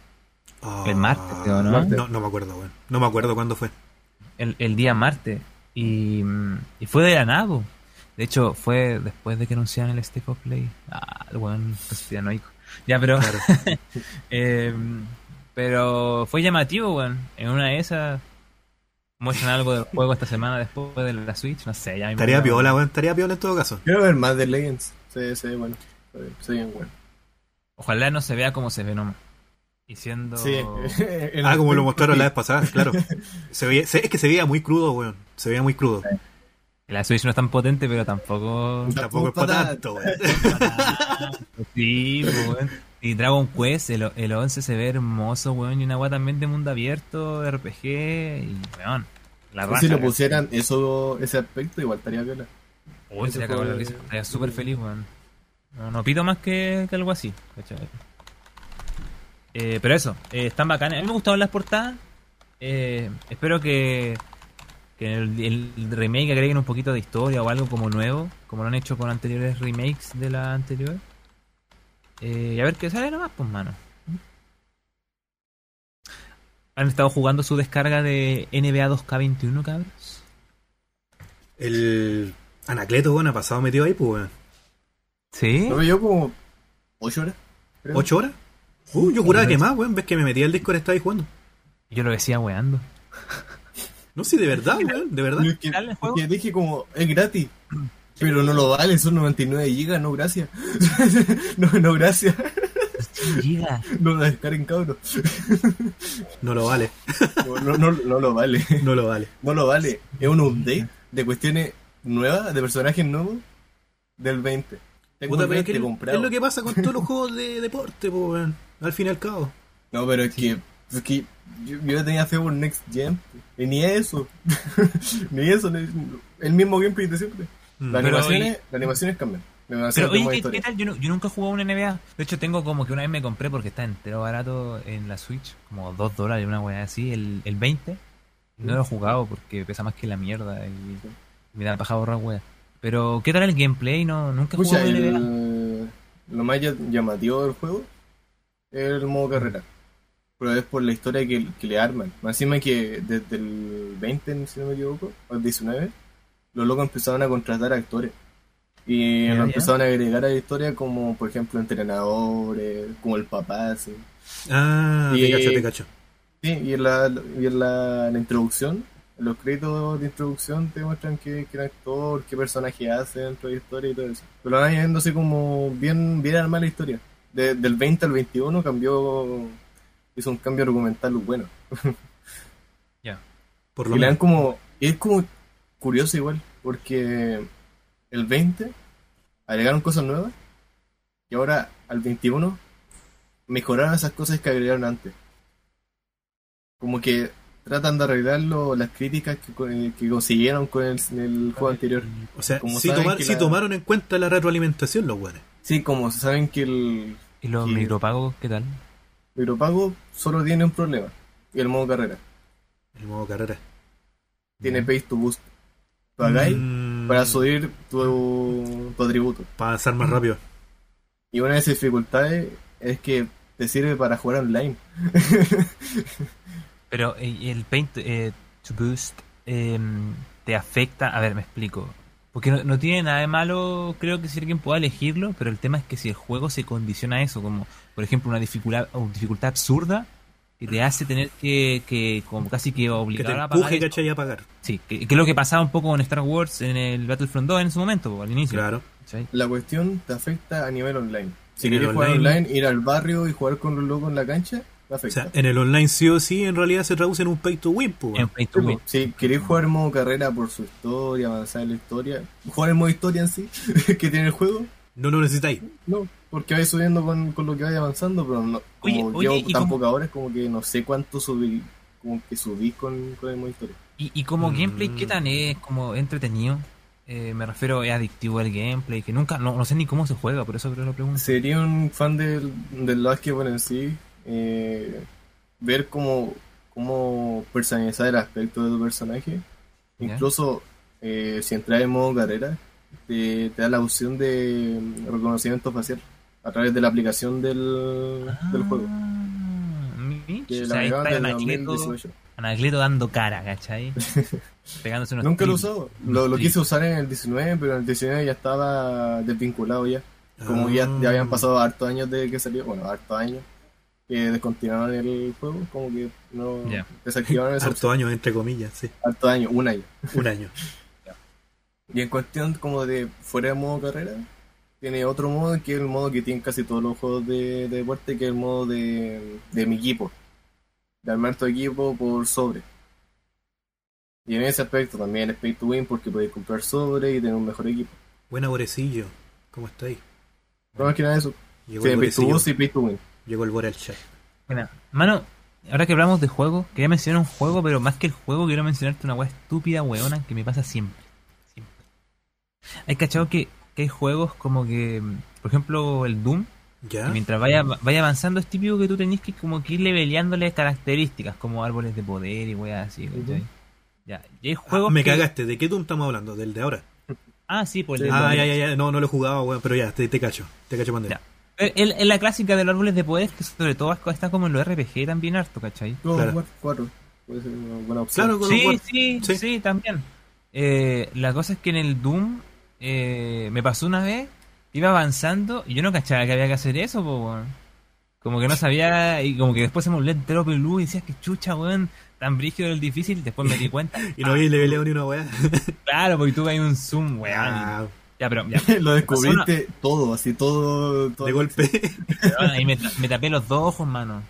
[SPEAKER 1] Ah,
[SPEAKER 3] El martes, creo, ¿no?
[SPEAKER 1] No, no me acuerdo, weón. No me acuerdo cuándo fue.
[SPEAKER 3] el, el día martes. Y, mm, y fue de la nada, po. De hecho, fue después de que anunciaron el State of Play. Ah, el weón conspiranoico. Ya, pero.
[SPEAKER 1] Claro.
[SPEAKER 3] eh, pero fue llamativo, weón. En una de esas. Muestran algo del juego esta semana después de la Switch. No sé, ya me
[SPEAKER 1] Tarea
[SPEAKER 3] imagino.
[SPEAKER 1] piola, weón. Tarea piola en todo caso.
[SPEAKER 4] Quiero ver más de Legends. Se, se ve bueno. Se ve- Se ve bien bueno.
[SPEAKER 3] Ojalá no se vea como se ve nomás. Y siendo.
[SPEAKER 4] Sí. el-
[SPEAKER 1] Ah, como lo mostraron la vez pasada, claro. Se veía, se- es que se veía muy crudo, weón. Se veía muy crudo.
[SPEAKER 3] La Switch no es tan potente, pero tampoco.
[SPEAKER 1] Tampoco es para tanto, weón.
[SPEAKER 3] Sí, po, weón. Y Dragon Quest, el, el 11 se ve hermoso, weón. Y una weá también de mundo abierto, de RPG. Y, weón, la raja.
[SPEAKER 4] Si lo
[SPEAKER 3] weón.
[SPEAKER 4] pusieran eso, ese aspecto, igual estaría viola.
[SPEAKER 3] Uy, se le
[SPEAKER 4] ese
[SPEAKER 3] acabó la
[SPEAKER 4] juego
[SPEAKER 3] risa.
[SPEAKER 4] de-
[SPEAKER 3] Estaría súper feliz, weón. No, no pido más que, que algo así, ¿cachai? Eh, pero eso, eh, están bacanas. A mí me gustaron las portadas. Eh, espero que, que el, el remake agreguen un poquito de historia o algo como nuevo, como lo han hecho con anteriores remakes de la anterior. Eh, y a ver qué sale nomás, pues, mano. ¿Han estado jugando su descarga de NBA 2K21, cabros?
[SPEAKER 1] El Anacleto, weón, ha pasado metido ahí, pues, weón.
[SPEAKER 3] Sí.
[SPEAKER 4] Lo veo yo como 8 horas. creo.
[SPEAKER 1] ¿Ocho horas? Uh, yo juraba que más, weón. Ves que me metía el Discord, estaba ahí jugando.
[SPEAKER 3] Yo lo decía weando.
[SPEAKER 1] No, sí, de verdad, weón. De verdad.
[SPEAKER 4] Lo que,
[SPEAKER 3] Dale,
[SPEAKER 4] lo
[SPEAKER 3] juego.
[SPEAKER 4] que dije como, es gratis. Pero no lo vale, son 99 gigas, no gracias. no, no gracias.
[SPEAKER 3] Giga.
[SPEAKER 4] No lo descarguen, cabros.
[SPEAKER 1] No lo vale.
[SPEAKER 4] No, no, no, no lo vale.
[SPEAKER 1] No lo vale.
[SPEAKER 4] No lo vale. Es un update de cuestiones nuevas, de personajes nuevos del 20. Tengo
[SPEAKER 1] Puta,
[SPEAKER 4] el
[SPEAKER 1] pero es,
[SPEAKER 4] 20
[SPEAKER 1] que es
[SPEAKER 4] comprado.
[SPEAKER 1] lo que pasa con todos los juegos de deporte, pues, weón. Al fin y al cabo.
[SPEAKER 4] No, pero es que, es que yo, yo tenía fe por Next Gen. Y ni eso. ni eso. ni- el mismo gameplay de siempre.
[SPEAKER 1] Mm.
[SPEAKER 4] Las
[SPEAKER 3] Pero
[SPEAKER 4] animaciones, las animaciones cambian. Las
[SPEAKER 3] Pero
[SPEAKER 4] animaciones
[SPEAKER 3] oye,
[SPEAKER 4] toman
[SPEAKER 3] ¿qué- ¿qué,
[SPEAKER 4] historia.
[SPEAKER 3] tal? Yo, nu- yo nunca he jugado una NBA. De hecho, tengo como que una vez me compré porque está entero barato en la Switch. Como 2 dólares, una weá así, el, el 20. No lo he jugado porque pesa más que la mierda y me da paja borrar weá. Pero, ¿qué tal el gameplay? No, nunca he
[SPEAKER 4] Pucha,
[SPEAKER 3] jugado una NBA.
[SPEAKER 4] el- lo más ya- llamativo del juego es el modo carrera. Pero es por la historia que, que le arman. Más encima que desde el 20, si no me equivoco, o el 19, los locos empezaron a contratar actores. Y
[SPEAKER 3] Ya,
[SPEAKER 4] lo
[SPEAKER 3] ya.
[SPEAKER 4] empezaron a agregar a la historia como, por ejemplo, entrenadores, como el papá, así.
[SPEAKER 1] Ah,
[SPEAKER 4] Y-
[SPEAKER 1] te cacho, te cacho.
[SPEAKER 4] Sí, y en la, y en la, la introducción, en los créditos de introducción te muestran qué, qué actor, qué personaje hace dentro de la historia y todo eso. Pero van añadiendo así como bien, bien armada la historia. De- del 20 al 21 cambió hizo un cambio argumental bueno.
[SPEAKER 1] Por lo
[SPEAKER 4] Y le dan
[SPEAKER 1] menos.
[SPEAKER 4] como. y es como curioso igual, porque el 20 agregaron cosas nuevas y ahora al 21 mejoraron esas cosas que agregaron antes. Como que tratan de arreglar lo- las críticas que, co- eh, que consiguieron con el, el juego anterior.
[SPEAKER 1] O sea,
[SPEAKER 4] como
[SPEAKER 1] si,
[SPEAKER 4] saben
[SPEAKER 1] tomar-
[SPEAKER 4] que
[SPEAKER 1] si
[SPEAKER 4] la-
[SPEAKER 1] tomaron en cuenta la retroalimentación los buenos.
[SPEAKER 4] Sí, como saben que el
[SPEAKER 3] ¿Y los
[SPEAKER 4] Sí.
[SPEAKER 3] micropagos qué tal?
[SPEAKER 4] micropago solo tiene un problema y el modo carrera.
[SPEAKER 1] El modo carrera.
[SPEAKER 4] Tiene pay to boost. Pagáis
[SPEAKER 1] Mm,
[SPEAKER 4] para subir tu, tu atributo.
[SPEAKER 1] Para avanzar más rápido.
[SPEAKER 4] Mm. Y una de esas dificultades es que te sirve para jugar online.
[SPEAKER 3] Pero eh, el Paint eh, to Boost eh, te afecta. A ver, me explico. Porque no, no tiene nada de malo, creo que si alguien pueda elegirlo, pero el tema es que si el juego se condiciona a eso, como por ejemplo una dificultad, una dificultad absurda, que te hace tener que, que como casi que
[SPEAKER 1] Que
[SPEAKER 3] obligar
[SPEAKER 1] te
[SPEAKER 3] a pagar
[SPEAKER 1] empuje,
[SPEAKER 3] esto.
[SPEAKER 1] ¿cachai? A pagar.
[SPEAKER 3] Sí, que, que es lo que pasaba un poco con Star Wars en el Battlefront 2 en su momento, po, al inicio.
[SPEAKER 1] Claro.
[SPEAKER 3] ¿cachai?
[SPEAKER 4] La cuestión te afecta a nivel online. Si
[SPEAKER 1] Nivel
[SPEAKER 4] quieres jugar
[SPEAKER 1] online.
[SPEAKER 4] online, ir al barrio y jugar con los locos en la cancha, te
[SPEAKER 1] O
[SPEAKER 4] afecta.
[SPEAKER 1] sea, en el online sí o sí, en realidad se traduce en un pay to win, pues.
[SPEAKER 3] En
[SPEAKER 1] weón.
[SPEAKER 3] Paint to
[SPEAKER 4] Sí,
[SPEAKER 3] Win.
[SPEAKER 4] po. si querés jugar en modo carrera por su historia, avanzar en la historia, jugar en modo historia en sí, que tiene el juego,
[SPEAKER 1] No lo necesitáis.
[SPEAKER 4] no, porque vais subiendo con, con lo que vais avanzando, pero no,
[SPEAKER 3] Oye,
[SPEAKER 4] como
[SPEAKER 3] oye,
[SPEAKER 4] llevo
[SPEAKER 3] ¿y
[SPEAKER 4] tan
[SPEAKER 3] cómo-
[SPEAKER 4] pocas horas, como que no sé cuánto subí, como que subí con, con el modo historia.
[SPEAKER 3] Y, y como
[SPEAKER 1] Mm.
[SPEAKER 3] gameplay, ¿qué tan es? Como entretenido. Eh, me refiero, es adictivo el gameplay, que nunca, no, no sé ni cómo se juega, por eso te lo pregunto.
[SPEAKER 4] Sería un fan del, del básquetbol en sí, eh, ver cómo, cómo personalizar el aspecto de tu personaje.
[SPEAKER 3] Ya.
[SPEAKER 4] Incluso eh, si entras en modo carrera, te, te da la opción de mm, reconocimiento facial a través de la aplicación del, del juego.
[SPEAKER 3] Ah, Mitch,
[SPEAKER 4] Que
[SPEAKER 3] o
[SPEAKER 4] la
[SPEAKER 3] sea, ahí
[SPEAKER 4] agregaron
[SPEAKER 3] está
[SPEAKER 4] desde
[SPEAKER 3] Anacleto,
[SPEAKER 4] 2018.
[SPEAKER 3] Anacleto dando cara, ¿cachai? Pegándose unos
[SPEAKER 4] Nunca lo he
[SPEAKER 3] triples.
[SPEAKER 4] usado. Lo, lo
[SPEAKER 3] Sí.
[SPEAKER 4] quise usar en el 19, pero en el 19 ya estaba desvinculado ya. Como ya, ya
[SPEAKER 1] Ah,
[SPEAKER 4] habían pasado hartos años desde que salió, bueno, hartos años que descontinuaron el juego, como que no
[SPEAKER 3] Ya.
[SPEAKER 4] desactivaron esa
[SPEAKER 1] Harto
[SPEAKER 4] opción.
[SPEAKER 1] años, entre comillas, sí.
[SPEAKER 4] hartos años, un año.
[SPEAKER 1] Un año.
[SPEAKER 4] Y en cuestión como de fuera de modo carrera, tiene otro modo que es el modo que tienen casi todos los juegos de, de deporte, que es el modo de, de mi equipo, de armar tu equipo por sobre. Y en ese aspecto también es pay to win porque puedes comprar sobre y tener un mejor equipo.
[SPEAKER 1] Buen aborecillo. ¿Cómo estáis?
[SPEAKER 4] Pero más que nada eso,
[SPEAKER 1] Llegó
[SPEAKER 4] tiene
[SPEAKER 1] el
[SPEAKER 4] pay to
[SPEAKER 1] Borecillo.
[SPEAKER 4] lose y pay to win.
[SPEAKER 1] Llegó el Bore al chat.
[SPEAKER 3] Bueno, mano, ahora que hablamos de juego, quería mencionar un juego, pero más que el juego, quiero mencionarte una weá estúpida, weona, que me pasa siempre. Siempre. Hay cachado que, que hay juegos como que, por ejemplo, el Doom,
[SPEAKER 1] ¿Ya?
[SPEAKER 3] Y mientras vaya, vaya avanzando es típico que tú tenés que como que ir leveleándole características como árboles de poder y weas así, ¿cachai? Ya, y hay
[SPEAKER 1] Ah,
[SPEAKER 3] juegos
[SPEAKER 1] me
[SPEAKER 3] que-
[SPEAKER 1] cagaste. ¿De qué Doom estamos hablando? ¿Del de ahora?
[SPEAKER 3] Ah, sí, por el
[SPEAKER 4] Sí.
[SPEAKER 3] de
[SPEAKER 1] Ah,
[SPEAKER 3] poder.
[SPEAKER 1] ya, ya, ya. No, no lo jugaba, weón. Pero ya, te, te cacho. Te cacho, Pandera.
[SPEAKER 3] Eh, el- Es la clásica de los árboles de poder que sobre todo está como en los RPG también harto, ¿cachai?
[SPEAKER 4] No,
[SPEAKER 1] Claro.
[SPEAKER 4] cuatro, cuatro. Puede ser una buena opción.
[SPEAKER 1] Claro, con
[SPEAKER 3] Sí,
[SPEAKER 1] los
[SPEAKER 3] sí,
[SPEAKER 1] Sí.
[SPEAKER 3] sí, también. Eh, la cosa es que en el Doom eh, me pasó una vez, iba avanzando y yo no cachaba que había que hacer eso, po, weón. Como que no sabía y como que después se me volvió entero peludo y decías que chucha, weón, tan brígido el difícil. Después me di cuenta.
[SPEAKER 1] Y no había leveleado ni una weá.
[SPEAKER 3] Claro, porque tuve ahí un zoom, weón.
[SPEAKER 1] Ah,
[SPEAKER 3] Ya, pero ya,
[SPEAKER 4] Lo descubriste todo, así todo. todo
[SPEAKER 1] de golpe.
[SPEAKER 3] Perdón, ahí me, ta- me tapé los dos ojos, mano.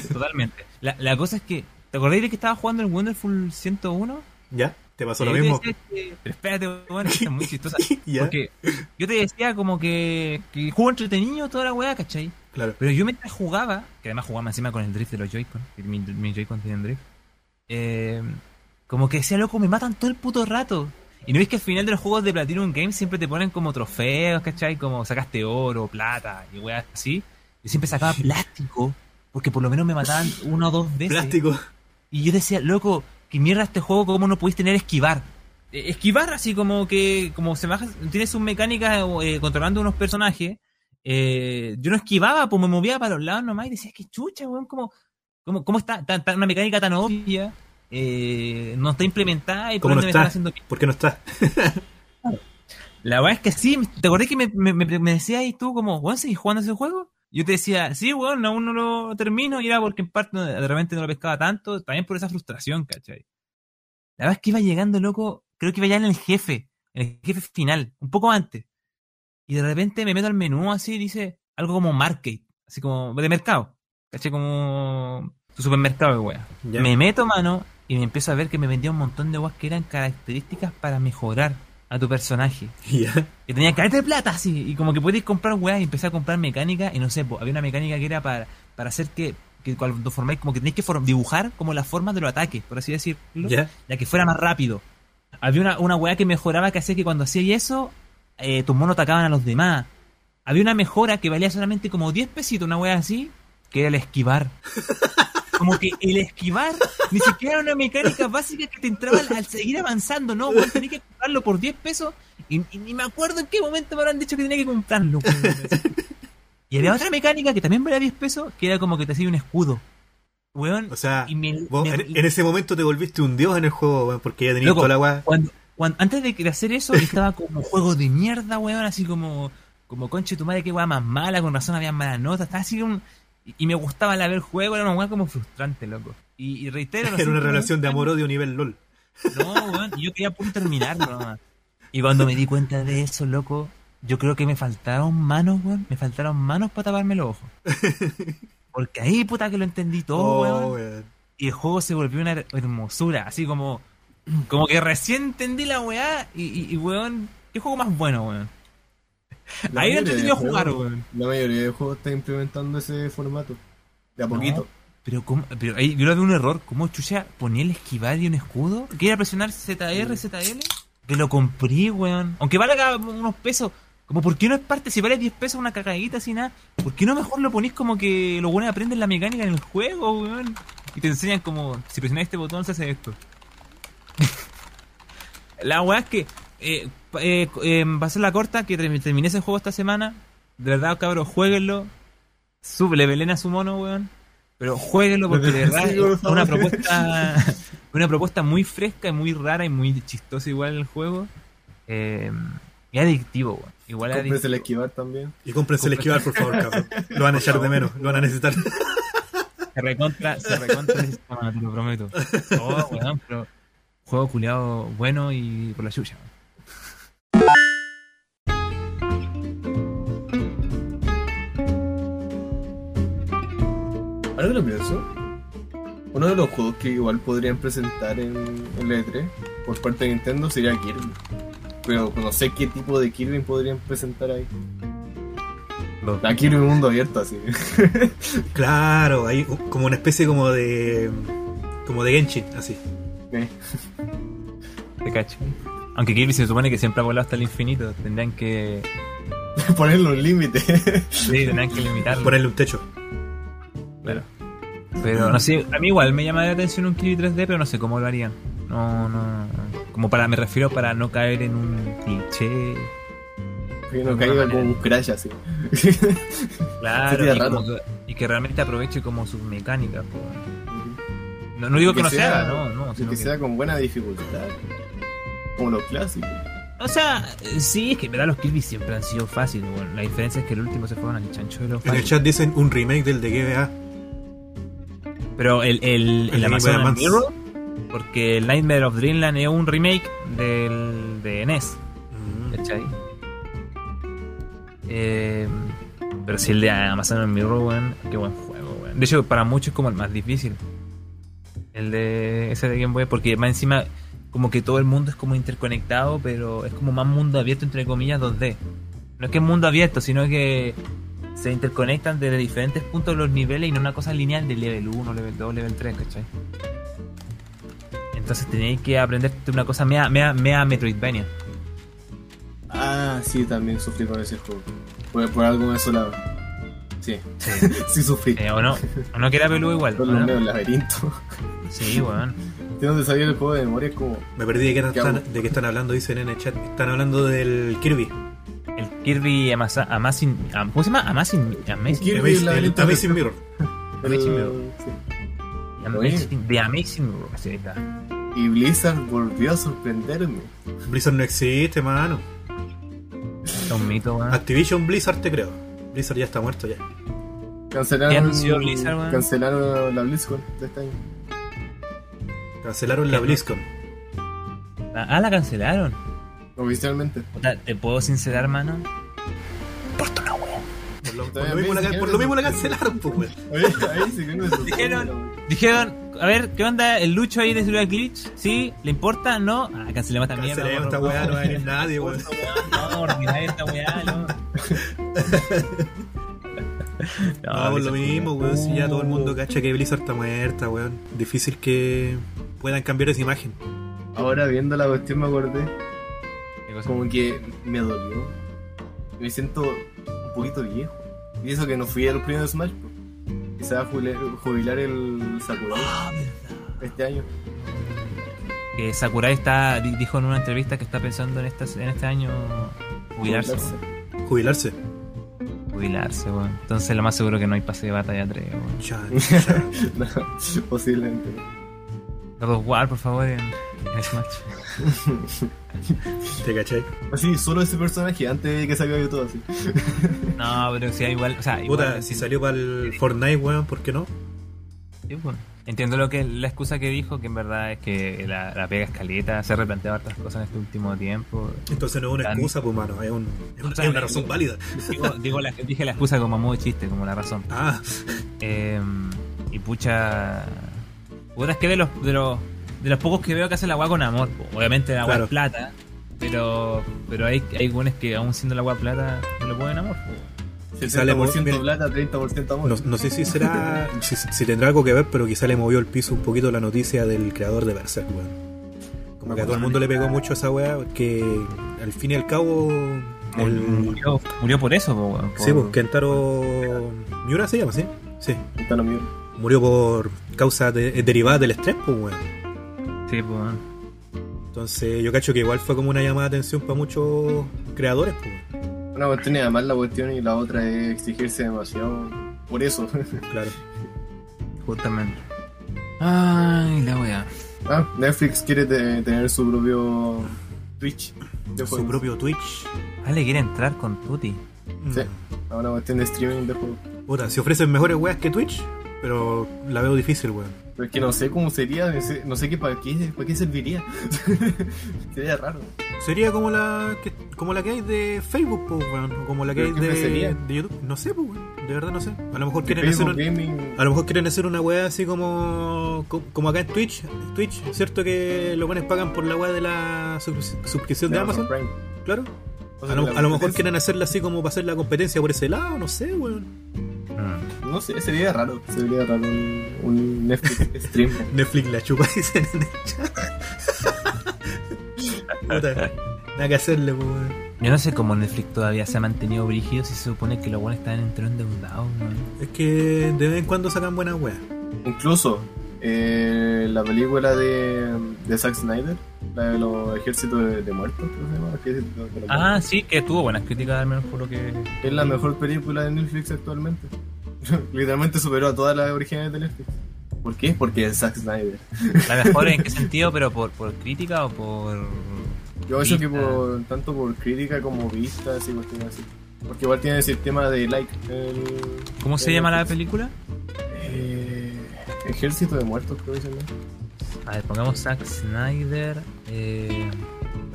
[SPEAKER 3] Totalmente. La, la cosa es que, ¿te acordáis de que estaba jugando el Wonderful 101?
[SPEAKER 1] ¿Ya? ¿Te pasó lo
[SPEAKER 3] Y yo te
[SPEAKER 1] mismo?
[SPEAKER 3] decía que- pero espérate, weón, esta es muy chistosa.
[SPEAKER 1] ¿Ya?
[SPEAKER 3] Porque yo te decía como que, que juego entretenido toda la weá, ¿cachai?
[SPEAKER 1] Claro.
[SPEAKER 3] Pero yo mientras jugaba, que además jugaba encima con el drift de los Joy-Con, que mi, mis Joy-Con tienen drift, eh, como que decía, loco, me matan todo el puto rato. Y no veis que al final de los juegos de Platinum Games siempre te ponen como trofeos, ¿cachai? Como sacaste oro, plata y weas así. Yo siempre sacaba plástico, porque por lo menos me mataban una o dos veces.
[SPEAKER 1] Plástico.
[SPEAKER 3] Y yo decía, loco, qué mierda este juego, cómo no podéis tener esquivar. Eh, esquivar así como que, como se baja, tienes un mecánica eh, controlando unos personajes. eh, yo no esquivaba, pues me movía para los lados nomás y decía, qué chucha, weón, cómo, cómo, cómo está tan- tan- una mecánica tan obvia, eh, no está implementada y por
[SPEAKER 1] ¿Cómo no
[SPEAKER 3] ende me están
[SPEAKER 1] está?
[SPEAKER 3] haciendo
[SPEAKER 1] ¿Por qué no está?
[SPEAKER 3] la verdad es que sí, ¿te acordás que me, me, me- me decías ahí tú como, weón, seguís jugando ese juego? Yo te decía, sí, weón, aún no lo termino, y era porque en parte no- de repente no lo pescaba tanto, también por esa frustración, ¿cachai? La verdad es que iba llegando, loco, creo que iba ya en el jefe, en el jefe final, un poco antes. Y de repente me meto al menú así, dice algo como market, así como de mercado. caché como tu supermercado de weá.
[SPEAKER 1] Ya.
[SPEAKER 3] Me meto mano y me empiezo a ver que me vendía un montón de weas que eran características para mejorar a tu personaje.
[SPEAKER 1] Ya.
[SPEAKER 3] Que tenía caer de plata así. Y como que podías comprar weas y empecé a comprar mecánica. Y no sé, po, había una mecánica que era para, para hacer que, que cuando formáis, como que tenéis que form- dibujar como las formas de los ataques, por así decirlo.
[SPEAKER 1] Ya.
[SPEAKER 3] La que fuera más rápido. Había una, una weá que mejoraba que hacía que cuando hacías eso, eh, tus monos atacaban a los demás. Había una mejora que valía solamente como 10 pesitos, una weá así, que era el esquivar. Como que el esquivar ni siquiera era una mecánica básica que te entraba al, al seguir avanzando, ¿no? Vos tenés que comprarlo por 10 pesos y, y ni me acuerdo en qué momento me habrán dicho que tenía que comprarlo. weón. Y había otra mecánica que también valía 10 pesos, que era como que te hacía un escudo. Weón,
[SPEAKER 1] O sea,
[SPEAKER 3] y me-
[SPEAKER 1] vos
[SPEAKER 3] me-
[SPEAKER 1] en, en ese momento te volviste un dios en el juego, weón, porque ya tenías
[SPEAKER 3] Loco.
[SPEAKER 1] toda la weá.
[SPEAKER 3] cuando, cuando- antes de, de hacer eso, estaba como juego de mierda, weón, así como, como conche tu madre, qué weá más mala, con razón había malas notas, estaba así un- y- Y me gustaba la ver juego, era una weá como frustrante, loco. Y, y reitero, no sé,
[SPEAKER 1] Era una
[SPEAKER 3] weón,
[SPEAKER 1] relación de amor-odio nivel LOL.
[SPEAKER 3] No, weón, y yo quería puro terminarlo nomás. Y cuando me di cuenta de eso, loco, yo creo que me faltaron manos, weón, me faltaron manos para taparme los ojos. Porque ahí, puta, que lo entendí todo, weón
[SPEAKER 1] Oh, weón.
[SPEAKER 3] y el juego se volvió una hermosura, así como como que recién entendí la weá y, y, y, weón, qué juego más bueno, weón.
[SPEAKER 4] La
[SPEAKER 3] Ahí
[SPEAKER 4] mayoría
[SPEAKER 3] no entretenido
[SPEAKER 4] de juegos-
[SPEAKER 3] jugar, weón.
[SPEAKER 4] La mayoría de juegos está implementando ese formato. De a
[SPEAKER 3] No.
[SPEAKER 4] poquito.
[SPEAKER 3] Pero, ¿cómo? pero ahí yo le vi un error, como chucha ponía el esquivar y un escudo, que era presionar ZR, ZL, que lo compré, weón. Aunque valga unos pesos, como por qué no es parte, si vale 10 pesos una cagadita así nada, ¿por qué no mejor lo ponís como que los buenos aprenden la mecánica en el juego, weón? Y te enseñan como, si presionas este botón se hace esto. La weá es que eh, pa- eh, co- eh, va a ser la corta que termi- terminé ese juego esta semana. De verdad, cabros, jueguenlo. Sube, le velen a su mono, weón. Pero jueguenlo porque de verdad
[SPEAKER 4] Sí, por
[SPEAKER 3] es
[SPEAKER 4] favor.
[SPEAKER 3] una propuesta, una propuesta muy fresca y muy rara y muy chistosa igual el juego. Eh, y adictivo, weón. Igual
[SPEAKER 4] Cómprense el
[SPEAKER 3] adictivo.
[SPEAKER 4] esquivar también.
[SPEAKER 1] Y cómprense el esquivar, por favor, cabrón. Lo van a echar de menos, lo van a necesitar.
[SPEAKER 3] Se recontra, se recontra ese sistema, te lo prometo. Oh, weón, pero juego culiado bueno y por la chucha. weón.
[SPEAKER 4] Ahora que lo pienso, uno de los juegos que igual podrían presentar en el E3 por parte de Nintendo sería Kirby. Pero no sé qué tipo de Kirby podrían presentar ahí.
[SPEAKER 1] No.
[SPEAKER 4] La Kirby Mundo Abierto, así.
[SPEAKER 1] Claro, hay u- como una especie como de. como de Genshin, así.
[SPEAKER 3] Te cacho. Aunque Kirby se supone que siempre ha volado hasta el infinito, tendrán que,
[SPEAKER 4] Poner los límites.
[SPEAKER 3] sí, tendrán que limitarlo.
[SPEAKER 1] Ponerle un techo.
[SPEAKER 3] Claro. Pero no sé, a mí igual me llama la atención un Kirby 3D, pero no sé cómo lo harían. No, no. Como para, me refiero para no caer en un cliché.
[SPEAKER 4] Que no caiga como un crash así.
[SPEAKER 3] Claro,
[SPEAKER 4] sería
[SPEAKER 3] y, como
[SPEAKER 4] raro.
[SPEAKER 3] que, y que realmente aproveche como sus mecánicas. po. No, no digo
[SPEAKER 4] Y
[SPEAKER 3] que,
[SPEAKER 4] que
[SPEAKER 3] no sea,
[SPEAKER 4] sea-
[SPEAKER 3] no, no.
[SPEAKER 4] Y
[SPEAKER 3] sino
[SPEAKER 4] que
[SPEAKER 3] que-
[SPEAKER 4] sea con buena dificultad. Como los clásicos.
[SPEAKER 3] O sea, sí, es que en verdad los Kirby siempre han sido fáciles. weón. La diferencia es que el último se fueron al chancho de los
[SPEAKER 1] En el
[SPEAKER 3] fáciles.
[SPEAKER 1] chat dicen un remake del de GBA.
[SPEAKER 3] Pero el, el, el,
[SPEAKER 1] El
[SPEAKER 3] Amazonas
[SPEAKER 1] Nightmare
[SPEAKER 3] Mirror, porque el Nightmare of Dreamland es un remake del, de E NES,
[SPEAKER 1] Mm.
[SPEAKER 3] ¿cachai? Eh, pero si el de Amazonas Mirror, weón, qué buen juego, weón. De hecho, para muchos es como el más difícil. El de ese de Game Boy, porque más encima, como que todo el mundo es como interconectado, pero es como más mundo abierto, entre comillas, 2D. No es que es mundo abierto, sino que se interconectan desde diferentes puntos de los niveles y no una cosa lineal de level 1, level 2, level 3, ¿cachai? Entonces tenéis que aprenderte una cosa mea, mea, mea Metroidvania.
[SPEAKER 4] Ah, sí, también sufrí con ese juego. Por, por algo me solaba. Sí. sí sufrí.
[SPEAKER 3] Eh, o no, o no que era peludo igual. ¿o
[SPEAKER 4] Con los
[SPEAKER 3] no?
[SPEAKER 4] medio laberinto.
[SPEAKER 3] Sí, weón.
[SPEAKER 4] Yo no te sabía el juego de memoria, es como.
[SPEAKER 1] Me perdí de qué,
[SPEAKER 4] ¿Qué
[SPEAKER 1] están,
[SPEAKER 4] hago?
[SPEAKER 1] de qué están hablando, dicen en el chat. Están hablando del Kirby.
[SPEAKER 3] El Kirby Amasa- Amazing. Am- ¿Cómo se llama? Amazing. Amazing.
[SPEAKER 4] Kirby
[SPEAKER 1] Amazing, el
[SPEAKER 4] laberinto
[SPEAKER 1] Amazing Mirror.
[SPEAKER 3] Amazing
[SPEAKER 4] el- eh, sí.
[SPEAKER 3] Amazing- The Amazing World. Sí, ahí está.
[SPEAKER 4] Y Blizzard volvió a sorprenderme.
[SPEAKER 1] Blizzard no existe, mano.
[SPEAKER 3] Es un mito,
[SPEAKER 1] Ah.
[SPEAKER 3] weón.
[SPEAKER 1] Activision Blizzard te creo. Blizzard ya está muerto ya.
[SPEAKER 4] Cancelaron,
[SPEAKER 3] ¿Qué anunció Blizzard, weón?
[SPEAKER 4] cancelaron la BlizzCon de este año.
[SPEAKER 1] Cancelaron la
[SPEAKER 3] ¿Qué?
[SPEAKER 1] BlizzCon.
[SPEAKER 3] La- Ah, la cancelaron.
[SPEAKER 4] Oficialmente.
[SPEAKER 3] Puta, ¿Te puedo sincerar, mano?
[SPEAKER 1] Por lo, por
[SPEAKER 4] Todavía
[SPEAKER 1] lo mismo,
[SPEAKER 4] me
[SPEAKER 1] la, can-
[SPEAKER 4] dijeron
[SPEAKER 1] por lo mismo la
[SPEAKER 4] eso.
[SPEAKER 1] cancelaron, pues, weón.
[SPEAKER 4] Oye, ahí sí que me sorprende,
[SPEAKER 3] Dijeron-
[SPEAKER 4] weón.
[SPEAKER 3] Dijeron, a ver, ¿qué onda el Lucho ahí de Ciudad Glitch? ¿Sí? ¿Le importa? ¿No? Ah, cancelemos esta mierda.
[SPEAKER 1] Cancelemos esta
[SPEAKER 3] por-
[SPEAKER 1] weá, no va a venir nadie, weón.
[SPEAKER 3] No, ordenar esta weá, no.
[SPEAKER 1] No, por lo mismo, weón. Si ya todo el mundo cacha que Blizzard está muerta, weón. Difícil que puedan cambiar esa imagen.
[SPEAKER 4] Ahora viendo la cuestión me acordé, como que me dolió. Me siento un poquito viejo. Y eso que no fui a los primeros Smash, po. Y se va a jubile- jubilar el Sakurai
[SPEAKER 1] Ah,
[SPEAKER 4] este año.
[SPEAKER 3] Que Sakurai está, di- dijo en una entrevista que está pensando en, estas, en este año jubilarse.
[SPEAKER 1] Jubilarse.
[SPEAKER 4] Jubilarse.
[SPEAKER 3] weón. Jubilarse, weón. Entonces lo más seguro que no hay pase de batalla 3, weón.
[SPEAKER 1] Ya, ya.
[SPEAKER 4] No, posiblemente.
[SPEAKER 3] God of War, por favor, en, en Smash.
[SPEAKER 1] ¿Te cachai?
[SPEAKER 4] Así, solo ese personaje antes de que salió yo todo así.
[SPEAKER 3] No, pero si hay igual, o sea, igual,
[SPEAKER 1] Puta, si salió para el Fortnite, weón, ¿por qué no?
[SPEAKER 3] Sí, pues. Entiendo lo que la excusa que dijo, que en verdad es que la, la pega escaleta, se ha replanteado hartas cosas en este último tiempo.
[SPEAKER 1] Entonces no es una
[SPEAKER 3] Tan-
[SPEAKER 1] excusa, pues, mano. Es, un- es una- es una razón válida.
[SPEAKER 3] Digo, digo la- dije la excusa como a modo de chiste, como la razón.
[SPEAKER 1] Ah,
[SPEAKER 3] Eh, y pucha. Puta, es que de los, de los de los pocos que veo que hacen la agua con amor, po. obviamente la agua
[SPEAKER 1] Claro.
[SPEAKER 3] es plata, pero pero hay, hay buenos que aún siendo la agua plata no le ponen amor. po.
[SPEAKER 1] Sale por-
[SPEAKER 4] 70% plata, 30% amor.
[SPEAKER 1] no, no sé si será. si, si tendrá algo que ver, pero quizá le movió el piso un poquito la noticia del creador de Berserk, weón. Como que a todo el mundo le pegó mucho esa weá, que al fin y al cabo. El,
[SPEAKER 3] Murió, murió por eso, po, weón, por-
[SPEAKER 1] sí, pues, Kentaro Miura se llama, ¿sí? Sí.
[SPEAKER 4] Está lo mío.
[SPEAKER 1] Murió por causas de- eh, derivadas del estrés, pues, weón.
[SPEAKER 3] sí, po, weón.
[SPEAKER 1] Entonces, yo cacho que igual fue como una llamada de atención para muchos creadores, pues, weón.
[SPEAKER 4] Una cuestión es amar la cuestión y la otra es exigirse demasiado. Por eso.
[SPEAKER 1] Claro.
[SPEAKER 3] justamente. Ay, la weá.
[SPEAKER 4] Ah, Netflix quiere te- tener su propio Twitch. De
[SPEAKER 1] Su
[SPEAKER 4] juegos.
[SPEAKER 1] propio Twitch.
[SPEAKER 3] Ah, le quiere entrar con Tuti.
[SPEAKER 4] Sí.
[SPEAKER 1] Mm.
[SPEAKER 4] Ah, Una cuestión de streaming de juegos.
[SPEAKER 1] Puta, si ofrecen mejores weas que Twitch, pero la veo difícil, weón.
[SPEAKER 4] Pero es que no sé cómo sería, no sé, no sé qué, para, qué, para qué serviría. sería raro.
[SPEAKER 1] Sería como la que, como la que hay de Facebook, po, weón. O como la que hay
[SPEAKER 4] ¿Pero qué
[SPEAKER 1] de,
[SPEAKER 4] sería?
[SPEAKER 1] de YouTube. No sé, po, weón. De verdad no sé. A lo mejor
[SPEAKER 4] De
[SPEAKER 1] quieren hacer
[SPEAKER 4] Facebook
[SPEAKER 1] un-
[SPEAKER 4] Gaming.
[SPEAKER 1] a lo mejor quieren hacer una wea así como co- como acá en Twitch. Twitch, ¿cierto? Que los buenos pagan por la wea de la subs- suscripción de, Amazon,
[SPEAKER 4] Prime.
[SPEAKER 1] claro.
[SPEAKER 4] O sea,
[SPEAKER 1] A lo,
[SPEAKER 4] la
[SPEAKER 1] a lo mejor
[SPEAKER 4] competencia-
[SPEAKER 1] quieren hacerla así como para hacer la competencia por ese lado, no sé, weón.
[SPEAKER 4] No sé, sería raro. Sería raro un, un Netflix stream.
[SPEAKER 1] Netflix la chupa, dicen en el chat. Puta, nada que hacerle, po, weón.
[SPEAKER 3] Yo no sé cómo Netflix todavía se ha mantenido brígido si se supone que los buenos están entrando endeudados, weón.
[SPEAKER 1] Es que de vez en cuando sacan buenas weas.
[SPEAKER 4] Incluso eh, la película de, de Zack Snyder, la de los ejércitos de, de muertos, creo que se llama, Ejército de los
[SPEAKER 3] Ah, sí, que tuvo buenas críticas, al menos por lo que.
[SPEAKER 4] Muertos. Es la mejor película de Netflix actualmente. Literalmente superó a todas las originales de Netflix. ¿Por qué? Porque es Zack Snyder.
[SPEAKER 3] La mejor en qué sentido, pero por, por crítica o por.
[SPEAKER 4] Yo eso que
[SPEAKER 3] Vista.
[SPEAKER 4] por tanto por crítica como vistas y cuestiones así. Porque igual tiene el sistema de like. el-
[SPEAKER 3] ¿Cómo se
[SPEAKER 4] el
[SPEAKER 3] llama la
[SPEAKER 4] Netflix.
[SPEAKER 3] película?
[SPEAKER 4] Eh, Ejército de muertos, creo que se llama.
[SPEAKER 3] A ver, pongamos Zack Snyder. Eh,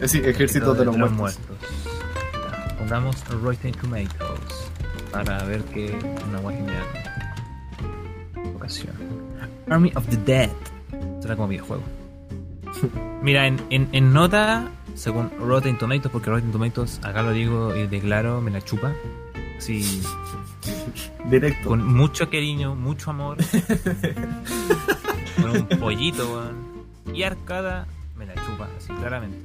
[SPEAKER 4] Eh, sí, Ejército de, los muertos.
[SPEAKER 3] Ya, Pongamos Rotten Tomatoes para ver qué una guay general. Ocasión. Army of the Dead. Será como videojuego. Mira, en, en, en nota, según Rotten Tomatoes, porque Rotten Tomatoes, acá lo digo y declaro, me la chupa. Sí,
[SPEAKER 4] Directo.
[SPEAKER 3] con mucho cariño, mucho amor. con un pollito, weón. Y Arcada me la chupa, así, claramente.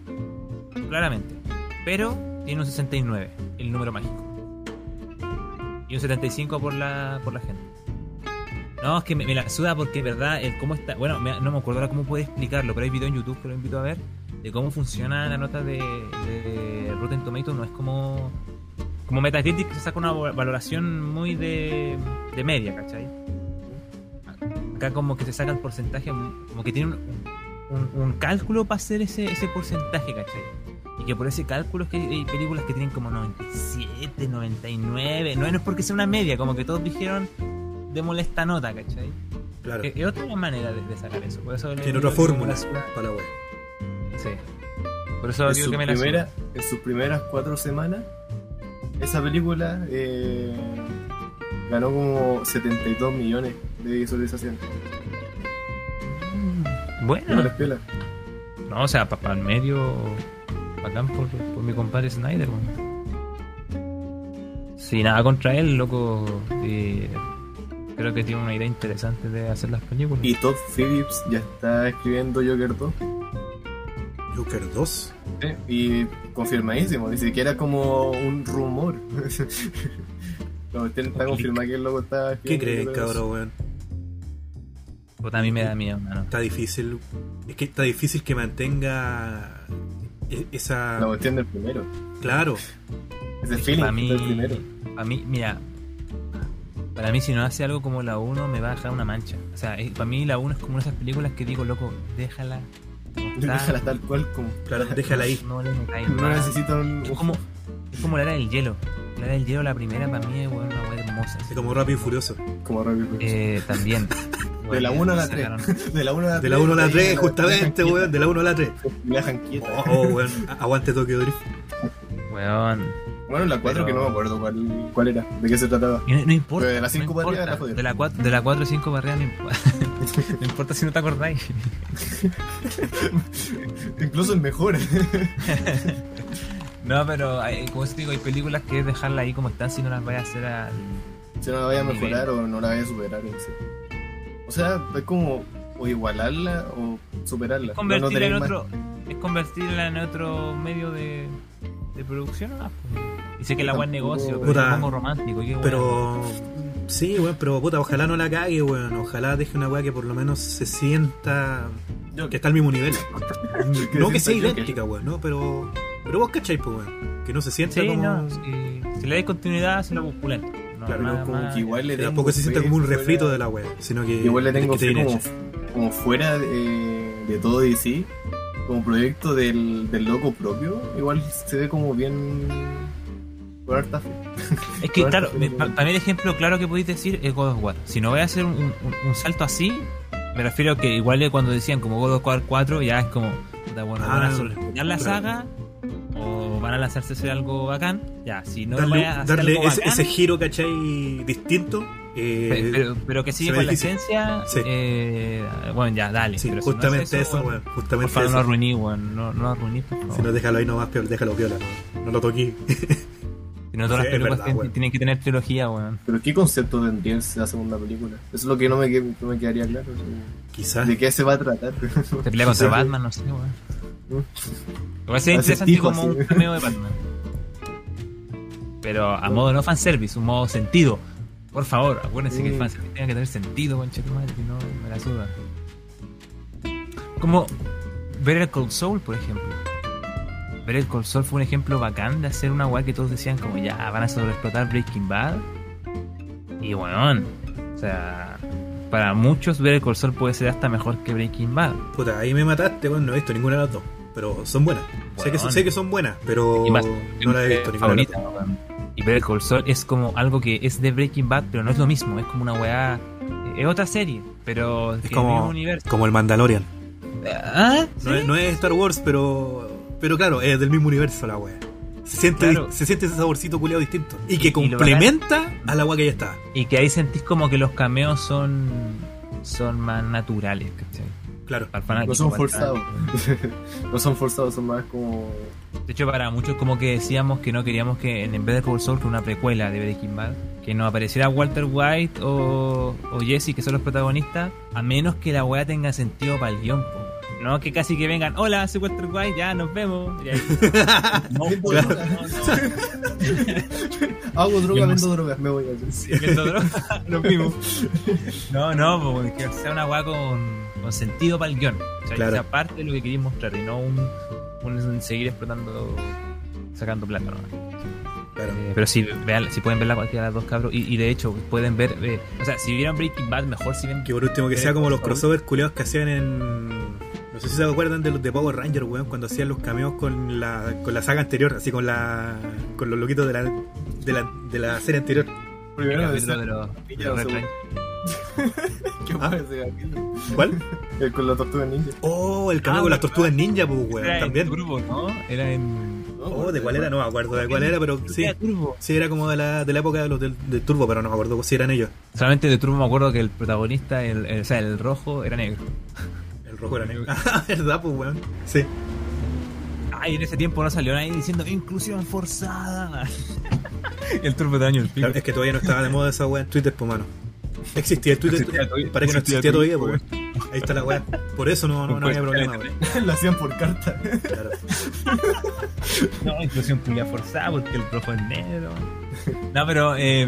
[SPEAKER 3] Claramente. Pero tiene un 69, el número mágico. Y un 75 por la, por la gente. No, es que me, me la suda porque, verdad, el cómo está. Bueno, me- no me acuerdo ahora cómo puede explicarlo, pero hay video en YouTube que lo invito a ver de cómo funciona la nota de, de Rotten Tomatoes. No es como como Metacritic se saca una va- valoración muy de, de media, ¿cachai? Acá como que se saca el porcentaje, como que tiene un, un- un cálculo para hacer ese, ese porcentaje, ¿cachai? Y que por ese cálculo es que hay películas que tienen como 97, 99, no, no es porque sea una media, como que todos dijeron, démosle esta nota, ¿cachai?
[SPEAKER 1] Claro.
[SPEAKER 4] Eh,
[SPEAKER 3] Es es otra manera de, de sacar eso. Por eso le-
[SPEAKER 1] Tiene otra
[SPEAKER 3] digo que
[SPEAKER 1] fórmula
[SPEAKER 3] me la-
[SPEAKER 1] para la wea.
[SPEAKER 3] Sí. Por eso
[SPEAKER 4] en,
[SPEAKER 3] digo
[SPEAKER 4] su
[SPEAKER 3] que me la
[SPEAKER 4] primera- en sus primeras cuatro semanas, esa película eh, ganó como 72 millones de visualizaciones. No
[SPEAKER 3] Mm, Bueno,
[SPEAKER 4] les pela.
[SPEAKER 3] no, o sea, para el medio, bacán por, por mi compadre Snyder, weón. Sí, nada contra él, loco. sí, creo que tiene una idea interesante de hacer las películas.
[SPEAKER 4] Y Todd Phillips ya está escribiendo Joker 2.
[SPEAKER 1] Joker 2.
[SPEAKER 4] ¿eh? Y confirmadísimo, ni siquiera es como un rumor. No, está confirmado que el loco está
[SPEAKER 1] ¿Qué
[SPEAKER 4] escribiendo
[SPEAKER 1] crees,
[SPEAKER 4] Joker 2.
[SPEAKER 1] cabrón, weón?
[SPEAKER 3] Puta, a mí me da miedo, mano.
[SPEAKER 1] Está difícil. Es que está difícil que mantenga e- esa.
[SPEAKER 4] La cuestión del primero.
[SPEAKER 1] Claro.
[SPEAKER 4] Ese feeling
[SPEAKER 3] Para mí,
[SPEAKER 4] del primero.
[SPEAKER 3] para mí, mira, para mí si no hace algo como la 1 me va a dejar una mancha. O sea, eh, para mí la 1 es como una de esas películas que digo, loco, déjala. como está,
[SPEAKER 4] Déjala tal cual como.
[SPEAKER 1] Claro, déjala ahí.
[SPEAKER 3] No le metáis
[SPEAKER 4] No
[SPEAKER 3] más.
[SPEAKER 4] necesita un.
[SPEAKER 3] Es como, es como la era del hielo. La era del hielo, la primera para mí es weón, una wea hermosa.
[SPEAKER 1] Es como rápido y furioso.
[SPEAKER 4] Como Robbie Williams.
[SPEAKER 3] Eh, también.
[SPEAKER 4] De la 1 a la
[SPEAKER 3] Sacaron-
[SPEAKER 4] 3. De la 1 a la 3.
[SPEAKER 1] De la 1 a la 3, justamente, weón. De la 1 a la 3.
[SPEAKER 4] Me dejan quieta.
[SPEAKER 1] Oh, oh, weón. A- Aguante Tokyo Drift.
[SPEAKER 3] Weón.
[SPEAKER 4] Bueno, la 4
[SPEAKER 3] Pero-
[SPEAKER 4] que no me acuerdo cuál, cuál era, de qué se trataba.
[SPEAKER 3] Y No, no importa.
[SPEAKER 4] De la cinco
[SPEAKER 3] no
[SPEAKER 4] para arriba,
[SPEAKER 3] importa.
[SPEAKER 4] la jodieron.
[SPEAKER 3] de la 4 de la 4 5 para arriba no importa. no importa si no te acordáis.
[SPEAKER 4] Incluso el mejor.
[SPEAKER 3] No, pero hay- como te digo, hay películas que es dejarla ahí como están si no las vayas a hacer al.
[SPEAKER 4] si no la vaya a mejorar o no la vaya a superar. en sí. O sea, es como o igualarla o superarla. No, no
[SPEAKER 3] Convertirla
[SPEAKER 4] tenéis
[SPEAKER 3] en
[SPEAKER 4] más.
[SPEAKER 3] otro. Es convertirla en otro medio de, de producción, ¿no? Dice que la agua es
[SPEAKER 4] Tampoco-
[SPEAKER 3] negocio, pero
[SPEAKER 1] Puta.
[SPEAKER 3] es como romántico. qué weón.
[SPEAKER 1] Pero. Sí, weón, pero puta, ojalá no la cague, weón. Ojalá deje una weá que por lo menos se sienta. Que está al mismo nivel. No que
[SPEAKER 4] sienta
[SPEAKER 1] sea
[SPEAKER 4] Joker.
[SPEAKER 1] idéntica, weón, ¿no? Pero. Pero vos cachai, pues, weón. Que no se sienta
[SPEAKER 3] Sí,
[SPEAKER 1] como. Eh,
[SPEAKER 3] no, sí. Si le das continuidad, se la popular. No,
[SPEAKER 1] Claro,
[SPEAKER 3] nada
[SPEAKER 4] Pero como
[SPEAKER 3] más.
[SPEAKER 4] que igual le
[SPEAKER 1] que
[SPEAKER 4] tengo
[SPEAKER 1] tampoco se sienta
[SPEAKER 4] fe
[SPEAKER 1] como un
[SPEAKER 4] fuera-
[SPEAKER 1] refrito de la weá. Sino que.
[SPEAKER 4] Igual le tengo
[SPEAKER 1] que te
[SPEAKER 4] fe
[SPEAKER 1] viene
[SPEAKER 4] como,
[SPEAKER 1] hecha.
[SPEAKER 4] como fuera de, de todo DC, como proyecto del, del loco propio, igual se ve como bien. Con harta fe.
[SPEAKER 3] Es que, claro,
[SPEAKER 4] Pero-
[SPEAKER 3] para mí el ejemplo claro que podéis decir es God of War. Si no voy a hacer un, un- un salto así, me refiero a que igual de cuando decían como God of War 4, ya es como, puta, bueno, van
[SPEAKER 1] Ah,
[SPEAKER 3] a solucionar la
[SPEAKER 1] claro.
[SPEAKER 3] saga o van a lanzarse a hacer algo bacán. Ya, si no
[SPEAKER 1] darle
[SPEAKER 3] voy a hacer
[SPEAKER 1] darle
[SPEAKER 3] algo
[SPEAKER 1] ese,
[SPEAKER 3] bacán,
[SPEAKER 1] ese giro, ¿cachai? Distinto. eh,
[SPEAKER 3] pe- pero, pero que
[SPEAKER 1] se
[SPEAKER 3] sigue
[SPEAKER 1] ve
[SPEAKER 3] con la
[SPEAKER 1] difícil.
[SPEAKER 3] esencia,
[SPEAKER 1] Sí.
[SPEAKER 3] eh, bueno, ya, dale.
[SPEAKER 1] sí,
[SPEAKER 3] pero si no es
[SPEAKER 1] justamente eso,
[SPEAKER 3] weón,
[SPEAKER 1] weón.
[SPEAKER 3] Por
[SPEAKER 1] Justamente
[SPEAKER 3] favor, no
[SPEAKER 1] eso.
[SPEAKER 3] arruiní, weón. No, no arruiní, por favor.
[SPEAKER 1] Si no, déjalo ahí nomás, peor, déjalo piola. No, no lo toqué.
[SPEAKER 3] Si no, todas
[SPEAKER 1] Sí, es
[SPEAKER 3] las películas
[SPEAKER 1] verdad,
[SPEAKER 3] tienen-
[SPEAKER 1] weón.
[SPEAKER 3] tienen que tener trilogía, weón.
[SPEAKER 4] Pero ¿qué concepto tendría la segunda película? Eso es lo que no me, que- no me quedaría claro. o sea,
[SPEAKER 1] Quizás.
[SPEAKER 4] ¿De qué se va a tratar?
[SPEAKER 1] Ah,
[SPEAKER 3] Se pelea contra
[SPEAKER 4] Sí.
[SPEAKER 3] Batman, no sé, weón.
[SPEAKER 4] Mm.
[SPEAKER 3] Pues Lo que ser interesante
[SPEAKER 4] Acertijo,
[SPEAKER 3] como un
[SPEAKER 4] sí.
[SPEAKER 3] cameo de Batman. Pero a modo no fanservice, un modo sentido. Por favor, acuérdense que el
[SPEAKER 4] Mm.
[SPEAKER 3] fanservice tiene que tener sentido, conchetumadre, si no me la suda. Como Better Call Saul, por ejemplo. Better Call Saul fue un ejemplo bacán de hacer una weá que todos decían como ya van a sobreexplotar Breaking Bad. Y weón, o sea, para muchos Better Call Saul puede ser hasta mejor que Breaking Bad.
[SPEAKER 1] Puta, ahí me mataste, weón. No he visto ninguna de las dos. Pero son buenas. sé, que son,
[SPEAKER 3] Weón.
[SPEAKER 1] sé que son buenas, pero
[SPEAKER 3] Y más,
[SPEAKER 1] no las he visto ninguna. de las
[SPEAKER 3] favorita, weón. Y Better Call Saul es como algo que es de Breaking Bad, pero no es lo mismo. Es como una weá. Es otra serie, pero
[SPEAKER 1] Es
[SPEAKER 3] que
[SPEAKER 1] como-
[SPEAKER 3] es un universo.
[SPEAKER 1] dos. Como el Mandalorian.
[SPEAKER 3] ¿Ah?
[SPEAKER 1] No, es, no es Star Wars, pero. Pero claro, es del mismo universo la weá. Se siente,
[SPEAKER 3] Claro.
[SPEAKER 1] se siente ese saborcito culeado distinto. Y que
[SPEAKER 3] Y- y lo
[SPEAKER 1] complementa a la weá que ya está.
[SPEAKER 3] Y que ahí sentís como que los cameos son. son más naturales, ¿cachai?
[SPEAKER 1] Claro.
[SPEAKER 3] Para el fanático,
[SPEAKER 4] No son
[SPEAKER 1] ah.
[SPEAKER 3] para el
[SPEAKER 4] forzados.
[SPEAKER 3] fanático.
[SPEAKER 4] no son forzados, son más como.
[SPEAKER 3] De hecho, para muchos, como que decíamos que no queríamos que en en vez de Call Saul, que una precuela de Breaking Bad, que no apareciera Walter White o, o Jesse, que son los protagonistas, a menos que la weá tenga sentido para el guión. po. No, que casi que vengan, hola, soy Walter White, ya nos vemos. Y ahí- no, po, no,
[SPEAKER 4] Claro.
[SPEAKER 3] no, no.
[SPEAKER 4] Hago droga,
[SPEAKER 3] Yo no
[SPEAKER 4] vendo
[SPEAKER 3] sé.
[SPEAKER 4] drogas, me voy a hacer.
[SPEAKER 3] Viendo droga, nos vimos. No, no, po, que sea una weá con, con sentido para el guión. O sea,
[SPEAKER 1] Claro.
[SPEAKER 3] que sea parte de lo que queréis mostrar y no un, un seguir explotando, sacando plata. ¿no?
[SPEAKER 1] claro.
[SPEAKER 3] Eh, pero si, vean, si pueden ver la cualquiera de las dos cabros y, y de hecho pueden ver eh, o sea si vieron Breaking Bad mejor si ven
[SPEAKER 1] Que por último que
[SPEAKER 3] Eh,
[SPEAKER 1] sea como los
[SPEAKER 3] por favor.
[SPEAKER 1] crossovers culeados que hacían en. No sé si se acuerdan de los de Power Ranger, weón, cuando hacían los cameos con la, con la saga anterior, así con la. con los loquitos de la, de la, de la serie anterior.
[SPEAKER 3] el
[SPEAKER 4] Primero de
[SPEAKER 3] capítulo de los de
[SPEAKER 4] Ya,
[SPEAKER 3] los Red
[SPEAKER 4] seguro.
[SPEAKER 3] Ranger.
[SPEAKER 4] ¿Qué
[SPEAKER 1] Ah.
[SPEAKER 4] fue ese capítulo?
[SPEAKER 1] ¿Cuál?
[SPEAKER 4] El Eh, con la tortuga ninja.
[SPEAKER 1] Oh, el cameo
[SPEAKER 3] Ah,
[SPEAKER 1] con las
[SPEAKER 3] bueno. Eh,
[SPEAKER 1] tortugas ninja, pues, weón,
[SPEAKER 3] era en
[SPEAKER 1] también.
[SPEAKER 3] Turbo no era en
[SPEAKER 4] No, No,
[SPEAKER 1] Oh, ¿De cuál era? No me acuerdo de cuál era, pero sí. Sí, era como de la, de la época de los del, del Turbo, pero no me acuerdo si eran ellos.
[SPEAKER 3] Solamente de Turbo me acuerdo que el protagonista, el, el- o sea, el rojo, era negro.
[SPEAKER 1] El rojo era negro. Ah, ¿verdad? Pues, weón. Sí.
[SPEAKER 3] Ay, en ese tiempo no salió nadie diciendo inclusión forzada. el Turbo daño el pico.
[SPEAKER 1] Claro, es que todavía no estaba de moda esa weá en Twitter, pues, mano. Existía el Twitter,
[SPEAKER 3] Existía todavía-
[SPEAKER 1] para que no
[SPEAKER 3] existía
[SPEAKER 1] existía todavía, pues,
[SPEAKER 3] Twitter,
[SPEAKER 1] weón. Ahí está la weá. Por eso no, no, no había problema, weón.
[SPEAKER 4] Lo hacían por carta.
[SPEAKER 1] Claro.
[SPEAKER 3] No, inclusión culia forzada porque el rojo es negro. No, pero, eh,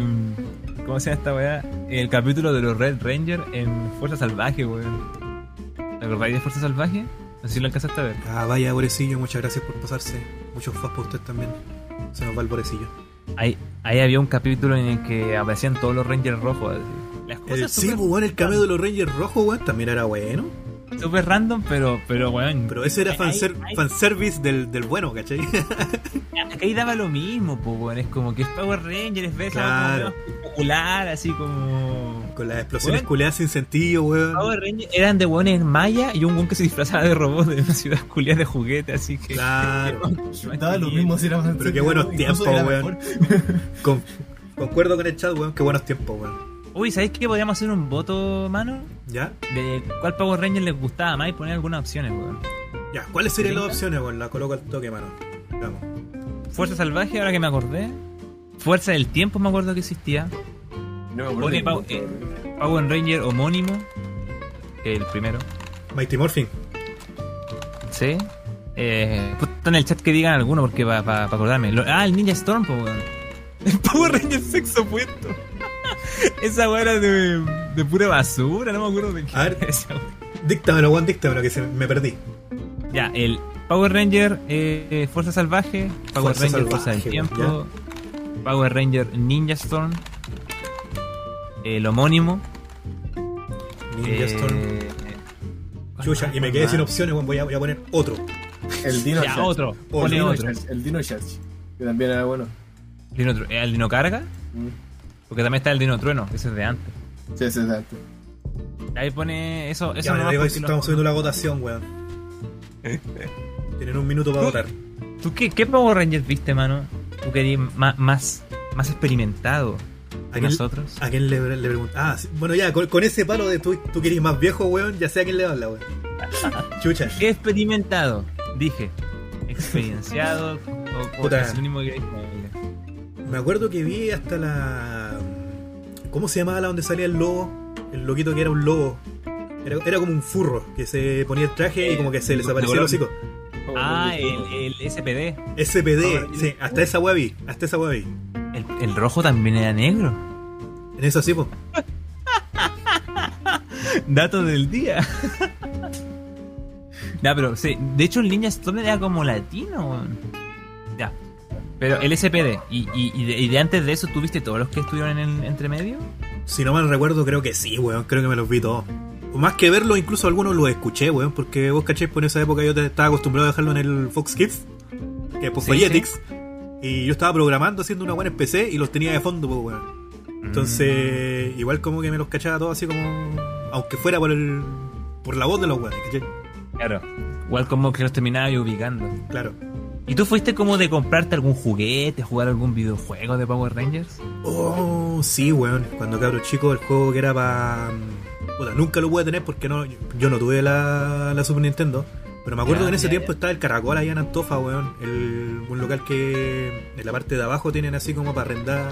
[SPEAKER 3] ¿cómo se llama esta weá? El capítulo de los Red Ranger en Fuerza Salvaje, weón. ¿Te acordáis de Fuerza Salvaje? No sé si lo alcanzaste a ver.
[SPEAKER 1] Ah, vaya, Borecillo, muchas gracias por pasarse. Muchos fans para usted también. Se nos va el Borecillo.
[SPEAKER 3] Ahí, ahí había un capítulo en el que aparecían todos los Rangers rojos. así. Las cosas
[SPEAKER 1] El, sí,
[SPEAKER 3] súper-
[SPEAKER 1] pues, weón, el cameo de los Rangers rojos, weón, también era bueno.
[SPEAKER 3] súper random, pero, pero weón.
[SPEAKER 1] Pero ese era
[SPEAKER 3] Ahí-
[SPEAKER 1] fanser-
[SPEAKER 3] ahí-
[SPEAKER 1] fanservice del, del bueno, ¿cachai?
[SPEAKER 3] Es que ahí daba lo mismo, po, weón. Es como que es Power Rangers, ves
[SPEAKER 1] Claro.
[SPEAKER 3] algo como espectacular, así como.
[SPEAKER 1] Con las explosiones
[SPEAKER 3] Weón.
[SPEAKER 1] culeadas sin sentido, weón.
[SPEAKER 3] Power Rangers eran de weón en maya y un weón que se disfrazaba de robot de una ciudad culia de juguete, así que.
[SPEAKER 1] Claro.
[SPEAKER 4] Daba lo mismo si era más
[SPEAKER 1] Pero qué
[SPEAKER 4] serio,
[SPEAKER 1] buenos
[SPEAKER 4] incluso
[SPEAKER 1] tiempos,
[SPEAKER 4] era
[SPEAKER 1] weón.
[SPEAKER 4] mejor.
[SPEAKER 1] Con- concuerdo con el chat, weón. Qué buenos tiempos, weón.
[SPEAKER 3] Uy, ¿sabéis que podríamos hacer un voto, mano?
[SPEAKER 1] ¿Ya?
[SPEAKER 3] De cuál Power Ranger les gustaba más y poner algunas opciones, weón.
[SPEAKER 1] Ya, ¿cuáles serían las
[SPEAKER 3] ¿Tenga?
[SPEAKER 1] opciones, weón? La coloco al toque, mano. Vamos.
[SPEAKER 3] Fuerza Salvaje, ahora que me acordé. Fuerza del Tiempo, me acuerdo que existía.
[SPEAKER 4] No me
[SPEAKER 3] Pone
[SPEAKER 4] acuerdo.
[SPEAKER 3] Pau- Power Ranger homónimo, que el primero.
[SPEAKER 1] Mighty Morphin.
[SPEAKER 3] Sí. Eh, puta en el chat que digan alguno porque para acordarme. Lo- ah, el Ninja Storm, po, weón. El Power Ranger sexo puesto. Esa weá era de, de pura basura, no me acuerdo de qué.
[SPEAKER 1] A ver.
[SPEAKER 3] era esa weá.
[SPEAKER 1] Díctamelo, weón, díctamelo, que se me perdí.
[SPEAKER 3] Ya, el Power Ranger eh, eh, Fuerza Salvaje, Power
[SPEAKER 1] Fuerza Salvaje,
[SPEAKER 3] Ranger Fuerza del
[SPEAKER 1] weón,
[SPEAKER 3] Tiempo, Power Ranger Ninja Storm, el homónimo.
[SPEAKER 1] Ninja
[SPEAKER 3] eh,
[SPEAKER 1] Storm.
[SPEAKER 3] eh,
[SPEAKER 1] Chucha, y me quedé sin opciones, weón. Voy a, voy a poner otro.
[SPEAKER 4] El Dino
[SPEAKER 3] Ya,
[SPEAKER 4] Charge.
[SPEAKER 3] otro.
[SPEAKER 1] Oh,
[SPEAKER 4] El
[SPEAKER 3] Pone
[SPEAKER 4] Dino
[SPEAKER 3] otro.
[SPEAKER 4] Charge, El Dino Charge. Que también era bueno.
[SPEAKER 3] Dino Tru- eh, ¿El Dino Carga?
[SPEAKER 4] Mm.
[SPEAKER 3] Porque también está el Dino Trueno, ese es de antes.
[SPEAKER 4] Sí, sí, exacto.
[SPEAKER 3] Ahí pone eso, eso
[SPEAKER 1] Ya,
[SPEAKER 3] nomás
[SPEAKER 1] ahí va,
[SPEAKER 3] porque
[SPEAKER 1] estamos
[SPEAKER 3] no-
[SPEAKER 1] subiendo la votación, weón. Tienen un minuto para
[SPEAKER 3] Tú-
[SPEAKER 1] votar.
[SPEAKER 3] ¿Tú qué, qué Power Rangers viste, mano? Tú que eres ma- más, más experimentado que
[SPEAKER 1] Aquel-
[SPEAKER 3] nosotros.
[SPEAKER 1] ¿A quién le, le pregunto? Ah, sí. bueno, ya, con, con ese palo de tú, tú que eres más viejo, weón, ya sé a quién le habla, weón. Chucha.
[SPEAKER 3] ¿Qué experimentado? Dije. Experienciado o, o
[SPEAKER 1] Puta.
[SPEAKER 3] es el mínimo que disponible.
[SPEAKER 1] Me acuerdo que vi hasta la. ¿Cómo se llamaba la donde salía el lobo? El loquito que era un lobo. Era, era como un furro que se ponía el traje y como que se les aparecía el hocico.
[SPEAKER 3] Ah,
[SPEAKER 1] Oh,
[SPEAKER 3] el, el SPD.
[SPEAKER 1] SPD, sí, hasta esa weá vi, hasta esa weá vi.
[SPEAKER 3] El, el rojo también era negro.
[SPEAKER 1] En eso sí, pues. po.
[SPEAKER 3] Dato del día. no, pero sí. De hecho, el Ninja Storm era como latino. weón. Ya. Pero el SPD. ¿Y, y- y de, y de antes de eso tuviste todos los que estuvieron en el entremedio?
[SPEAKER 1] Si no mal recuerdo, creo que sí, weón, creo que me los vi todos. O más que verlos, incluso algunos los escuché, weón, porque vos caché, por esa época yo te- estaba acostumbrado a dejarlo en el Fox Kids, que después fue
[SPEAKER 3] Sí,
[SPEAKER 1] Jetix, y yo estaba programando, haciendo una buena PC y los tenía de fondo, pues, weón. Entonces, igual como que me los cachaba todos así como. Aunque fuera por el. por la voz de los weones, ¿cachai?
[SPEAKER 3] Claro. Igual como que los terminaba yo ubicando.
[SPEAKER 1] Claro.
[SPEAKER 3] ¿Y tú fuiste como de comprarte algún juguete, jugar algún videojuego de Power Rangers?
[SPEAKER 1] Oh, sí, weón. Cuando cabro chico, el juego que era para. Puta, nunca lo pude tener porque no, yo no tuve la, la Super Nintendo. Pero me acuerdo
[SPEAKER 3] Ya,
[SPEAKER 1] que en ese
[SPEAKER 3] ya,
[SPEAKER 1] tiempo
[SPEAKER 3] ya.
[SPEAKER 1] estaba el Caracol allá en Antofa, weón. El, un local que en la parte de abajo tienen así como para arrendar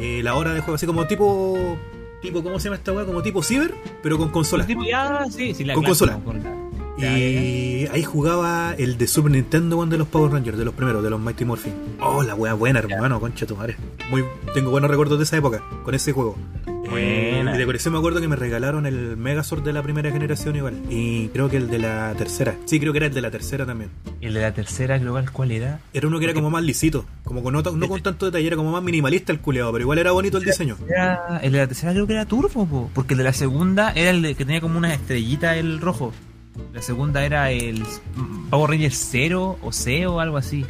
[SPEAKER 1] eh, la hora de juego, así como tipo. tipo ¿Cómo se llama esta weón? Como tipo Ciber, pero con consola.
[SPEAKER 3] Tipo, ya, sí, sí, la
[SPEAKER 1] Con
[SPEAKER 3] clásica,
[SPEAKER 1] consola.
[SPEAKER 3] con la- Ya,
[SPEAKER 1] Y ahí jugaba el de Super Nintendo, weón, de los Power Rangers, de los primeros, de los Mighty Morphin. Oh, la wea buena, hermano, concha tu madre. Muy, tengo buenos recuerdos de esa época, con ese juego.
[SPEAKER 3] Buena.
[SPEAKER 1] Eh, y de colección me acuerdo que me regalaron el Megazord de la primera generación igual. Y creo que el de la tercera. Sí, creo que era el de la tercera también.
[SPEAKER 3] ¿Y el de la tercera global cuál era?
[SPEAKER 1] Era uno que era
[SPEAKER 3] Porque-
[SPEAKER 1] como más lisito, como con no, ta- no con tanto detalle, era como más minimalista el culeado, pero igual era bonito el diseño.
[SPEAKER 3] Era- el de la tercera creo que era Turbo, po, porque el de la segunda era el de- que tenía como una estrellita el rojo. La segunda era el mm, Power Rangers Zero o Zeo o algo así.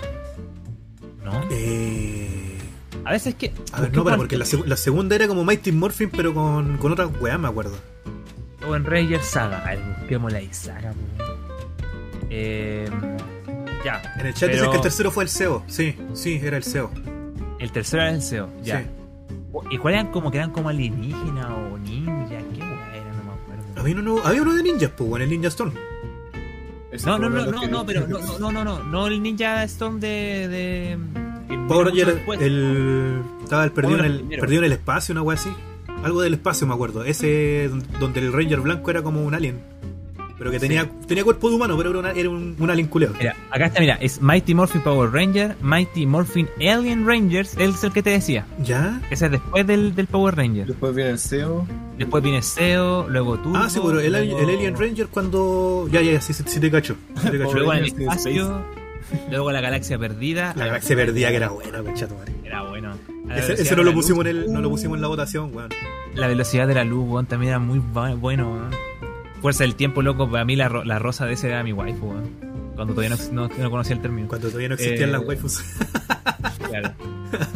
[SPEAKER 3] ¿No?
[SPEAKER 1] Eh,
[SPEAKER 3] A veces que...
[SPEAKER 1] a ver, no, pero porque la, seg- la segunda era como Mighty Morphin, pero con, con otra weá, me acuerdo.
[SPEAKER 3] O en Ranger Saga. A ver, busquémosla ahí, Saga. po. Eh, Ya.
[SPEAKER 1] En el chat
[SPEAKER 3] pero
[SPEAKER 1] dicen que el tercero fue el CEO. Sí, sí, era el CEO.
[SPEAKER 3] el tercero era el CEO. Ya.
[SPEAKER 1] Sí.
[SPEAKER 3] ¿Y cuáles eran como que eran como alienígenas o ninjas? ¿Qué weá era? No me acuerdo.
[SPEAKER 1] Había uno, había uno de ninjas, pues, en el Ninja Storm.
[SPEAKER 4] Ese
[SPEAKER 3] No, no,
[SPEAKER 4] fue
[SPEAKER 3] no,
[SPEAKER 4] uno
[SPEAKER 3] no,
[SPEAKER 4] de los
[SPEAKER 3] no, pero no,
[SPEAKER 4] que-
[SPEAKER 3] no, no, no, no, no el Ninja Storm de. de eh,
[SPEAKER 1] Power
[SPEAKER 3] que vino mucho
[SPEAKER 1] Ranger,
[SPEAKER 3] después.
[SPEAKER 1] el, estaba el perdido,
[SPEAKER 3] Uno
[SPEAKER 1] en
[SPEAKER 3] de los
[SPEAKER 1] el,
[SPEAKER 3] primeros.
[SPEAKER 1] perdido en el espacio, una wea así. Algo del espacio, me acuerdo. Ese donde el Ranger blanco era como un alien. Pero que tenía, tenía cuerpo de humano, pero era, una- era un, un alien culeo.
[SPEAKER 3] Mira, acá está, mira, es Mighty Morphin Power Ranger, Mighty Morphin Alien Rangers, él es el que te decía.
[SPEAKER 1] ¿Ya?
[SPEAKER 3] Ese es después del, del Power Ranger.
[SPEAKER 4] Después viene el E CEO.
[SPEAKER 3] Después viene SEO, luego Turbo.
[SPEAKER 1] Ah, sí, pero el, ali-
[SPEAKER 3] luego-
[SPEAKER 1] el Alien Ranger cuando. Ya, ya, ya, sí, sí, sí te cacho. sí te cacho.
[SPEAKER 3] Luego en el
[SPEAKER 4] Rangers in
[SPEAKER 3] espacio, luego la galaxia perdida.
[SPEAKER 1] La galaxia perdida que era buena, concha tu madre.
[SPEAKER 3] Era bueno. La
[SPEAKER 1] Ese,
[SPEAKER 3] velocidad
[SPEAKER 1] ese no
[SPEAKER 3] de
[SPEAKER 1] lo
[SPEAKER 3] la luz.
[SPEAKER 1] pusimos en el, no lo pusimos en la votación, weón.
[SPEAKER 3] La velocidad de la luz, weón, también era muy ba- bueno, weón. Fuerza del tiempo, loco, para mí la, ro- la rosa de ese era mi waifu, weón. Cuando todavía no, no- no conocía el término.
[SPEAKER 1] Cuando todavía no existían
[SPEAKER 3] Eh,
[SPEAKER 1] las waifus.
[SPEAKER 3] Claro.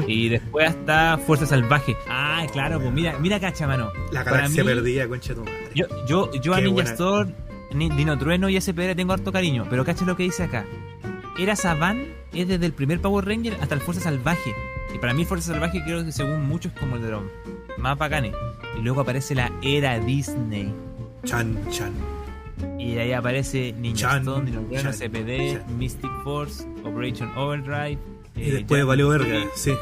[SPEAKER 3] Y después hasta Fuerza Salvaje. Ah, claro, pues mira, mira cacha, mano.
[SPEAKER 1] La
[SPEAKER 3] para
[SPEAKER 1] galaxia
[SPEAKER 3] mí-
[SPEAKER 1] perdida, concha tu madre.
[SPEAKER 3] Yo, yo, yo a
[SPEAKER 1] Qué
[SPEAKER 3] Ninja
[SPEAKER 1] buena.
[SPEAKER 3] Store, Ni- Dino Trueno y SP le tengo harto cariño, pero cacha lo que dice acá. Era Saban es desde el primer Power Ranger hasta el Fuerza Salvaje. Y para mí Fuerza Salvaje creo que según muchos es como el de los más bacanes. Y luego aparece la era Disney.
[SPEAKER 1] Chan, chan.
[SPEAKER 3] Y de ahí aparece Ninja
[SPEAKER 1] Chan,
[SPEAKER 3] Storm, Dino Trueno,
[SPEAKER 1] chan,
[SPEAKER 3] SPD,
[SPEAKER 1] chan.
[SPEAKER 3] Mystic Force, Operation Overdrive.
[SPEAKER 1] Y
[SPEAKER 3] eh,
[SPEAKER 1] después
[SPEAKER 3] Jack-
[SPEAKER 1] valió verga, sí.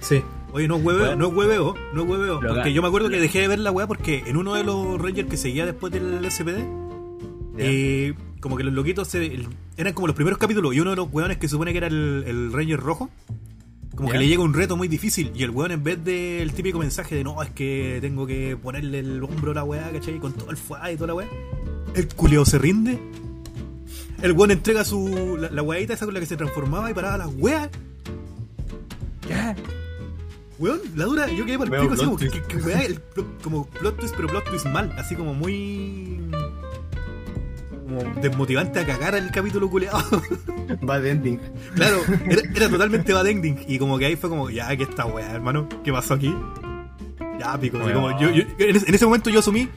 [SPEAKER 1] Sí. Oye, no hueveo,
[SPEAKER 3] Bueno.
[SPEAKER 1] no hueveo, no hueveo.
[SPEAKER 3] Pero
[SPEAKER 1] Porque
[SPEAKER 3] acá-
[SPEAKER 1] yo me acuerdo que dejé de ver la weá porque en uno de los Rangers que seguía después del SPD,
[SPEAKER 3] Ya.
[SPEAKER 1] eh, como que los loquitos se- el- eran como los primeros capítulos y uno de los weones que supone que era el, el Ranger rojo, como que
[SPEAKER 3] Ya.
[SPEAKER 1] le llega un reto muy difícil y el weón en vez del típico mensaje de no, es que tengo que ponerle el hombro a la weá, ¿cachai? Con todo el fuá y toda la weá, el culeo se rinde. El weón entrega su. La, la weadita esa con la que se transformaba y paraba las weas.
[SPEAKER 3] Ya.
[SPEAKER 1] Weón, la dura, yo quedé para
[SPEAKER 4] Veo
[SPEAKER 1] el pico así,
[SPEAKER 4] plot
[SPEAKER 1] como que,
[SPEAKER 4] twist.
[SPEAKER 1] que- que weá, el plot- como plot twist, pero plot twist mal, así como muy. como desmotivante a cagar el capítulo culeado.
[SPEAKER 4] Va de ending.
[SPEAKER 1] claro, era, era totalmente bad ending, y como que ahí fue como, ya, que esta weá, hermano, ¿qué pasó aquí? Ya, pico, así
[SPEAKER 3] Weón.
[SPEAKER 1] como, yo, yo- en, ese, en ese momento yo asumí,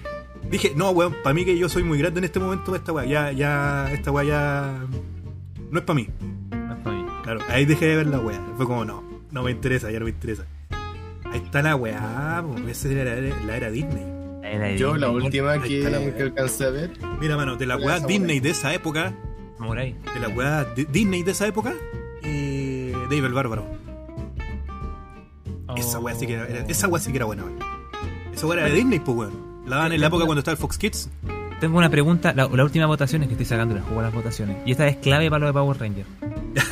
[SPEAKER 1] dije, no, weón, para mí que yo soy muy grande en este momento para esta weá, ya, ya, esta weá ya. no es para mí.
[SPEAKER 3] No es pa' mí.
[SPEAKER 1] Claro, ahí dejé de ver la weá. Fue como, no, no me interesa, ya no me interesa. Ahí está la weá, po, esa era la, era- la era Disney.
[SPEAKER 3] La era
[SPEAKER 4] Yo
[SPEAKER 3] Disney.
[SPEAKER 4] la última
[SPEAKER 1] Ahí
[SPEAKER 4] que,
[SPEAKER 1] está la
[SPEAKER 4] que
[SPEAKER 1] wea.
[SPEAKER 4] alcancé a ver.
[SPEAKER 1] Mira, mano, de la
[SPEAKER 4] La
[SPEAKER 1] weá
[SPEAKER 4] esa
[SPEAKER 1] Disney de esa época,
[SPEAKER 3] Samurai.
[SPEAKER 1] de la weá Di- Disney de esa época, eh, Dave el Bárbaro. Esa weá sí que era, era-
[SPEAKER 3] Oh.
[SPEAKER 1] esa weá sí que era buena, weón. Esa weá era de Disney, pues weón. La daban en la época cuando estaba el Fox Kids.
[SPEAKER 3] Tengo una pregunta, la, la última votación es que estoy sacando la juego a las votaciones. Y esta es clave para lo de Power Ranger.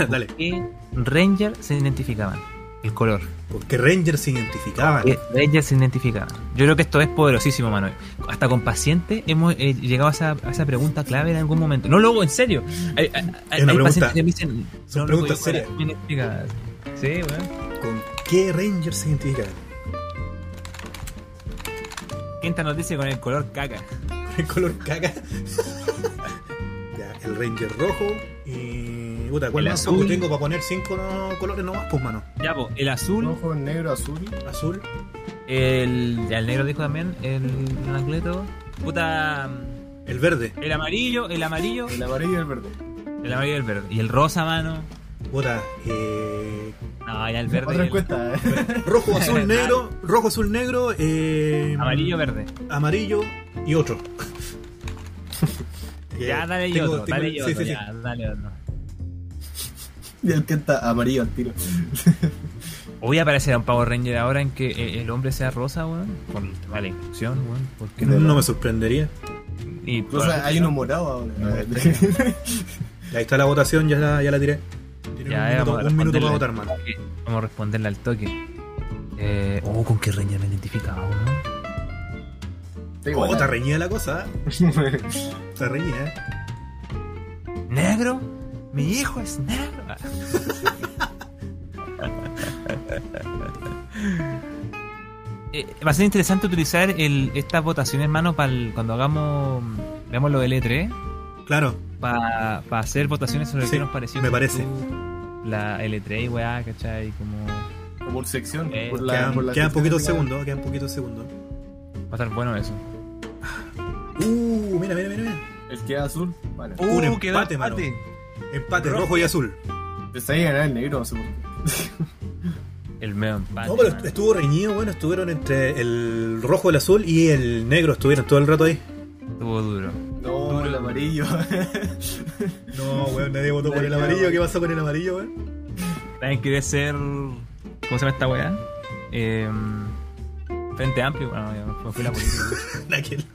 [SPEAKER 1] Dale.
[SPEAKER 3] ¿Qué Ranger se identificaban? El color.
[SPEAKER 1] Porque Rangers se identificaban.
[SPEAKER 3] ¿Qué Ranger se identificaban? Yo creo que esto es poderosísimo, Manuel. Hasta con pacientes hemos eh, llegado a esa, a esa pregunta clave en algún momento. No, luego, en serio. Hay, hay- hay
[SPEAKER 1] una pregunta.
[SPEAKER 3] pacientes que me dicen.
[SPEAKER 1] Son
[SPEAKER 3] no, no
[SPEAKER 1] preguntas
[SPEAKER 3] podía
[SPEAKER 1] serias.
[SPEAKER 3] jugar a las identificadas. Sí, weón.
[SPEAKER 1] ¿Con qué Rangers se identificaban?
[SPEAKER 3] Kenta nos dice con el color caca.
[SPEAKER 1] el color caca. ya, el Ranger rojo y. Puta, ¿cuál
[SPEAKER 3] El
[SPEAKER 1] más?
[SPEAKER 3] azul.
[SPEAKER 1] Yo tengo para poner cinco no- colores nomás, pues mano.
[SPEAKER 3] Ya, po, el azul.
[SPEAKER 4] Rojo, negro, azul.
[SPEAKER 1] Azul.
[SPEAKER 3] El, ya, el negro dijo también. El angleto. Puta.
[SPEAKER 1] El verde.
[SPEAKER 3] El amarillo, el amarillo,
[SPEAKER 4] El amarillo y el verde.
[SPEAKER 3] el amarillo y el verde. Y el rosa, mano.
[SPEAKER 1] Puta. eh,
[SPEAKER 3] No, ya el verde. y
[SPEAKER 4] Otra
[SPEAKER 3] el-
[SPEAKER 4] encuesta. ¿eh?
[SPEAKER 1] rojo, azul, negro. Rojo, azul, negro. eh,
[SPEAKER 3] Amarillo, verde.
[SPEAKER 1] Amarillo y otro.
[SPEAKER 3] Ya,
[SPEAKER 1] Eh,
[SPEAKER 3] dale y
[SPEAKER 1] tengo-
[SPEAKER 3] otro,
[SPEAKER 1] tengo-
[SPEAKER 3] dale y
[SPEAKER 1] sí,
[SPEAKER 3] otro,
[SPEAKER 1] sí, sí.
[SPEAKER 3] ya, dale otro.
[SPEAKER 4] Y el que está amarillo al tiro.
[SPEAKER 3] Hoy aparecerá un Power Ranger ahora en que eh, el hombre sea rosa, weón. Por el tema de la inclusión, weón. ¿Por qué no?
[SPEAKER 1] No me sorprendería.
[SPEAKER 3] Y
[SPEAKER 4] O sea, hay uno morado ahora.
[SPEAKER 1] Ahí está la votación, ya la, ya la tiré. Tienen
[SPEAKER 3] Ya,
[SPEAKER 1] un minuto,
[SPEAKER 3] eh, vamos a
[SPEAKER 1] un minuto para
[SPEAKER 3] responderle.
[SPEAKER 1] votar, mano.
[SPEAKER 3] Vamos a responderle al toque. Eh, oh, ¿con qué Ranger me identificaba, weón?
[SPEAKER 4] Está
[SPEAKER 1] Oh, está
[SPEAKER 4] igual.
[SPEAKER 1] reñida la cosa. ¿eh? Está reñida, eh.
[SPEAKER 3] ¿Negro? Mi hijo es negro. Ah. Eh, va a ser interesante utilizar el, estas votaciones, hermano, para cuando hagamos, veamos lo del E E3,
[SPEAKER 1] Claro.
[SPEAKER 3] para hacer votaciones sobre
[SPEAKER 1] Sí,
[SPEAKER 3] qué nos pareció.
[SPEAKER 1] me
[SPEAKER 3] tú,
[SPEAKER 1] parece.
[SPEAKER 3] La L3 y weá, ¿cachai? Como, va
[SPEAKER 4] Por sección.
[SPEAKER 3] Eh,
[SPEAKER 4] por la- por
[SPEAKER 1] Quedan,
[SPEAKER 4] la
[SPEAKER 1] quedan
[SPEAKER 4] sección
[SPEAKER 1] poquitos
[SPEAKER 4] final.
[SPEAKER 1] segundos, quedan poquitos segundos.
[SPEAKER 3] a estar bueno eso.
[SPEAKER 1] Uh, mira, mira, mira, mira.
[SPEAKER 4] El que es azul. Vale.
[SPEAKER 1] Un Uh, empate, mano. Empate
[SPEAKER 2] Rojo.
[SPEAKER 1] rojo, y azul.
[SPEAKER 4] Pensáis ganar el negro, no sé por qué.
[SPEAKER 3] El medio empate.
[SPEAKER 1] No, pero
[SPEAKER 3] man.
[SPEAKER 1] estuvo reñido, bueno, estuvieron entre el rojo, el azul y el negro, estuvieron todo el rato ahí.
[SPEAKER 3] Estuvo duro.
[SPEAKER 4] No, el amarillo.
[SPEAKER 1] No, weón, nadie votó por el amarillo. ¿Qué pasó con el amarillo, weón?
[SPEAKER 3] También quiere ser. ¿Cómo se llama esta weá? Eh, Frente Amplio. Bueno, ya me fui la política.
[SPEAKER 1] Aquel.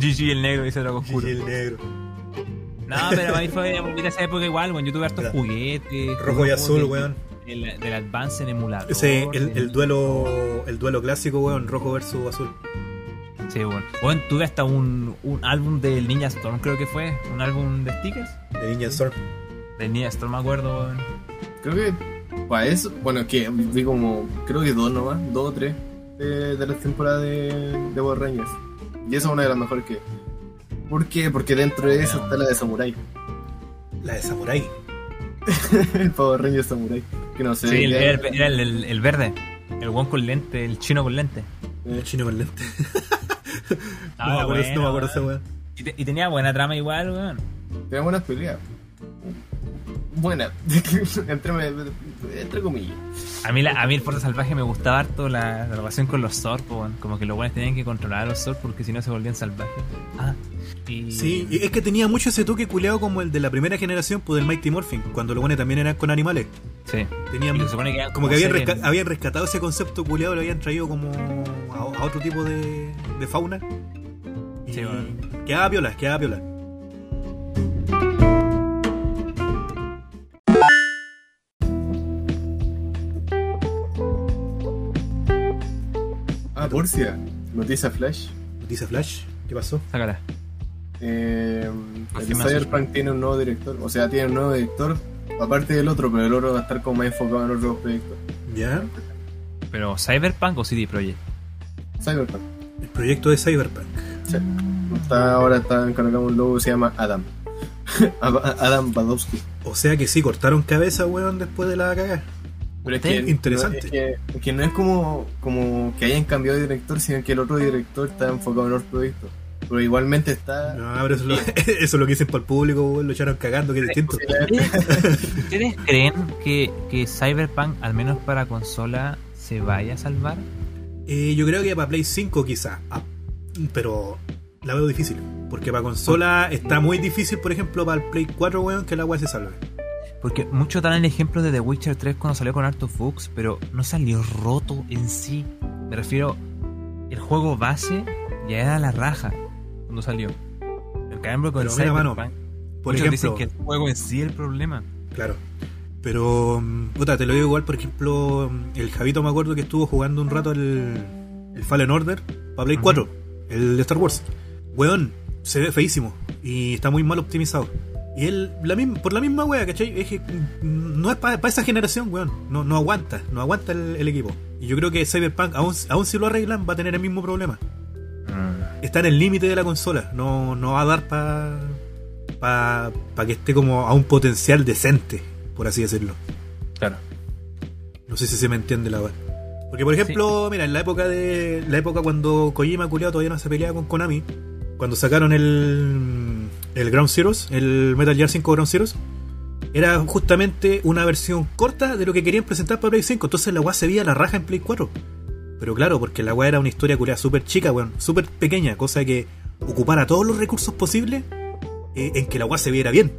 [SPEAKER 3] GG el negro, dice Draco Oscuro.
[SPEAKER 1] Y el negro.
[SPEAKER 3] No, pero ahí fue bonita esa época igual, weón. Yo tuve hartos
[SPEAKER 1] Claro.
[SPEAKER 3] juguetes.
[SPEAKER 1] Rojo y
[SPEAKER 3] juegos
[SPEAKER 1] azul,
[SPEAKER 3] del-
[SPEAKER 1] weón.
[SPEAKER 3] Del, del Advance en emulador.
[SPEAKER 1] Ese, el, el
[SPEAKER 3] del-
[SPEAKER 1] duelo el duelo clásico, weón, rojo versus azul.
[SPEAKER 3] Sí, weón. Weón, tuve hasta un, un álbum del Ninja Storm, creo que fue. Un álbum de stickers.
[SPEAKER 1] De Ninja Storm.
[SPEAKER 3] Del Ninja Storm, me acuerdo, weón.
[SPEAKER 4] Creo que para eso, bueno, que vi como, creo que dos nomás, dos o tres de, de las temporadas de, de Power Rangers. Y esa es una de las mejores que. ¿Por qué? Porque dentro de eso está la de Samurai.
[SPEAKER 1] La de Samurai.
[SPEAKER 4] El Power Ranger Samurai. Que no sé.
[SPEAKER 3] Sí, el,
[SPEAKER 4] ya-
[SPEAKER 3] era, el, era el- el- el verde. El weón con lente, el chino con lente.
[SPEAKER 1] El chino con lente. no,
[SPEAKER 3] Ah,
[SPEAKER 1] me acuerdo,
[SPEAKER 3] bueno,
[SPEAKER 1] no me acuerdo ese
[SPEAKER 3] weón.
[SPEAKER 1] weón.
[SPEAKER 3] Y, te- y tenía buena trama igual, weón.
[SPEAKER 4] Tenía buenas peleas. Buena. entre, entre comillas.
[SPEAKER 3] A mí, la- a mí el Puerto Salvaje me gustaba harto la, la relación con los Zords, po, weón. Como que los weones tenían que controlar a los Zords porque si no se volvían salvajes. Ah, y.
[SPEAKER 1] Sí, y es que tenía mucho ese toque culeado como el de la primera generación, pues del Mighty Morphin, cuando los buenos también eran con animales.
[SPEAKER 3] Sí.
[SPEAKER 1] Tenían
[SPEAKER 3] Y se supone que eran
[SPEAKER 1] como que habían,
[SPEAKER 3] seres-
[SPEAKER 1] resca- habían rescatado ese concepto culeado, lo habían traído como a, a otro tipo de, de fauna. Y
[SPEAKER 3] Sí, bueno.
[SPEAKER 1] Quedaba piola, quedaba piola.
[SPEAKER 4] Ah, Porcia. Noticia Flash.
[SPEAKER 1] Noticia Flash, ¿qué pasó?
[SPEAKER 3] Sácala.
[SPEAKER 4] Eh,
[SPEAKER 3] Así
[SPEAKER 4] el
[SPEAKER 3] me
[SPEAKER 4] Cyberpunk tiene un nuevo director. O sea, tiene un nuevo director. Aparte del otro, pero el otro va a estar como más enfocado en otros proyectos.
[SPEAKER 1] Ya,
[SPEAKER 3] Pero Cyberpunk o CD Projekt.
[SPEAKER 4] Cyberpunk.
[SPEAKER 1] el proyecto de Cyberpunk.
[SPEAKER 4] Está, ahora está encargado un logo que se llama Adam. Ad- Adam Badowski.
[SPEAKER 1] O sea que sí, cortaron cabeza, weón, después de la cagada.
[SPEAKER 4] Pero es
[SPEAKER 1] Usted, interesante.
[SPEAKER 4] no- es que, es que no es como, como que hayan cambiado de director, sino que el otro director está enfocado en otros proyectos. Pero igualmente está.
[SPEAKER 1] No, pero eso, es lo- eso es lo que dicen para el público, weón, lo echaron cagando, que es distinto.
[SPEAKER 3] ¿Ustedes creen que, que Cyberpunk, al menos para consola, se vaya a salvar?
[SPEAKER 1] Eh, yo creo que para Play 5 quizás, pero la veo difícil. Porque para consola está muy difícil, por ejemplo, para el Play 4, weón, que la weá se salve.
[SPEAKER 3] Porque muchos dan el ejemplo de The Witcher 3 cuando salió con harto Fuchs, pero no salió roto en sí. Me refiero, el juego base ya era la raja cuando salió. En cambio, con
[SPEAKER 1] Pero mira,
[SPEAKER 3] Cyberpunk,
[SPEAKER 1] mano, Por
[SPEAKER 3] muchos
[SPEAKER 1] ejemplo,
[SPEAKER 3] dicen que el juego en sí es el problema.
[SPEAKER 1] claro. Pero, mm, puta, te lo digo igual, por ejemplo, mm, el Javito me acuerdo que estuvo jugando un rato el, el Fallen Order para Play
[SPEAKER 3] Ujú.
[SPEAKER 1] 4, el de Star Wars. Weón, se ve feísimo y está muy mal optimizado. Y él, la misma, por la misma wea, ¿cachai? Es que mm, no es para esa generación, weón. No, no aguanta, no aguanta el, el equipo. Y yo creo que Cyberpunk, aún, aún si lo arreglan, va a tener el mismo problema. Está en el límite de la consola. No, no va a dar para pa, pa que esté como a un potencial decente, por así decirlo.
[SPEAKER 3] Claro.
[SPEAKER 1] No sé si se me entiende la wea. Porque, por ejemplo, mira, en la época de. La época cuando Kojima culiao todavía no se peleaba con Konami. Cuando sacaron el. El Ground Zeroes, el Metal Gear 5 Ground Zeroes. Era justamente una versión corta de lo que querían presentar para Play 5. Entonces la weá se veía la raja en Play 4. Pero claro, porque la weá era una historia culiada súper chica, weón. Súper pequeña. Cosa que ocupara todos los recursos posibles eh, en que la weá se viera bien.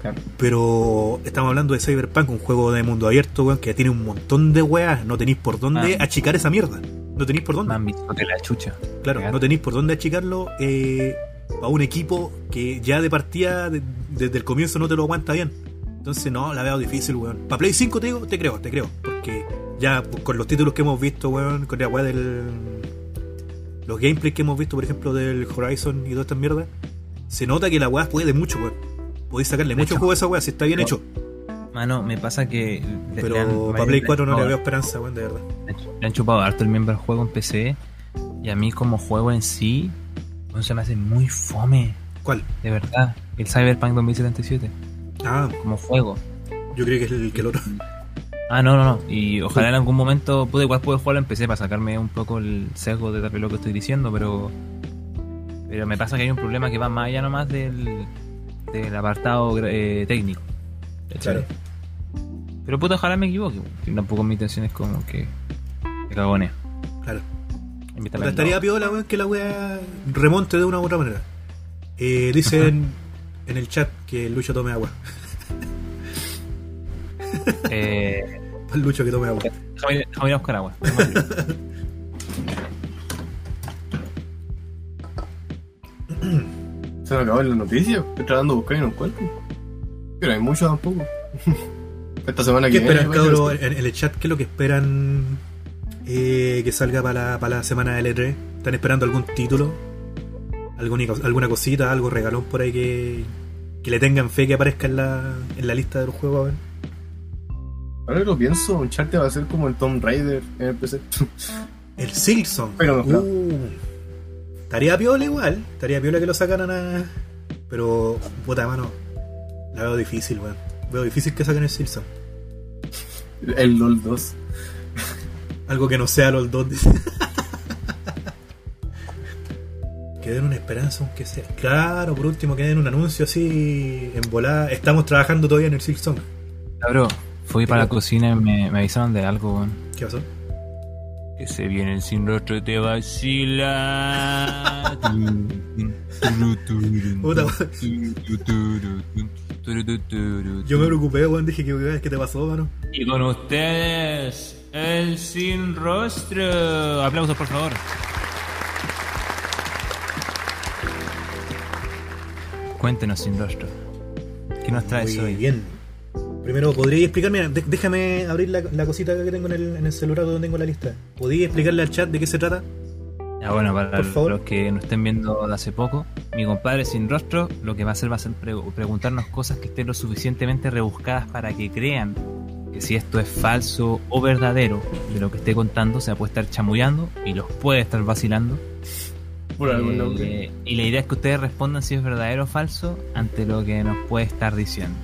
[SPEAKER 4] Claro.
[SPEAKER 1] Pero estamos hablando de Cyberpunk, un juego de mundo abierto, weón, que tiene un montón de weas. No tenéis por dónde
[SPEAKER 3] Ah.
[SPEAKER 1] achicar esa mierda. No tenéis por dónde.
[SPEAKER 3] Mami, de la chucha.
[SPEAKER 1] Claro, no tenéis por dónde achicarlo eh, a un equipo que ya de partida, de- desde el comienzo, no te lo aguanta bien. Entonces, no, la veo difícil, weón. Para Play 5 te, digo, te creo, te creo. Porque ya pues, con los títulos que hemos visto, weón, con la weá del. Los gameplays que hemos visto, por ejemplo, del Horizon y todas estas mierdas, se nota que la weá puede mucho, weón. Podéis sacarle mucho
[SPEAKER 3] hecho.
[SPEAKER 1] juego a esa weá si está bien
[SPEAKER 3] No,
[SPEAKER 1] hecho.
[SPEAKER 3] Mano, me pasa que. le- le han-
[SPEAKER 1] Pero para Play 4 no le
[SPEAKER 3] no,
[SPEAKER 1] veo esperanza, weón, de verdad.
[SPEAKER 3] Le han chupado harto el miembro del juego en PC. Y a mí, como juego en sí, no se me hace muy fome.
[SPEAKER 1] ¿Cuál?
[SPEAKER 3] De verdad. El Cyberpunk 2077.
[SPEAKER 1] Ah,
[SPEAKER 3] Como juego.
[SPEAKER 1] yo creo que es el que el otro.
[SPEAKER 3] Ah, no, no, no. Y ojalá en algún momento. Pude, igual puedo jugarlo en PC para sacarme un poco el sesgo de tal vez lo que estoy diciendo, pero. Pero me pasa que hay un problema que va más allá nomás del, del apartado eh, técnico.
[SPEAKER 1] Claro.
[SPEAKER 3] ¿cachai? Pero puta, ojalá me equivoque. weón. Que Tampoco mi intención es como que. que cagone.
[SPEAKER 1] Claro.
[SPEAKER 3] Invítame
[SPEAKER 1] Puta,
[SPEAKER 3] al
[SPEAKER 1] estaría
[SPEAKER 3] lado.
[SPEAKER 1] piola, weón, que la weá remonte de una u otra manera. Eh, dicen en el chat que el Lucho tome agua.
[SPEAKER 3] Eh,
[SPEAKER 1] Para el Lucho que tome agua.
[SPEAKER 3] déjame, ir- déjame ir a buscar agua.
[SPEAKER 4] Se me acabaron las noticias. Estoy tratando de buscar y no encuentro. Pero hay mucho tampoco. Esta semana
[SPEAKER 1] ¿Qué
[SPEAKER 4] que
[SPEAKER 1] esperan,
[SPEAKER 4] viene,
[SPEAKER 1] cabrón, en, en el chat? ¿Qué es lo que esperan eh, que salga para la, para la semana del E3? ¿Están esperando algún título? ¿Alguna, cos- alguna cosita? ¿Algo regalón por ahí que, que le tengan fe que aparezca en la, en la lista de los juegos? weón?
[SPEAKER 4] Ahora que lo pienso, Uncharted va a ser como el Tomb Raider en el PC.
[SPEAKER 1] El Silson.
[SPEAKER 4] Pero mejorado.
[SPEAKER 1] estaría piola igual. Estaría piola que lo sacaran a. Pero, puta mano. La veo difícil, weón. Veo difícil que saquen el Silson.
[SPEAKER 4] El LOL 2.
[SPEAKER 1] Algo que no sea los dos. dice. que den una esperanza, aunque sea. Claro, por último, que den un anuncio así en volada. Estamos trabajando todavía en el Silk Song.
[SPEAKER 3] Cabrón, fui para la cocina y me, me avisaron de algo, weón.
[SPEAKER 1] ¿Qué pasó?
[SPEAKER 3] Que se viene el sin rostro te vacila.
[SPEAKER 1] Puta, weón. Yo me preocupé, weón. Dije que weón, ¿qué te pasó, mano.
[SPEAKER 3] Y con ustedes, el sin rostro. Aplausos, por favor. Cuéntenos, sin rostro. ¿Qué nos traes
[SPEAKER 1] Muy
[SPEAKER 3] hoy?
[SPEAKER 1] bien. Primero, ¿podríais explicarme? de- déjame abrir la, la cosita que tengo en el, en el celular donde tengo la lista. ¿Podríais explicarle al chat de qué se trata?
[SPEAKER 3] Ah, bueno, para
[SPEAKER 1] Por favor.
[SPEAKER 3] los que nos estén viendo de hace poco, mi compadre sin rostro lo que va a hacer va a ser pre- preguntarnos cosas que estén lo suficientemente rebuscadas para que crean que si esto es falso o verdadero de lo que esté contando, se la puede estar chamullando y los puede estar vacilando.
[SPEAKER 4] Por algún
[SPEAKER 3] Eh,
[SPEAKER 4] nombre.
[SPEAKER 3] y la idea es que ustedes respondan si es verdadero o falso ante lo que nos puede estar diciendo.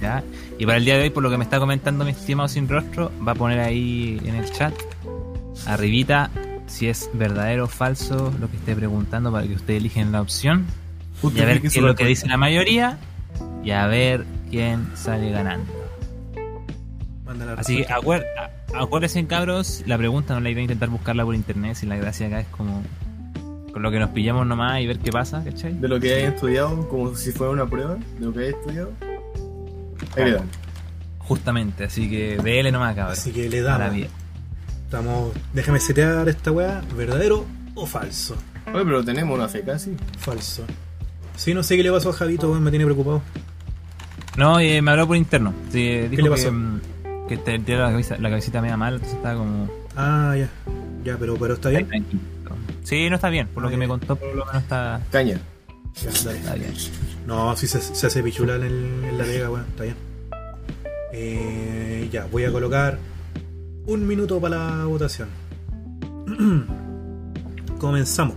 [SPEAKER 3] ¿ya? Y para el día de hoy, por lo que me está comentando mi estimado sin rostro, va a poner ahí en el chat, arribita, si es verdadero o falso lo que esté preguntando para que ustedes eligen la opción. Y a ver qué es lo que dice la mayoría y a ver quién sale ganando.
[SPEAKER 1] Manda la
[SPEAKER 3] Así que
[SPEAKER 1] respuesta.
[SPEAKER 3] acuer- a- acuérdense, cabros, la pregunta no la iba a intentar buscarla por internet, si la gracia acá es como con lo que nos pillamos nomás y ver qué pasa, ¿cachai?
[SPEAKER 4] De lo que hayas estudiado, como si fuera una prueba, de lo que hayas estudiado. Ahí le dan.
[SPEAKER 3] Justamente, así que DL nomás, cabros.
[SPEAKER 1] Así que le
[SPEAKER 3] Para
[SPEAKER 1] damos.
[SPEAKER 3] bien.
[SPEAKER 1] Estamos. Déjame setear esta weá. ¿Verdadero o falso?
[SPEAKER 4] Oye, pero tenemos una fe casi.
[SPEAKER 1] Falso. Sí, no sé qué le pasó a Javito, weón. Me tiene preocupado.
[SPEAKER 3] No, eh, me habló por interno. Sí, eh, dijo
[SPEAKER 1] le
[SPEAKER 3] Que,
[SPEAKER 1] pasó?
[SPEAKER 3] mm, que te- tenía la, cabeza, la cabecita media mal, entonces estaba como...
[SPEAKER 1] Ah, ya. Ya, pero, pero está bien.
[SPEAKER 3] tranquilo. Sí, no está bien, por lo
[SPEAKER 1] Ah,
[SPEAKER 3] que
[SPEAKER 1] ya.
[SPEAKER 3] me contó, por lo menos está,
[SPEAKER 4] Caña.
[SPEAKER 1] Ya, dale.
[SPEAKER 3] está bien.
[SPEAKER 1] No, sí se, se hace pichula en, el- en la pega, weón. Está bien. Eh, ya, voy a colocar un minuto para la votación. Comenzamos.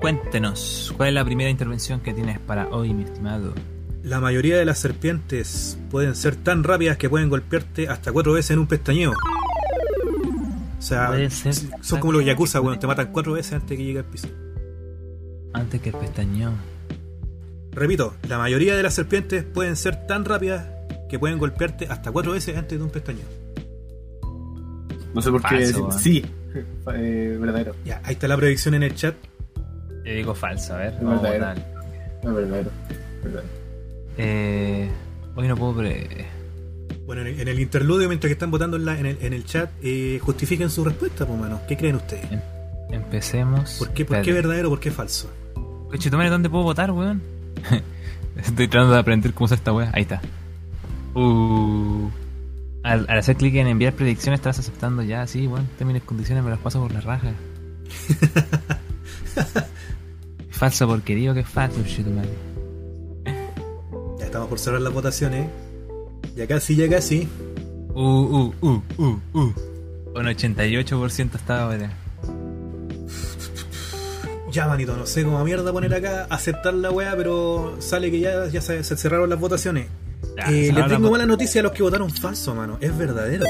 [SPEAKER 3] Cuéntenos, ¿cuál es la primera intervención que tienes para hoy, mi estimado?
[SPEAKER 1] La mayoría de las serpientes pueden ser tan rápidas que pueden golpearte hasta cuatro veces en un pestañeo. O sea,
[SPEAKER 3] Pueden ser
[SPEAKER 1] son
[SPEAKER 3] tan
[SPEAKER 1] como los
[SPEAKER 3] rápidas
[SPEAKER 1] yakuza,
[SPEAKER 3] que
[SPEAKER 1] weón. Te
[SPEAKER 3] pueden-
[SPEAKER 1] matan cuatro veces antes que llegue al piso.
[SPEAKER 3] Antes que el pestañeo.
[SPEAKER 1] Repito, la mayoría de las serpientes pueden ser tan rápidas que pueden golpearte hasta cuatro veces antes de un pestañeo.
[SPEAKER 4] No sé por qué
[SPEAKER 3] Falso,
[SPEAKER 4] decir. Sí. Eh, verdadero.
[SPEAKER 1] Ya, ahí está la predicción en el chat.
[SPEAKER 3] Yo digo falso, a ver.
[SPEAKER 4] Es
[SPEAKER 3] vamos a
[SPEAKER 4] verdadero.
[SPEAKER 3] votar.
[SPEAKER 4] No, Ah, verdadero. verdadero.
[SPEAKER 3] Eh, hoy no puedo... pre-
[SPEAKER 1] Bueno, en el, en el interludio, mientras que están votando en, la- en, el, en el chat, eh, justifiquen su respuesta, pues, mano. ¿Qué creen ustedes?
[SPEAKER 3] Empecemos.
[SPEAKER 1] ¿Por qué, por qué verdadero, por qué falso?
[SPEAKER 3] Coche, tú ¿dónde puedo votar, weón? Estoy tratando de aprender cómo usar esta weá. Ahí está. Uh. Al, al hacer clic en enviar predicciones, estás aceptando ya, sí, weón. Términos y condiciones me los paso por la raja. falso porque digo que es falso, shit, madre.
[SPEAKER 1] Ya estamos por cerrar las votaciones. Ya casi, ya casi.
[SPEAKER 3] Uh, uh, uh, uh, uh. Un 88% estaba,
[SPEAKER 1] Eh,
[SPEAKER 3] weón.
[SPEAKER 1] Ya, manito, no sé cómo mierda poner acá, aceptar la weá, pero sale que ya, ya se, se cerraron las votaciones.
[SPEAKER 3] Ya,
[SPEAKER 1] Eh,
[SPEAKER 3] se
[SPEAKER 1] les
[SPEAKER 3] abre la
[SPEAKER 1] tengo
[SPEAKER 3] bot-
[SPEAKER 1] mala noticia a los que votaron falso, mano. Es verdadero.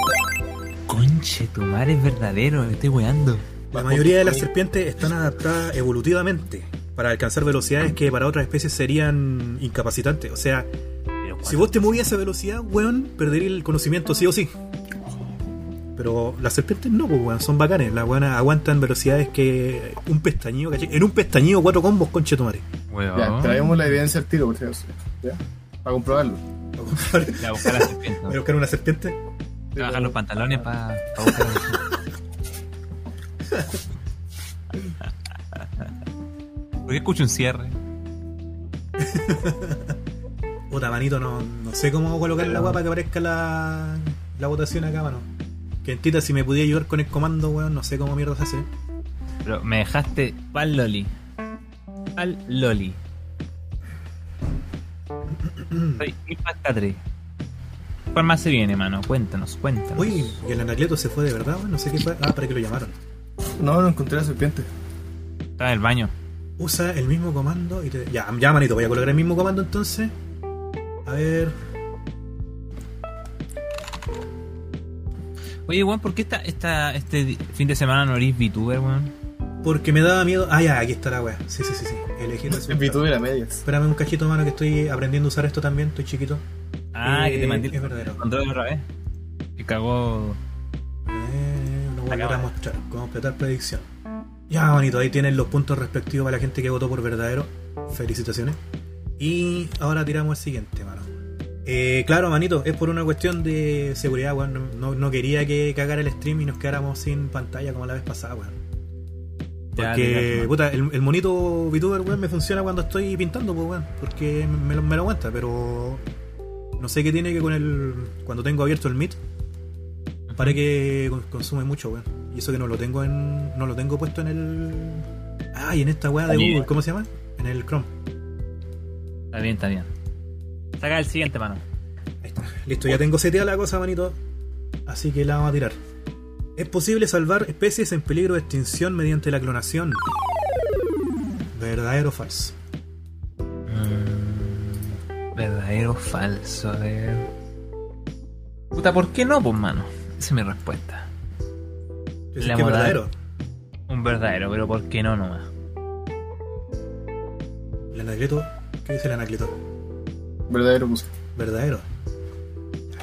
[SPEAKER 3] Conche, tu madre es verdadero, me estoy weando.
[SPEAKER 1] La mayoría de las serpientes están adaptadas evolutivamente para alcanzar velocidades que para otras especies serían incapacitantes. O sea,
[SPEAKER 5] Pero
[SPEAKER 1] si
[SPEAKER 5] cuatro.
[SPEAKER 1] vos te movías a esa velocidad, weón, perdería el conocimiento sí o sí. Pero las serpientes no, pues, weón, son bacanes. Las weonas aguantan velocidades que un pestañeo, ¿cachai? En un pestañeo, cuatro combos, conchetumare.
[SPEAKER 4] Ya,
[SPEAKER 3] Weón.
[SPEAKER 4] traemos la evidencia al tiro, por si acaso, ¿Ya? Para comprobarlo.
[SPEAKER 1] Voy
[SPEAKER 3] La buscar la serpiente.
[SPEAKER 1] a buscar una serpiente.
[SPEAKER 3] Te bajan los pantalones para buscar la serpiente. ¿Por qué escucho un cierre?
[SPEAKER 1] Puta, manito, no, no sé cómo colocar la guapa que aparezca la, la votación acá, mano. Quentita, si me pudiera ayudar con el comando, weón, no sé cómo mierda se hace.
[SPEAKER 3] Pero me dejaste pal loli. Pal loli. Soy impactadre. ¿Cuál más se viene, mano? Cuéntanos, cuéntanos.
[SPEAKER 1] Uy, y el anacleto se fue de verdad, weón, no sé qué fue. Ah, para que lo llamaron.
[SPEAKER 4] No, no encontré la serpiente.
[SPEAKER 3] Estaba en el baño.
[SPEAKER 1] Usa el mismo comando y te... Ya, ya, manito, voy a colocar el mismo comando entonces. A ver...
[SPEAKER 3] Oye, weón, ¿por qué esta, esta, este di- fin de semana no eres VTuber, weón?
[SPEAKER 1] Porque me daba miedo... Ah, ya, aquí está la weá. Sí, sí, sí, sí. Elegir
[SPEAKER 4] En
[SPEAKER 1] resultado.
[SPEAKER 4] VTuber a medias.
[SPEAKER 1] Espérame un cachito, mano, que estoy aprendiendo a usar esto también, estoy chiquito.
[SPEAKER 3] Ah,
[SPEAKER 1] Eh,
[SPEAKER 3] que te mandé
[SPEAKER 1] Es
[SPEAKER 3] el
[SPEAKER 1] verdadero.
[SPEAKER 3] control otra vez. Que cagó.
[SPEAKER 1] Eh, no voy
[SPEAKER 3] Acaba.
[SPEAKER 1] a mostrar. Completar predicción. Ya, bonito. Ahí tienen los puntos respectivos para la gente que votó por verdadero. Felicitaciones. Y ahora tiramos el siguiente, mano. Eh, claro, manito, es por una cuestión de seguridad, weón. No, no- no quería que cagara el stream y nos quedáramos sin pantalla como la vez pasada, weón.
[SPEAKER 3] Ya,
[SPEAKER 1] Porque,
[SPEAKER 3] te
[SPEAKER 1] puta, el, el monito VTuber, weón, me funciona cuando estoy pintando, pues, weón. Porque me lo, me lo aguanta, pero. No sé qué tiene que con el. Cuando tengo abierto el Meet, Parece que con- consume mucho, weón. Y eso que no lo tengo en. No lo tengo puesto en el. Ay, en esta weá de
[SPEAKER 3] Ahí,
[SPEAKER 1] Google,
[SPEAKER 3] weón.
[SPEAKER 1] ¿cómo se llama? En el Chrome.
[SPEAKER 3] Está bien, está bien. Saca el siguiente, mano.
[SPEAKER 1] Ahí está. Listo, ya tengo seteada la cosa, manito. Así que la vamos a tirar. Es posible salvar especies en peligro de extinción mediante la clonación. ¿Verdadero o falso?
[SPEAKER 3] Mm, Verdadero o falso, a ver. Puta, ¿por qué no, pues, mano? Esa es mi respuesta.
[SPEAKER 1] Yo sé que
[SPEAKER 3] Le
[SPEAKER 1] es
[SPEAKER 3] vamos a dar.
[SPEAKER 1] verdadero.
[SPEAKER 3] Un verdadero, pero ¿por qué no nomás?
[SPEAKER 1] El anacleto. ¿Qué dice el anacleto?
[SPEAKER 4] Verdadero puse.
[SPEAKER 1] Verdadero.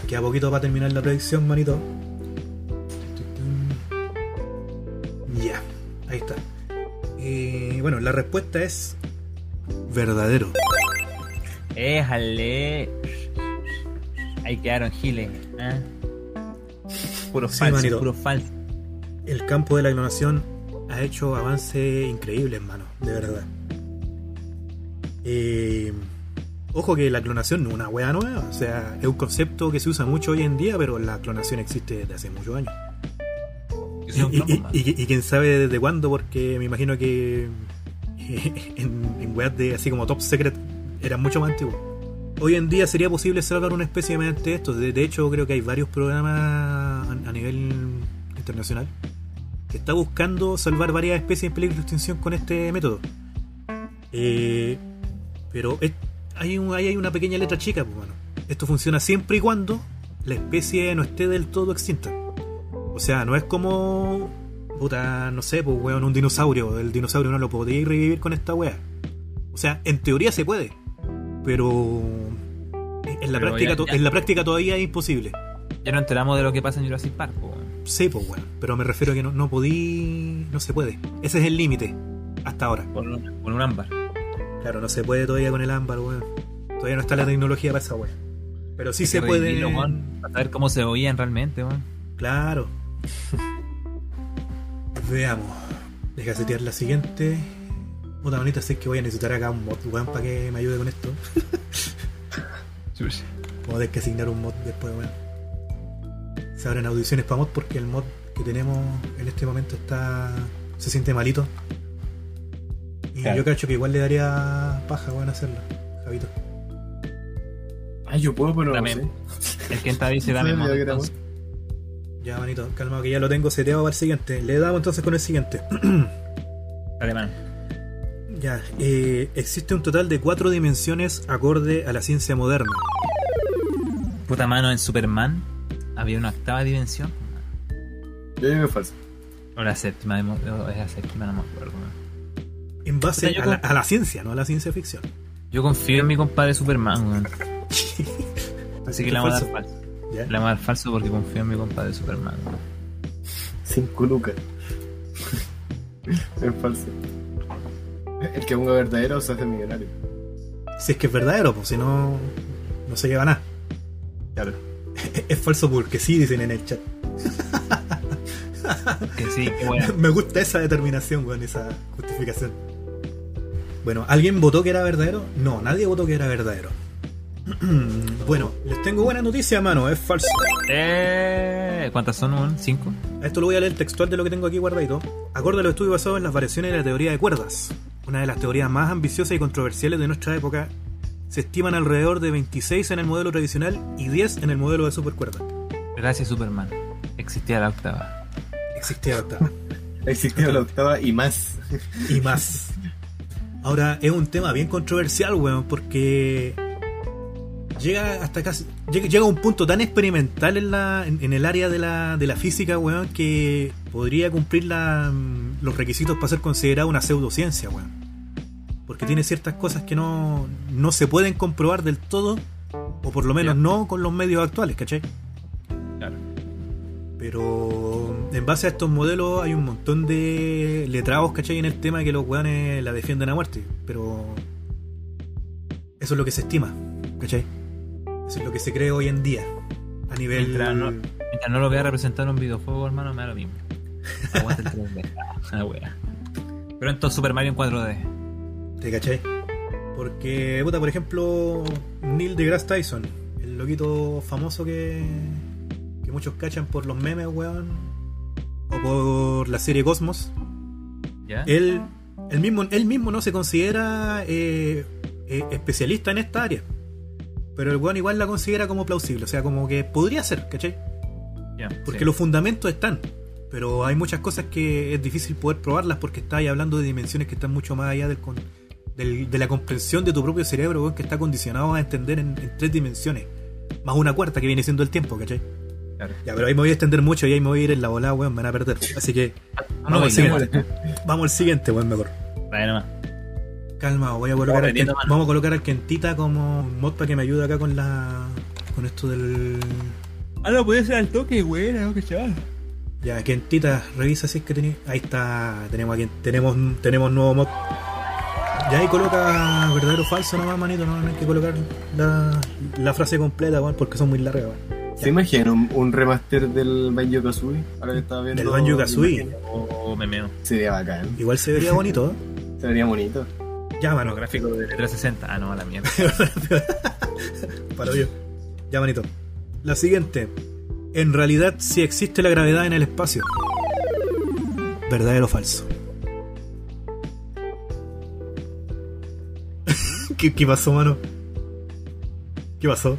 [SPEAKER 1] Queda poquito para terminar la predicción, manito. Ya, ahí está. Y bueno, la respuesta es verdadero.
[SPEAKER 3] Éjale. Ahí quedaron giles. ¿eh? Puro
[SPEAKER 1] Sí,
[SPEAKER 3] falso,
[SPEAKER 1] manito.
[SPEAKER 3] puro falso.
[SPEAKER 1] El campo de la clonación ha hecho avances increíbles, hermano, de verdad. Eh, ojo que la clonación no es una wea nueva, o sea, es un concepto que se usa mucho hoy en día, pero la clonación existe desde hace muchos años.
[SPEAKER 3] Yo
[SPEAKER 1] Y,
[SPEAKER 3] soy un
[SPEAKER 1] y-
[SPEAKER 3] clon, mano.
[SPEAKER 1] y- y- y quién sabe desde cuándo, porque me imagino que en, en weas de así como Top Secret eran mucho más antiguos. Hoy en día sería posible salvar una especie mediante esto. De, de hecho, creo que hay varios programas a, a nivel internacional que está buscando salvar varias especies en peligro de extinción con este método. Eh, pero es- hay, un- ahí hay una pequeña letra chica, pues, mano. Esto funciona siempre y cuando la especie no esté del todo extinta. O sea, no es como. Puta, no sé, pues weón, un dinosaurio. El dinosaurio no lo podéis revivir con esta wea. O sea, en teoría se puede. Pero. En la,
[SPEAKER 3] Pero
[SPEAKER 1] práctica,
[SPEAKER 3] ya-
[SPEAKER 1] to-
[SPEAKER 3] ya.
[SPEAKER 1] en la práctica todavía es imposible.
[SPEAKER 3] Ya no enteramos de lo que pasa en Jurassic Park, po, weón.
[SPEAKER 1] Sí, pues weón. Pero me refiero a que no, no podí. No se puede. Ese es el límite. Hasta ahora.
[SPEAKER 3] Por un, por un ámbar.
[SPEAKER 1] Claro, no se puede todavía con el ámbar, weón. Todavía no está la tecnología para esa weón. Pero sí se
[SPEAKER 3] que
[SPEAKER 1] puede.
[SPEAKER 3] revivirlo, weón, Para saber cómo se oían realmente, weón.
[SPEAKER 1] Claro. Veamos. Deja setear la siguiente. Puta bonita, sé que voy a necesitar acá un mod, weón, para que me ayude con esto. Vamos a tener que asignar un mod después, weón. Se abren audiciones para mod porque el mod que tenemos en este momento está. se siente malito. Y
[SPEAKER 3] Claro.
[SPEAKER 1] yo cacho que igual le daría paja, weón, hacerlo, Javito.
[SPEAKER 4] Ah, yo puedo, pero no
[SPEAKER 3] Dame.
[SPEAKER 4] sé.
[SPEAKER 3] El que está dice
[SPEAKER 4] No
[SPEAKER 3] dame
[SPEAKER 4] sé el
[SPEAKER 3] mono,
[SPEAKER 4] diagrama.
[SPEAKER 3] entonces.
[SPEAKER 1] Ya, manito, calma que ya lo tengo seteado para el siguiente. Le damos entonces con el siguiente.
[SPEAKER 3] Dale, mano.
[SPEAKER 1] Ya, eh, existe un total de cuatro dimensiones acorde a la ciencia moderna.
[SPEAKER 3] Puta mano en Superman había una octava dimensión.
[SPEAKER 4] Yo digo que es falso.
[SPEAKER 3] O la séptima, de mo- o es la séptima, no me acuerdo. weón.
[SPEAKER 1] en base
[SPEAKER 3] Puta, yo
[SPEAKER 1] a la,
[SPEAKER 3] con-
[SPEAKER 1] a la ciencia, no a la ciencia ficción.
[SPEAKER 3] Yo confío en mi compadre Superman, weón. Así que la vamos a dar falso.
[SPEAKER 1] ¿Ya?
[SPEAKER 3] La vamos a dar falso porque confío en mi compadre Superman. weón.
[SPEAKER 4] Cinco lucas. es falso. El que ponga verdadero se hace millonario.
[SPEAKER 1] Si es que es verdadero, pues si no, no se lleva nada.
[SPEAKER 4] Claro.
[SPEAKER 1] Es falso porque sí, dicen en el chat.
[SPEAKER 3] Que sí, que bueno.
[SPEAKER 1] Me gusta esa determinación, weón, esa justificación. Bueno, ¿alguien votó que era verdadero? No, nadie votó que era verdadero. bueno, les tengo buena noticia, mano, es falso.
[SPEAKER 3] Eh, ¿Cuántas son, weón? ¿Cinco?
[SPEAKER 1] A esto lo voy a leer textual de lo que tengo aquí guardadito. Acorde a los estudios basados en las variaciones de la teoría de cuerdas, una de las teorías más ambiciosas y controversiales de nuestra época, se estiman alrededor de 26 en el modelo tradicional y 10 en el modelo de supercuerda.
[SPEAKER 3] Gracias, Superman. Existía la octava.
[SPEAKER 1] Existía la octava.
[SPEAKER 4] Existió la octava y más.
[SPEAKER 1] y más. Ahora es un tema bien controversial, weón, porque llega hasta casi. Llega, llega a un punto tan experimental en, la, en, en el área de la, de la física, weón, que podría cumplir la- mm, los requisitos para ser considerada una pseudociencia, weón. Porque tiene ciertas cosas que no, no se pueden comprobar del todo, o por lo menos
[SPEAKER 3] Ya.
[SPEAKER 1] no con los medios actuales, ¿cachai?
[SPEAKER 3] Claro.
[SPEAKER 1] Pero en base a estos modelos hay un montón de letrados, ¿cachai? En el tema que los weones la defienden a muerte. Pero eso es lo que se estima, ¿cachai? Eso es lo que se cree hoy en día. A nivel...
[SPEAKER 3] Mientras no- Mientras no lo vea representado en un videojuego, hermano, me da lo mismo. Aguanta el 3D. Ah, wea. Pero entonces Super Mario en 4D.
[SPEAKER 1] ¿Te cachai? Porque, puta, por ejemplo, Neil deGrasse Tyson, el loquito famoso que, que muchos cachan por los memes, weón, o por la serie Cosmos,
[SPEAKER 3] ¿Ya?
[SPEAKER 1] él, él, mismo, él mismo no se considera eh, eh, especialista en esta área. Pero el weón igual la considera como plausible, o sea, como que podría ser, ¿cachai?
[SPEAKER 3] Ya,
[SPEAKER 1] Porque
[SPEAKER 3] sí.
[SPEAKER 1] los fundamentos están, pero hay muchas cosas que es difícil poder probarlas porque estás hablando de dimensiones que están mucho más allá del, con- del- de la comprensión de tu propio cerebro, weón, que está condicionado a entender en, en tres dimensiones, más una cuarta que viene siendo el tiempo, ¿cachai?
[SPEAKER 3] Claro.
[SPEAKER 1] Ya, pero ahí me voy a extender mucho y ahí me voy a ir en la volada, weón, me van a perder. Así que
[SPEAKER 3] Ah, No,
[SPEAKER 1] vamos al
[SPEAKER 3] bailemos.
[SPEAKER 1] siguiente. Vamos al siguiente, weón, mejor.
[SPEAKER 3] Dale nomás.
[SPEAKER 1] Calma, voy a colocar al
[SPEAKER 3] Aprendiendo,
[SPEAKER 1] Ken-
[SPEAKER 3] mano.
[SPEAKER 1] vamos a colocar al Kentita como un mod para que me ayude acá con la. con esto del.
[SPEAKER 3] Ah, no, puede ser al toque, güey, no, que chaval.
[SPEAKER 1] Ya, Kentita, revisa si es que tenés. Ahí está, tenemos aquí, tenemos, tenemos nuevo mod. Ya ahí coloca verdadero o falso nomás, manito, no no hay que colocar la, la frase completa, weón, porque son muy largas, weón.
[SPEAKER 4] ¿Se imaginan un, un remaster del Banjo Kazooie? Ahora que estaba viendo.
[SPEAKER 1] Del Banjo-Kazooie.
[SPEAKER 4] imágenes,
[SPEAKER 3] Oh, me meo.
[SPEAKER 4] Sería bacán.
[SPEAKER 1] Igual se vería bonito, ¿eh?
[SPEAKER 4] Sería bonito.
[SPEAKER 1] Ya,
[SPEAKER 3] Los
[SPEAKER 1] mano,
[SPEAKER 3] gráficos de 360. Ah, no, a la mierda.
[SPEAKER 1] para Dios. Ya, manito. La siguiente. En realidad, si existe la gravedad en el espacio. ¿Verdadero o falso? ¿Qué, qué pasó, mano? ¿Qué pasó?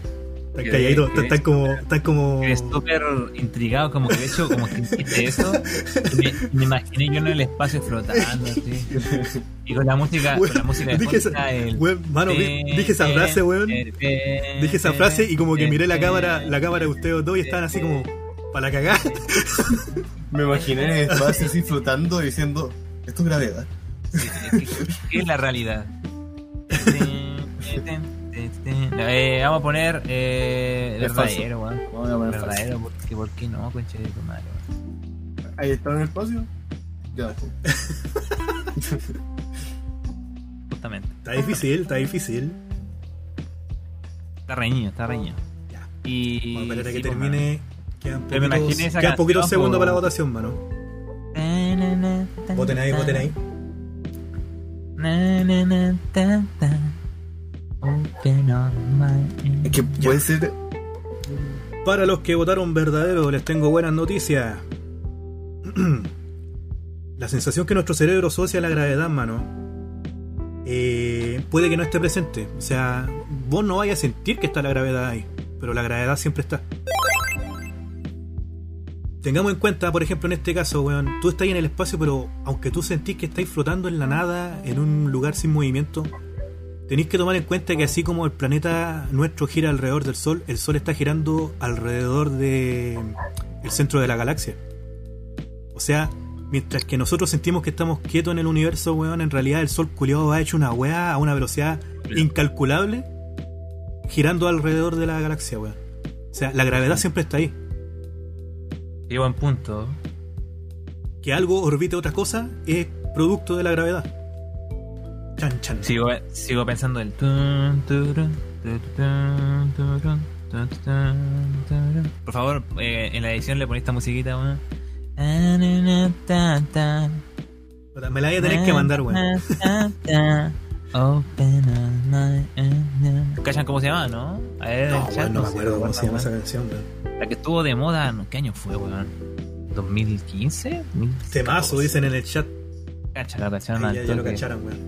[SPEAKER 1] Están
[SPEAKER 3] Quedé-
[SPEAKER 1] calladitos, están-
[SPEAKER 3] quedé
[SPEAKER 1] están como. Están como.
[SPEAKER 3] Quedé súper intrigado, como que de hecho, como que hiciste eso. y Me, me imaginé yo en el espacio flotando, así. Y con la música, con la música de
[SPEAKER 1] Dije esa-
[SPEAKER 3] fondo, el-
[SPEAKER 1] Weón, mano, vi- dije esa frase, weón. Dije esa frase y como que miré la cámara, la cámara de ustedes dos y estaban así como. Para la cagada.
[SPEAKER 4] Me imaginé en el espacio así flotando diciendo: Esto es gravedad.
[SPEAKER 3] ¿Qué es la realidad? Eh, vamos a poner eh,
[SPEAKER 4] Es
[SPEAKER 3] verdadero, weón.
[SPEAKER 4] Vamos a poner falso.
[SPEAKER 3] Verdadero, porque ¿por qué no, conche de tu madre? weón?
[SPEAKER 4] Ahí está en el espacio. Ya.
[SPEAKER 3] Justamente.
[SPEAKER 1] Está difícil, está difícil.
[SPEAKER 3] Está reñido, está reñido.
[SPEAKER 1] Ya.
[SPEAKER 3] Y.
[SPEAKER 1] Bueno, espérate
[SPEAKER 3] sí,
[SPEAKER 1] que
[SPEAKER 3] pues,
[SPEAKER 1] termine. Quedan
[SPEAKER 3] Pero me
[SPEAKER 1] poquitos,
[SPEAKER 3] imaginé esa
[SPEAKER 1] quedan poquitos
[SPEAKER 3] canción,
[SPEAKER 1] segundos
[SPEAKER 3] po.
[SPEAKER 1] para la votación, mano.
[SPEAKER 3] Na, na, na, ta,
[SPEAKER 1] Voten ahí,
[SPEAKER 3] ta,
[SPEAKER 1] voten ahí.
[SPEAKER 3] na, na, na, ta, ta. Open up my-
[SPEAKER 4] Es que puede ser.
[SPEAKER 1] Para los que votaron verdadero, les tengo buenas noticias. la sensación que nuestro cerebro asocia a la gravedad, mano, eh, puede que no esté presente. O sea, vos no vayas a sentir que está la gravedad ahí, pero la gravedad siempre está. Tengamos en cuenta, por ejemplo, en este caso, weón, tú estás ahí en el espacio, pero aunque tú sentís que estáis flotando en la nada, en un lugar sin movimiento, Tenéis que tomar en cuenta que así como el planeta nuestro gira alrededor del Sol, el Sol está girando alrededor de el centro de la galaxia. O sea, Mientras que nosotros sentimos que estamos quietos en el universo, weón, en realidad el sol culiado va hecho una weá a una velocidad incalculable girando alrededor de la galaxia, weón. O sea, la gravedad siempre está ahí.
[SPEAKER 3] Qué buen punto.
[SPEAKER 1] Que algo orbite otra cosa es producto de la gravedad. Chan, chan.
[SPEAKER 3] Sigo, sigo pensando el. tun, turun, tu, tu, tun, turun, tu, tu, tun, turun. Por favor, eh, en la edición le ponéis esta musiquita, weón. Ah, na, na, ta, ta.
[SPEAKER 1] Puta, Me la voy a tener que mandar, weón.
[SPEAKER 3] ¿Cachan cómo se llama, no? A ver,
[SPEAKER 1] No,
[SPEAKER 3] el chat,
[SPEAKER 1] weón, no me
[SPEAKER 3] sé,
[SPEAKER 1] acuerdo cómo se llama
[SPEAKER 3] weón.
[SPEAKER 1] esa canción, weón.
[SPEAKER 3] La que estuvo de moda, ¿no? ¿qué año fue, weón? ¿2015?
[SPEAKER 1] Temazo, dicen en el chat.
[SPEAKER 3] Cacha, la
[SPEAKER 1] Ahí
[SPEAKER 3] cacharon
[SPEAKER 1] ya,
[SPEAKER 3] al
[SPEAKER 1] ya lo
[SPEAKER 3] toque.
[SPEAKER 1] cacharon, weón.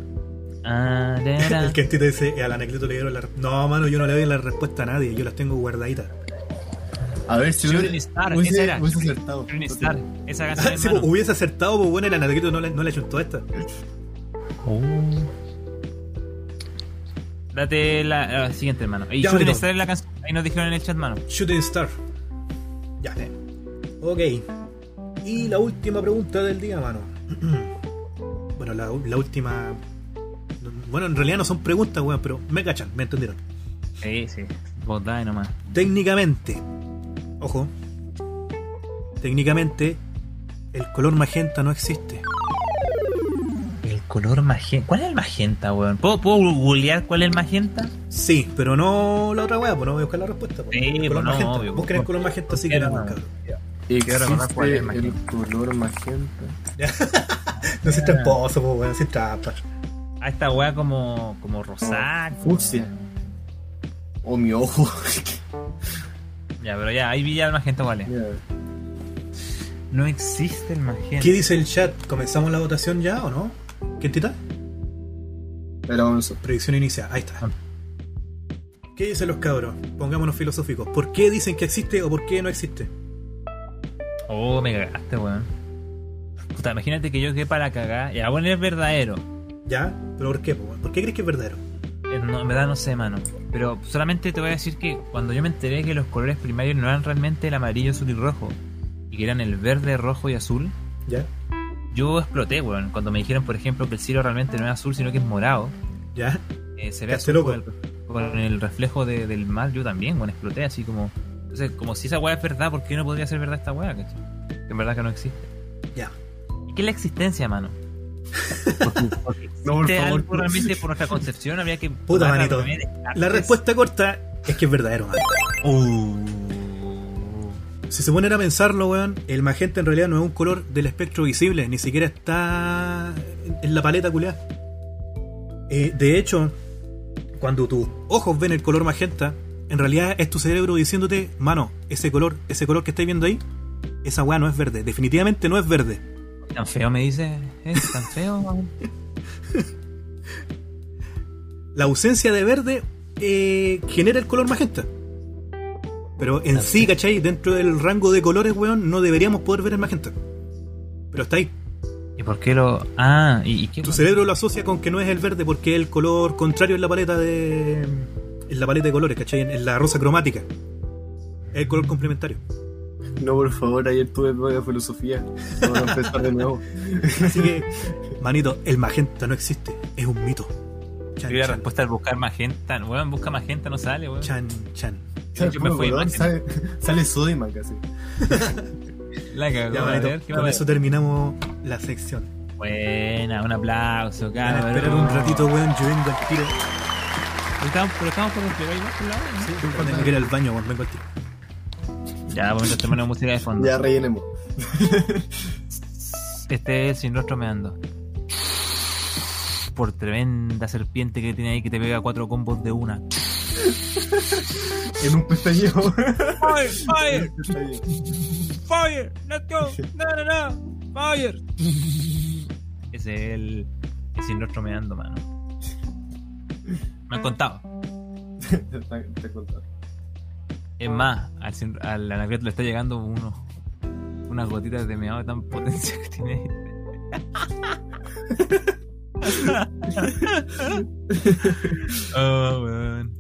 [SPEAKER 3] Ah, de verdad.
[SPEAKER 1] El que te dice, "Eh, al anecdoto le dieron la. No, mano, yo no le doy la respuesta a nadie, yo las tengo guardaditas.
[SPEAKER 4] A ver si
[SPEAKER 3] Shooting
[SPEAKER 4] hubiera-
[SPEAKER 3] Star, esa
[SPEAKER 4] hubiese,
[SPEAKER 3] era.
[SPEAKER 4] hubiese acertado.
[SPEAKER 3] Shooting Star, esa
[SPEAKER 1] Ah,
[SPEAKER 3] canción,
[SPEAKER 1] si
[SPEAKER 3] hermano.
[SPEAKER 1] hubiese acertado, pues bueno, el anacleto no le, no le achuntó esta.
[SPEAKER 3] Oh. Date la, la siguiente, hermano. Y
[SPEAKER 1] Ya,
[SPEAKER 3] Shooting
[SPEAKER 1] bonito.
[SPEAKER 3] Star es la canción. Ahí nos dijeron en el chat, hermano.
[SPEAKER 1] Shooting Star. Ya. Ok. Y la última pregunta del día, mano. bueno, la, u- la última. Bueno, en realidad no son preguntas, weón, pero me cachan, me entendieron.
[SPEAKER 3] Sí, sí. Vos dale nomás.
[SPEAKER 1] Técnicamente, ojo, técnicamente, el color magenta no existe.
[SPEAKER 3] El color magenta. ¿Cuál es el magenta, weón? ¿Puedo, puedo googlear cuál es el magenta?
[SPEAKER 1] Sí, pero no la otra weá, pues no voy a buscar la respuesta. pues.
[SPEAKER 3] Sí,
[SPEAKER 1] El
[SPEAKER 3] pues no,
[SPEAKER 1] magenta.
[SPEAKER 3] obvio.
[SPEAKER 1] Busquen el color magenta, sí que la
[SPEAKER 3] Busquen,
[SPEAKER 1] buscan.
[SPEAKER 4] Existe
[SPEAKER 3] recordar cuál es el
[SPEAKER 4] el color magenta.
[SPEAKER 1] No seas tramposo, pues, weón, seas trampa.
[SPEAKER 3] Ah, esta weá como, como rosada.
[SPEAKER 4] Fucsia. O mi ojo.
[SPEAKER 3] Ya, pero ya, ahí vi ya el magenta, ¿cuál es?
[SPEAKER 4] Mira,
[SPEAKER 3] No existe el magenta.
[SPEAKER 1] ¿Qué dice el chat? ¿Comenzamos la votación ya o no? ¿Quién tita?
[SPEAKER 4] Pero vamos a-
[SPEAKER 1] Predicción inicial, ahí
[SPEAKER 3] Ah.
[SPEAKER 1] está. ¿Qué dicen los cabros? Pongámonos filosóficos. ¿Por qué dicen que existe o por qué no existe?
[SPEAKER 3] Oh, me cagaste, weón. Puta, imagínate que yo quede para cagar. Ya, bueno, es verdadero.
[SPEAKER 1] ¿Ya? ¿Pero por qué? po, weón? ¿Por qué crees que es verdadero?
[SPEAKER 3] Eh, no, en verdad no sé, mano. Pero solamente te voy a decir que cuando yo me enteré que los colores primarios no eran realmente el amarillo, azul y rojo, y que eran el verde, rojo y azul,
[SPEAKER 1] ¿Ya?
[SPEAKER 3] yo exploté, weón. Cuando me dijeron, por ejemplo, que el cielo realmente no es azul, sino que es morado.
[SPEAKER 1] ¿Ya?
[SPEAKER 3] eh, se ve
[SPEAKER 1] Caché
[SPEAKER 3] azul
[SPEAKER 1] loco.
[SPEAKER 3] con el, con el reflejo de- del mar, yo también, weón, exploté así como... Entonces, como si esa weá es verdad, ¿por qué no podría ser verdad esta weá, cachai? Que en verdad que no existe.
[SPEAKER 1] Ya.
[SPEAKER 3] ¿Y qué es la existencia, mano? Porque
[SPEAKER 4] No, por
[SPEAKER 3] existe
[SPEAKER 4] favor.
[SPEAKER 3] algo realmente por nuestra concepción, habría que...
[SPEAKER 1] Puta,
[SPEAKER 3] tomarla
[SPEAKER 1] manito.
[SPEAKER 3] al revés, descartes.
[SPEAKER 1] La respuesta corta es que es verdadero, man. Si se ponen a pensarlo, weón, el magenta en realidad no es un color del espectro visible, ni siquiera está en- en la paleta culeada. Eh, de hecho, cuando tus ojos ven el color magenta, en realidad es tu cerebro diciéndote, mano, ese color, ese color que estáis viendo ahí, esa weá no es verde, definitivamente no es verde.
[SPEAKER 3] Tan feo me dice, es tan feo. weón.
[SPEAKER 1] La ausencia de verde eh, genera el color magenta. Pero en sí, ¿cachai? Dentro del rango de colores, weón, no deberíamos poder ver el magenta. Pero está ahí.
[SPEAKER 3] ¿Y por qué lo...? Ah, ¿y, y qué?
[SPEAKER 1] Tu cerebro lo asocia con que no es el verde porque es el color contrario en la paleta de. en la paleta de colores, ¿cachai? En, en la rosa cromática. Es el color complementario.
[SPEAKER 4] No, por favor, ayer tuve prueba de filosofía. Vamos a empezar de nuevo.
[SPEAKER 1] Así que, manito, el magenta no existe. Es un mito. Chan,
[SPEAKER 3] Yo la
[SPEAKER 1] chan,
[SPEAKER 3] respuesta es buscar magenta. Weón, busca magenta, no sale, weón.
[SPEAKER 1] chan, chan.
[SPEAKER 3] Yo me fui,
[SPEAKER 4] Perdón,
[SPEAKER 3] imagen.
[SPEAKER 4] sale, sale Sodimac casi.
[SPEAKER 3] La cagó,
[SPEAKER 1] Ya,
[SPEAKER 3] a
[SPEAKER 1] manito,
[SPEAKER 3] ver, ¿qué va
[SPEAKER 1] con
[SPEAKER 3] a
[SPEAKER 1] eso
[SPEAKER 3] haber?
[SPEAKER 1] terminamos la sección.
[SPEAKER 3] Buena, un aplauso,
[SPEAKER 1] Van a
[SPEAKER 3] cabrón.
[SPEAKER 1] esperar un ratito, weón, yo vengo al tiro.
[SPEAKER 3] Estamos, pero estamos por desplegar igual por la hora, ¿no?
[SPEAKER 1] Tengo que ir al baño, weón, vengo al tiro.
[SPEAKER 3] Ya, vamos mientras te ponemos música de fondo.
[SPEAKER 4] Ya rellenemos.
[SPEAKER 3] Este es sin rostro meando. Por tremenda serpiente que tiene ahí que te pega cuatro combos de una.
[SPEAKER 4] En un pestañeo.
[SPEAKER 3] ¡Fire! ¡Fire!
[SPEAKER 4] Pestañeo.
[SPEAKER 3] ¡Fire! ¡Let's go! ¡No, no, no! ¡Fire! Ese es el. el sin rostro meando, mano. Me han contado.
[SPEAKER 4] Te- te he contado.
[SPEAKER 3] Es más, al, sin- al Anacleto le está llegando unos, unas gotitas de meado tan potencia que tiene. oh, weón.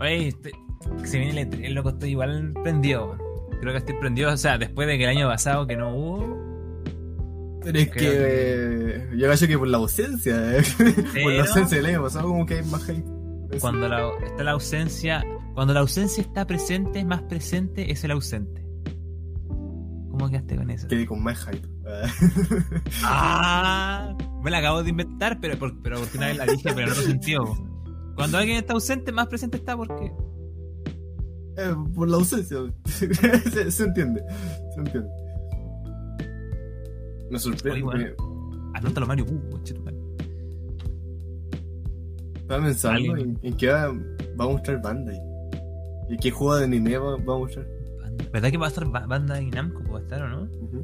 [SPEAKER 3] Oye, estoy- si viene el E3, loco, estoy igual prendido. weón. Creo que estoy prendido, o sea, después de que el año pasado que no hubo.
[SPEAKER 4] Pero es que. eh, Yo cacho que por la ausencia, eh, por la
[SPEAKER 3] Pero-
[SPEAKER 4] ausencia del año pasado, como que hay más hate.
[SPEAKER 3] Cuando la, está la ausencia, cuando la ausencia está presente, más presente es el ausente. ¿Cómo quedaste con eso?
[SPEAKER 4] Quedé con más hype.
[SPEAKER 3] Ah, me la acabo de inventar, pero, por- pero porque una vez la dije, pero en otro sentido. Cuando alguien está ausente, más presente está porque.
[SPEAKER 4] Eh, por la ausencia. se, se entiende. Se entiende. Me sorprende.
[SPEAKER 3] Oye, bueno. Anótalo, Mario. Uh, conchetumare.
[SPEAKER 4] Estaba pensando en, en qué va, va a mostrar Bandai. ¿Y qué juego de anime va, va a mostrar?
[SPEAKER 3] Banda- ¿Verdad que va a estar ba- banda y Namco? ¿Va a estar o no?
[SPEAKER 4] Ujú.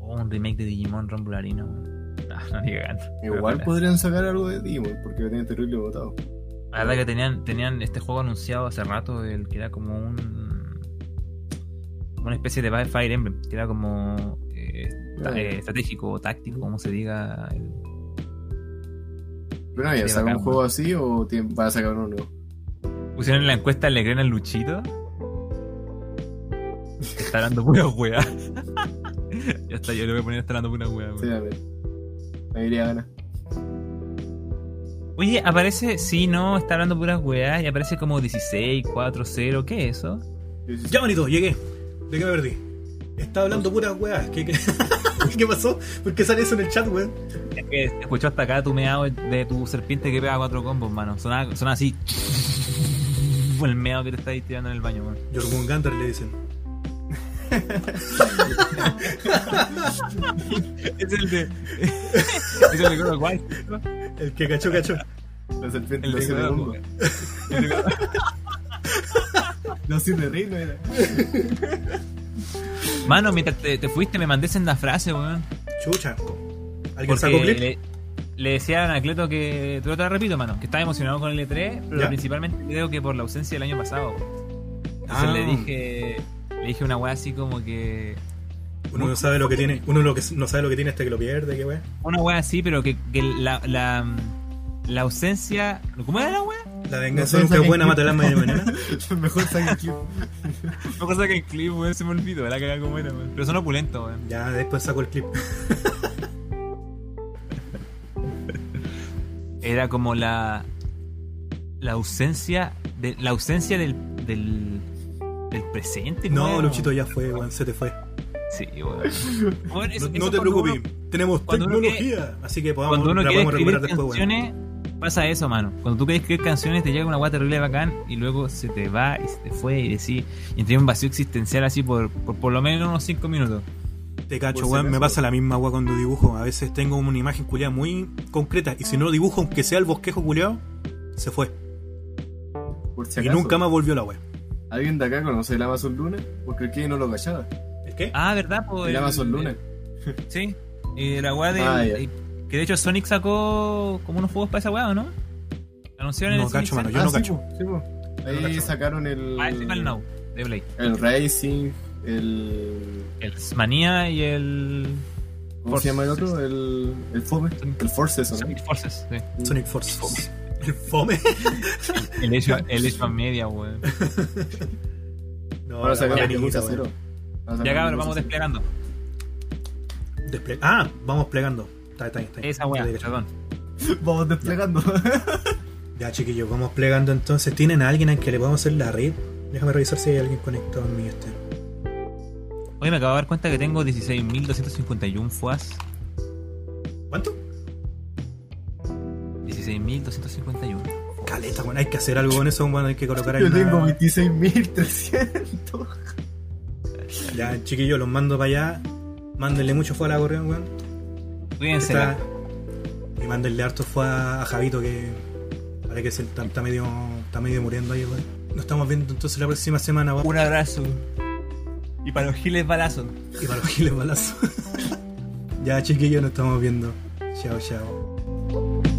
[SPEAKER 3] O un remake de Digimon Rumble Arena. weón. Ah, no ni cagando.
[SPEAKER 4] Igual
[SPEAKER 3] Pero-
[SPEAKER 4] podrían sacar algo de Digimon, porque lo tienen terrible votado.
[SPEAKER 3] La verdad que tenían, tenían este juego anunciado hace rato, el que era como un. como una especie de Fire Emblem, que era como. eh, ta- eh, estratégico o táctico, como se diga.
[SPEAKER 4] Pero no, ya
[SPEAKER 3] Sí,
[SPEAKER 4] sacan
[SPEAKER 3] bacán,
[SPEAKER 4] un juego así o tienen- van a sacar uno nuevo.
[SPEAKER 3] Pusieron en la encuesta, ¿le creen al Luchito? Está hablando pura wea. ya está, yo le voy a poner está hablando pura wea.
[SPEAKER 4] Sí,
[SPEAKER 3] weón.
[SPEAKER 4] a ver. Me diría ganas.
[SPEAKER 3] Oye, aparece, sí, no, está hablando puras weas y aparece como 16, 4, 0, ¿qué es eso?
[SPEAKER 1] Ya, manito, llegué. ¿De qué me perdí? Está hablando puras weas. ¿Qué, qué... qué pasó? ¿Por qué sale eso en el chat, weón?
[SPEAKER 3] Es que se escuchó hasta acá tu meado de tu serpiente que pega cuatro combos, mano. Suena, suena así. Fue el meado que te estáis tirando en el baño, man.
[SPEAKER 1] Jorgun Gandalf le dicen.
[SPEAKER 3] Es el de. es el de Cobra Kai.
[SPEAKER 1] El que cachó, cachó.
[SPEAKER 4] La serpiente
[SPEAKER 3] El
[SPEAKER 4] no
[SPEAKER 3] de Cobra
[SPEAKER 4] sirve rumbo.
[SPEAKER 3] Kai.
[SPEAKER 4] No sirve reino era.
[SPEAKER 3] Mano, mientras te, te fuiste me mandé senda frase, weón.
[SPEAKER 1] Chucha. ¿Alguien sacó
[SPEAKER 3] Porque
[SPEAKER 1] clip?
[SPEAKER 3] le, le decía a Anacleto que. Te lo te lo repito, mano. Que estaba emocionado con el E3, pero
[SPEAKER 1] Ya.
[SPEAKER 3] principalmente creo que por la ausencia del año pasado. Entonces
[SPEAKER 1] Ah.
[SPEAKER 3] le dije. Le dije una weá así como que.
[SPEAKER 1] Uno no sabe lo que tiene, uno lo que no sabe lo que tiene hasta que lo pierde, qué weá.
[SPEAKER 3] Una wea así, pero que, que la, la, la ausencia. ¿Cómo era la wea?
[SPEAKER 1] La
[SPEAKER 4] No
[SPEAKER 1] venganza
[SPEAKER 4] sé,
[SPEAKER 1] nunca
[SPEAKER 4] saquen
[SPEAKER 1] es buena,
[SPEAKER 4] clip.
[SPEAKER 1] mata la mañana.
[SPEAKER 4] Mejor saquen clip.
[SPEAKER 3] No cosa que el clip, weón, se me olvidó, la cagada como era, weón. Pero son opulentos, weón.
[SPEAKER 1] Ya, después saco el clip.
[SPEAKER 3] Era como la. La ausencia. De, la ausencia del. del, del presente,
[SPEAKER 1] No,
[SPEAKER 3] weón.
[SPEAKER 1] Luchito ya fue, weón, se te fue.
[SPEAKER 3] Sí, weón. Weón, eso-
[SPEAKER 1] No,
[SPEAKER 3] eso
[SPEAKER 1] no te
[SPEAKER 3] cuando uno-
[SPEAKER 1] preocupes, tenemos
[SPEAKER 3] cuando uno
[SPEAKER 1] tecnología, así que podamos,
[SPEAKER 3] cuando uno
[SPEAKER 1] la
[SPEAKER 3] quiere
[SPEAKER 1] podemos recuperar
[SPEAKER 3] escribir
[SPEAKER 1] después, weón.
[SPEAKER 3] canciones, pasa eso, mano. Cuando tú quieres escribir canciones, te llega una guata terrible bacán y luego se te va y se te fue y decís, y entré en un vacío existencial así por por, por lo menos unos 5 minutos.
[SPEAKER 1] Te cacho,
[SPEAKER 3] pues,
[SPEAKER 4] Por si
[SPEAKER 1] weón, me
[SPEAKER 4] acaso.
[SPEAKER 1] pasa la misma weá cuando dibujo. A veces tengo una imagen culiada muy concreta y si no lo dibujo, aunque sea el bosquejo culiado, se fue.
[SPEAKER 4] Por si
[SPEAKER 1] Y
[SPEAKER 4] acaso.
[SPEAKER 1] nunca más volvió la weá.
[SPEAKER 4] ¿Alguien de acá conoce el Amazon Luna? Porque el que no lo cachaba.
[SPEAKER 1] ¿El qué?
[SPEAKER 3] Ah, ¿verdad? Pues, el-
[SPEAKER 4] El Amazon Luna.
[SPEAKER 3] Sí. Y la weá de.
[SPEAKER 4] Ah, ya.
[SPEAKER 3] que de hecho Sonic sacó como unos juegos para esa weá, ¿o no? Anunciaron en
[SPEAKER 1] No
[SPEAKER 3] el Sonic
[SPEAKER 1] cacho, mano,
[SPEAKER 3] Center.
[SPEAKER 1] yo no
[SPEAKER 4] Ah, sí,
[SPEAKER 1] cacho.
[SPEAKER 4] po, sí, po.
[SPEAKER 1] no
[SPEAKER 4] Ahí
[SPEAKER 1] cacho.
[SPEAKER 4] sacaron el.
[SPEAKER 3] Ah, ese fue el No, de Blade.
[SPEAKER 4] El Racing, el.
[SPEAKER 3] El Manía y el.
[SPEAKER 4] ¿Cómo se llama el
[SPEAKER 3] Forces.
[SPEAKER 4] otro? El. El Fome. El Forces, ¿o ¿no?
[SPEAKER 3] Sonic Forces, sí.
[SPEAKER 1] Sonic Force. El fome.
[SPEAKER 3] El Edge- El Edge Man Media, weón.
[SPEAKER 1] No,
[SPEAKER 4] Ahora
[SPEAKER 1] la weá
[SPEAKER 4] sacaron el
[SPEAKER 1] niñita,
[SPEAKER 4] Yakuza
[SPEAKER 1] weón.
[SPEAKER 4] 0.
[SPEAKER 3] Ya cabrón, vamos desplegando.
[SPEAKER 1] Desple- ah, vamos plegando. Está, está, está.
[SPEAKER 3] Esa weá,
[SPEAKER 1] Derecho.
[SPEAKER 3] perdón.
[SPEAKER 4] Vamos desplegando.
[SPEAKER 1] Ya, chiquillos, vamos plegando entonces. ¿Tienen a alguien al que le podamos hacer la red? Déjame revisar si hay alguien conectado en mi este.
[SPEAKER 3] Hoy me acabo de dar cuenta que tengo 16.251 FUAS.
[SPEAKER 1] ¿Cuánto?
[SPEAKER 3] 16.251.
[SPEAKER 1] Caleta, bueno, hay que hacer algo con eso, bueno, hay que colocar ahí
[SPEAKER 4] Yo tengo
[SPEAKER 1] una-
[SPEAKER 4] 26.300.
[SPEAKER 1] Ya, chiquillos, los mando para allá. Mándenle mucho fue a la correa, weón.
[SPEAKER 3] Cuídense.
[SPEAKER 1] Está- Y mándenle harto fue a, a Javito que parece que se, está, está medio, está medio muriendo ahí, weón. Nos estamos viendo entonces la próxima semana, weón.
[SPEAKER 3] Un abrazo. Y para los giles balazos.
[SPEAKER 1] Y para los giles balazo. ya, chiquillos, nos estamos viendo. Chao, chao.